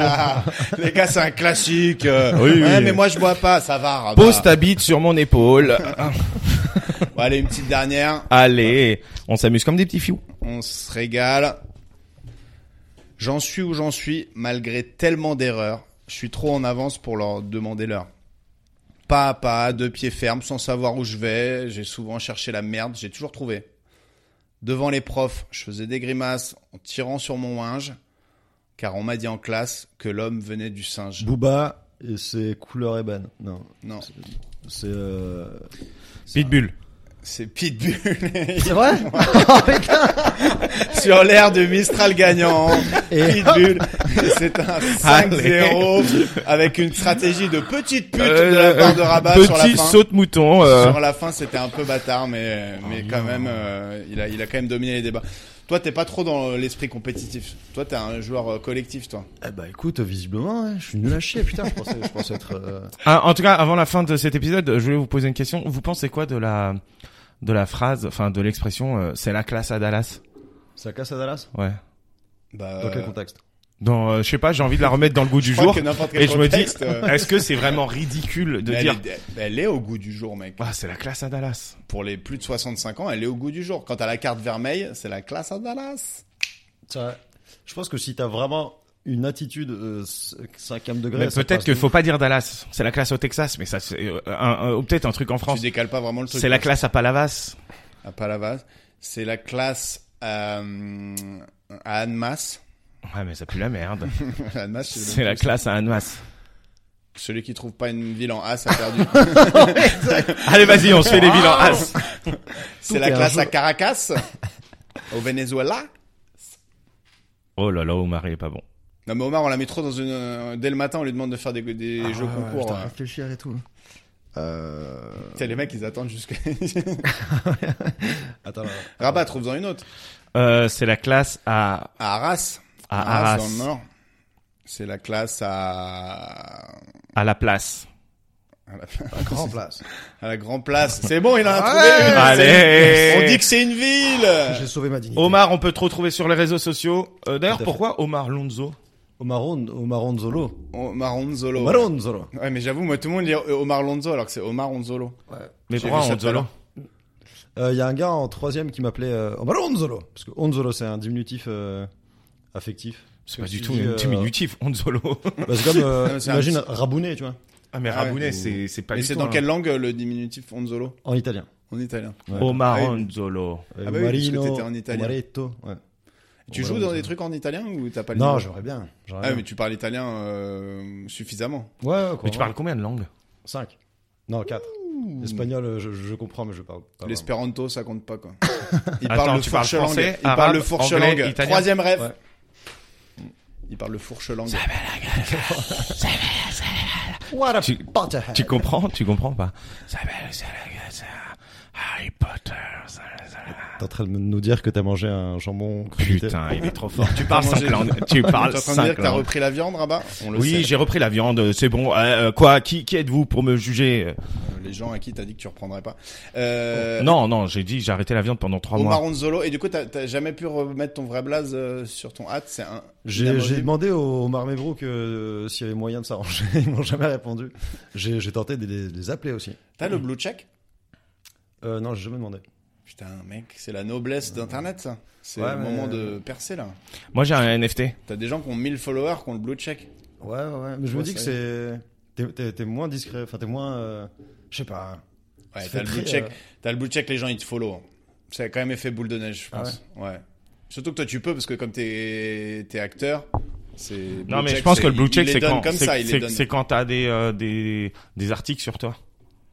Speaker 2: Les gars, les gars, c'est un classique. euh.
Speaker 3: Oui, oui.
Speaker 2: ouais, mais moi je bois pas, ça va. Rabat.
Speaker 3: Pose ta bite sur mon épaule.
Speaker 2: Bon, allez, une petite dernière.
Speaker 3: Allez, on s'amuse comme des petits fous.
Speaker 2: On se régale. J'en suis où j'en suis, malgré tellement d'erreurs. Je suis trop en avance pour leur demander l'heure. Pas à pas, deux pieds fermes, sans savoir où je vais. J'ai souvent cherché la merde, j'ai toujours trouvé. Devant les profs, je faisais des grimaces en tirant sur mon linge, car on m'a dit en classe que l'homme venait du singe.
Speaker 4: Booba et ses couleurs ébène. Non.
Speaker 2: Non,
Speaker 4: C'est. Euh...
Speaker 3: Pitbull.
Speaker 2: c'est Pitbull.
Speaker 4: C'est vrai Oh,
Speaker 2: sur l'air de Mistral gagnant.
Speaker 4: Et-
Speaker 2: Pitbull, c'est un 5-0 avec une stratégie de petite pute de la part de Rabat
Speaker 3: Euh, petit
Speaker 2: sur la fin.
Speaker 3: saut de mouton. euh,
Speaker 2: Sur la fin, c'était un peu bâtard, mais mais quand même, euh, il a il a quand même dominé les débats. Toi, t'es pas trop dans l'esprit compétitif. Toi, t'es un joueur euh, collectif, toi.
Speaker 4: Eh bah écoute, visiblement, ouais, je suis nul à chier, putain. Je pensais, je pensais être. euh,
Speaker 3: Ah, en tout cas, avant la fin de cet épisode, je voulais vous poser une question. Vous pensez quoi de la de la phrase, enfin de l'expression, euh, c'est la classe à Dallas.
Speaker 4: Ça casse à Dallas
Speaker 3: Ouais.
Speaker 2: Bah,
Speaker 4: Dans quel
Speaker 2: euh,
Speaker 4: contexte
Speaker 3: Dans, euh, je sais pas, j'ai envie de la remettre dans le goût du
Speaker 2: je crois
Speaker 3: jour.
Speaker 2: que n'importe quel
Speaker 3: Et je me dis,
Speaker 2: contexte, euh,
Speaker 3: est-ce que c'est vraiment ridicule de
Speaker 2: elle
Speaker 3: dire,
Speaker 2: est- elle est au goût du jour, mec.
Speaker 3: ah, c'est la classe à Dallas.
Speaker 2: Pour les plus de 65 ans, elle est au goût du jour. Quand t'as la carte vermeille, c'est la classe à Dallas.
Speaker 4: Ça- Je pense que si t'as vraiment une attitude euh, 50 degrés.
Speaker 3: Mais
Speaker 4: ça
Speaker 3: peut-être
Speaker 4: passe
Speaker 3: qu'il
Speaker 4: tout.
Speaker 3: faut pas dire Dallas. C'est la classe au Texas, mais ça, c'est euh, un- un- ou peut-être un truc en
Speaker 2: Tu
Speaker 3: France.
Speaker 2: décales pas vraiment le truc.
Speaker 3: C'est la
Speaker 2: quoi.
Speaker 3: classe à Palavas.
Speaker 2: à Palavas. C'est la classe euh, à Annemasse.
Speaker 3: Ouais, mais ça pue la merde.
Speaker 2: Annemasse, c'est le-
Speaker 3: c'est la classe à Annemasse.
Speaker 2: Celui qui trouve pas une ville en As a perdu.
Speaker 3: Allez, vas-y, on se fait des bilans. Ah,
Speaker 2: c'est la
Speaker 4: est un
Speaker 2: classe
Speaker 4: jeu.
Speaker 2: à Caracas. au Venezuela.
Speaker 3: oh là là, Omar, il est pas bon.
Speaker 2: Non mais Omar, on la met trop dans une. euh, Dès le matin, on lui demande de faire des, des jeux
Speaker 4: Ah,
Speaker 2: concours.
Speaker 4: putain,
Speaker 2: hein.
Speaker 4: réfléchir et tout. Euh...
Speaker 2: Putain, les mecs, ils attendent jusqu'à.
Speaker 4: Attends, là, là.
Speaker 2: Rabat, trouve-en une autre.
Speaker 3: Euh, c'est la classe à,
Speaker 2: À Arras.
Speaker 3: à Arras,
Speaker 2: dans le Nord. C'est la classe à.
Speaker 3: à la place.
Speaker 2: À la,
Speaker 4: grand place.
Speaker 2: à la Grand Place. C'est bon, il en a trouvé une.
Speaker 3: Allez.
Speaker 2: On dit que c'est une ville.
Speaker 4: J'ai sauvé ma dignité.
Speaker 3: Omar, on peut te retrouver sur les réseaux sociaux. Euh, D'ailleurs,
Speaker 4: Tout à fait.
Speaker 3: pourquoi Omar Lonzo
Speaker 4: Omaron, Omaronzolo.
Speaker 2: Oh, Omar Onzolo.
Speaker 4: Omaronzolo.
Speaker 2: Ouais, mais j'avoue, moi, tout le monde dit euh, Omar Lonzo alors que c'est Omar Onzolo.
Speaker 3: Mais
Speaker 2: J'ai
Speaker 3: pourquoi
Speaker 2: vu ça tout à
Speaker 3: Lonzo
Speaker 2: l'heure.
Speaker 4: Il Euh, y a un gars en troisième qui m'appelait euh, Omaronzolo. Parce que Onzolo, c'est un diminutif euh, affectif.
Speaker 3: C'est pas
Speaker 4: Parce
Speaker 3: du
Speaker 4: que
Speaker 3: tout
Speaker 4: tu dis,
Speaker 3: un
Speaker 4: euh,
Speaker 3: diminutif, Onzolo.
Speaker 4: Bah, c'est comme, euh,
Speaker 2: Non, mais c'est un
Speaker 4: imagine, rabouné, tu vois,
Speaker 3: Ah, mais
Speaker 2: Ah ouais.
Speaker 3: Rabounet, c'est c'est pas
Speaker 2: Mais
Speaker 3: du
Speaker 2: c'est
Speaker 3: tout hein.
Speaker 2: dans
Speaker 3: un-
Speaker 2: quelle langue euh, le diminutif Onzolo
Speaker 4: en italien.
Speaker 2: En italien.
Speaker 3: Omar
Speaker 2: Ah oui.
Speaker 3: Onzolo.
Speaker 4: Euh,
Speaker 2: Ah bah oui, parce que t'étais en italien.
Speaker 4: Omaretto, ouais.
Speaker 2: Et tu joues dans des trucs en italien ou t'as pas le
Speaker 4: Non,
Speaker 2: niveau
Speaker 4: j'aurais bien. j'aurais
Speaker 2: Ah,
Speaker 4: bien.
Speaker 2: mais tu parles italien euh, suffisamment.
Speaker 4: Ouais, ouais, quoi.
Speaker 3: Mais tu parles combien de langues
Speaker 4: 5. Non, 4. L'espagnol, euh, je, je comprends, mais je parle pas. vraiment.
Speaker 2: L'espéranto, ça compte pas, quoi. Il
Speaker 3: Attends,
Speaker 2: parle le
Speaker 3: tu parles
Speaker 2: fourche langue.
Speaker 3: français,
Speaker 2: Il parle
Speaker 3: arabe,
Speaker 2: le fourche
Speaker 3: anglais,
Speaker 2: langue.
Speaker 3: italien.
Speaker 2: Troisième rêve. Il parle le fourche langue.
Speaker 4: What a
Speaker 3: Tu-
Speaker 4: Potterhead.
Speaker 3: Tu comprends Tu comprends pas Ça va, ça va, ça va. Harry Potter. ça va, ça va.
Speaker 4: T'es en train de nous dire que t'as mangé un jambon crudité.
Speaker 3: Putain, il est trop fort. Tu parles cinq
Speaker 2: Manger-
Speaker 3: langues.
Speaker 2: T'es
Speaker 3: Tu parles
Speaker 2: en train de dire que
Speaker 3: cinq
Speaker 2: t'as
Speaker 3: langues.
Speaker 2: repris la viande, Rabat On le
Speaker 3: Oui, j'ai repris la viande. C'est bon. Euh, euh, quoi Qui, qui êtes-vous pour me juger
Speaker 2: sait. Les gens à qui t'as dit que tu reprendrais pas. Euh,
Speaker 3: Non, non, j'ai dit j'ai arrêté la viande pendant trois
Speaker 2: Omar
Speaker 3: mois.
Speaker 2: Onzolo. Et du coup, t'as- t'as jamais pu remettre ton vrai blaze euh, sur ton hat. C'est un.
Speaker 4: J'ai
Speaker 2: inamovible.
Speaker 4: j'ai demandé au Omar Mebrook euh, s'il y avait moyen de s'arranger. Ils m'ont jamais répondu. J'ai j'ai tenté de les, de les appeler aussi.
Speaker 2: T'as
Speaker 3: Mm.
Speaker 2: le blue check
Speaker 4: Euh, non, j'ai jamais demandé.
Speaker 2: Putain, mec, c'est la
Speaker 3: Euh,
Speaker 2: noblesse d'Internet, ça. C'est
Speaker 4: Ouais,
Speaker 2: le
Speaker 4: mais-
Speaker 2: moment de percer, là.
Speaker 3: Moi, j'ai un NFT.
Speaker 2: T'as des gens qui ont 1000 followers, qui ont le blue check.
Speaker 4: Ouais, ouais, ouais. Mais je me
Speaker 2: Ouais,
Speaker 4: dis que
Speaker 2: ça
Speaker 4: c'est. t'es- T'es t'es moins discret. Enfin, t'es moins. euh, Je sais pas.
Speaker 2: Ouais, t'as
Speaker 4: Ça fait
Speaker 2: le blue
Speaker 4: très,
Speaker 2: check.
Speaker 4: euh,
Speaker 2: T'as le blue check, les gens, ils te follow. hein. Ça a quand même effet boule de neige, je
Speaker 4: Ah
Speaker 2: pense. ouais. Surtout que toi, tu peux, parce que comme t'es es acteur, c'est.
Speaker 3: Non,
Speaker 2: blue
Speaker 3: mais je
Speaker 2: check,
Speaker 3: pense que le
Speaker 2: il-
Speaker 3: blue check,
Speaker 2: il
Speaker 3: c'est
Speaker 2: les donne
Speaker 3: quand
Speaker 2: comme
Speaker 3: c'est-
Speaker 2: ça, il les
Speaker 3: c'est-
Speaker 2: donne.
Speaker 3: c'est quand t'as des euh, des des articles sur toi.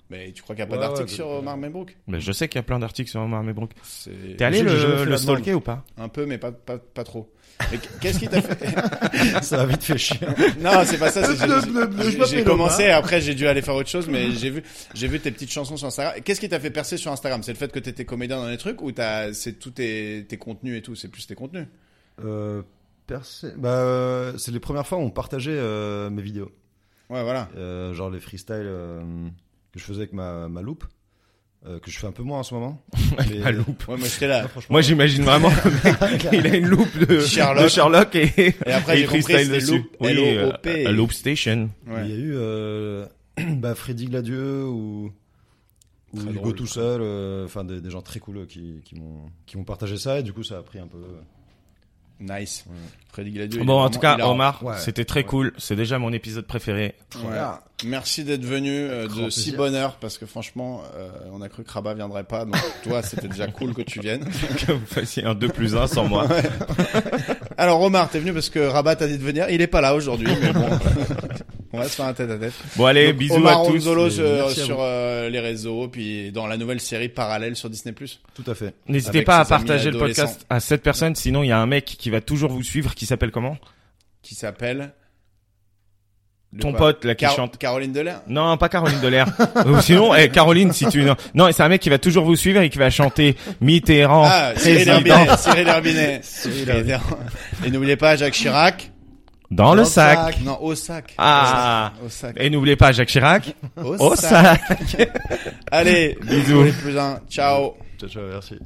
Speaker 2: Mais tu crois qu'il n'y a pas
Speaker 4: Ouais,
Speaker 2: d'article
Speaker 4: ouais,
Speaker 2: sur
Speaker 4: je-
Speaker 2: Omar Mebrook
Speaker 3: Mais je sais qu'il y a plein d'articles sur Omar Mebrook.
Speaker 2: C'est.
Speaker 3: T'es allé
Speaker 4: j'ai jamais fait
Speaker 3: le,
Speaker 4: la
Speaker 3: le
Speaker 4: demande.
Speaker 3: stalker ou pas
Speaker 2: Un peu, mais pas, pas, pas trop. Mais qu'est-ce qui t'a fait
Speaker 4: Ça a vite fait chier.
Speaker 2: Non, c'est pas ça. c'est-
Speaker 4: Bleu, bleu, bleu, je
Speaker 2: j'ai-
Speaker 4: m'appelle
Speaker 2: J'ai commencé, après j'ai dû aller faire autre chose, mais j'ai vu, j'ai vu tes petites chansons sur Instagram. Qu'est-ce qui t'a fait percer sur Instagram C'est le fait que t'étais comédien dans les trucs ou t'as, c'est tous tes, tes contenus et tout C'est plus tes contenus.
Speaker 4: Euh, percé- Bah, euh, c'est les premières fois où on partageait euh, mes vidéos.
Speaker 2: Ouais, voilà.
Speaker 4: Euh, genre les freestyles euh, que je faisais avec ma, ma loupe. euh, que je fais un peu moins en ce moment. Mais-
Speaker 3: Ma loupe.
Speaker 2: Ouais, moi j'étais là.
Speaker 3: Moi, j'imagine vraiment. il a une loupe de
Speaker 2: Sherlock.
Speaker 3: de Sherlock et,
Speaker 2: Et après,
Speaker 3: et
Speaker 2: j'ai
Speaker 3: il
Speaker 2: compris,
Speaker 3: freestyle
Speaker 2: c'était
Speaker 3: dessus.
Speaker 2: loop,
Speaker 3: Oui,
Speaker 2: L-O-O-P.
Speaker 3: euh, loop station.
Speaker 4: Il y
Speaker 2: Ouais.
Speaker 4: a eu euh, bah, Freddy Gladieux ou, ou
Speaker 2: Très
Speaker 4: Hugo
Speaker 2: drôle,
Speaker 4: tout
Speaker 2: quoi.
Speaker 4: seul, euh, enfin des, des gens très cool euh, qui, qui m'ont qui m'ont partagé ça et du coup ça a pris un peu. euh,
Speaker 2: Nice.
Speaker 4: Ouais.
Speaker 2: Freddy Gladieux. il est
Speaker 3: Bon, en
Speaker 2: vraiment
Speaker 3: tout cas,
Speaker 2: hilarant.
Speaker 3: Omar,
Speaker 4: Ouais.
Speaker 3: c'était très cool. C'est déjà mon épisode préféré.
Speaker 2: Ouais. Merci d'être venu euh,
Speaker 4: Grand
Speaker 2: de si
Speaker 4: plaisir.
Speaker 2: bonne heure parce que franchement, euh, on a cru que Rabat viendrait pas. Donc toi, c'était déjà cool que tu viennes.
Speaker 3: que vous fassiez un 2 plus 1 sans moi.
Speaker 2: Alors Omar, t'es venu parce que Rabat t'a dit de venir. Il est pas là aujourd'hui, mais bon. on va se faire un tête à tête.
Speaker 3: Bon, allez, Eh, bisous
Speaker 2: Omar
Speaker 3: à tous.
Speaker 2: Onzolo
Speaker 4: et
Speaker 2: sur,
Speaker 4: merci à
Speaker 2: sur,
Speaker 4: vous.
Speaker 2: euh, les réseaux, puis dans la nouvelle série parallèle sur Disney+.
Speaker 4: Tout à fait.
Speaker 3: N'hésitez
Speaker 2: avec
Speaker 3: pas à
Speaker 2: ses amis
Speaker 3: partager le
Speaker 2: adolescents.
Speaker 3: podcast à cette personne, sinon il y a un mec qui va toujours vous suivre qui s'appelle comment
Speaker 2: qui s'appelle... Le
Speaker 3: Ton
Speaker 2: quoi
Speaker 3: pote là qui
Speaker 2: Car-
Speaker 3: chante.
Speaker 2: Caroline Delair
Speaker 3: Non, pas Caroline Delair. Ou sinon, eh, Caroline, si tu non, non c'est un mec qui va toujours vous suivre et qui va chanter Mitterrand,
Speaker 2: Ah, Cyril
Speaker 3: président.
Speaker 2: Herbinet, Cyril Herbinet. Cyril Herbinet. Et n'oubliez pas Jacques Chirac.
Speaker 3: Dans le sac.
Speaker 2: Non, au sac.
Speaker 3: Ah.
Speaker 2: Au sac.
Speaker 3: Et n'oubliez pas Jacques Chirac.
Speaker 2: Au sac.
Speaker 3: Au sac.
Speaker 2: Allez, bisous les plus un. Ciao.
Speaker 4: Ciao, ciao, merci.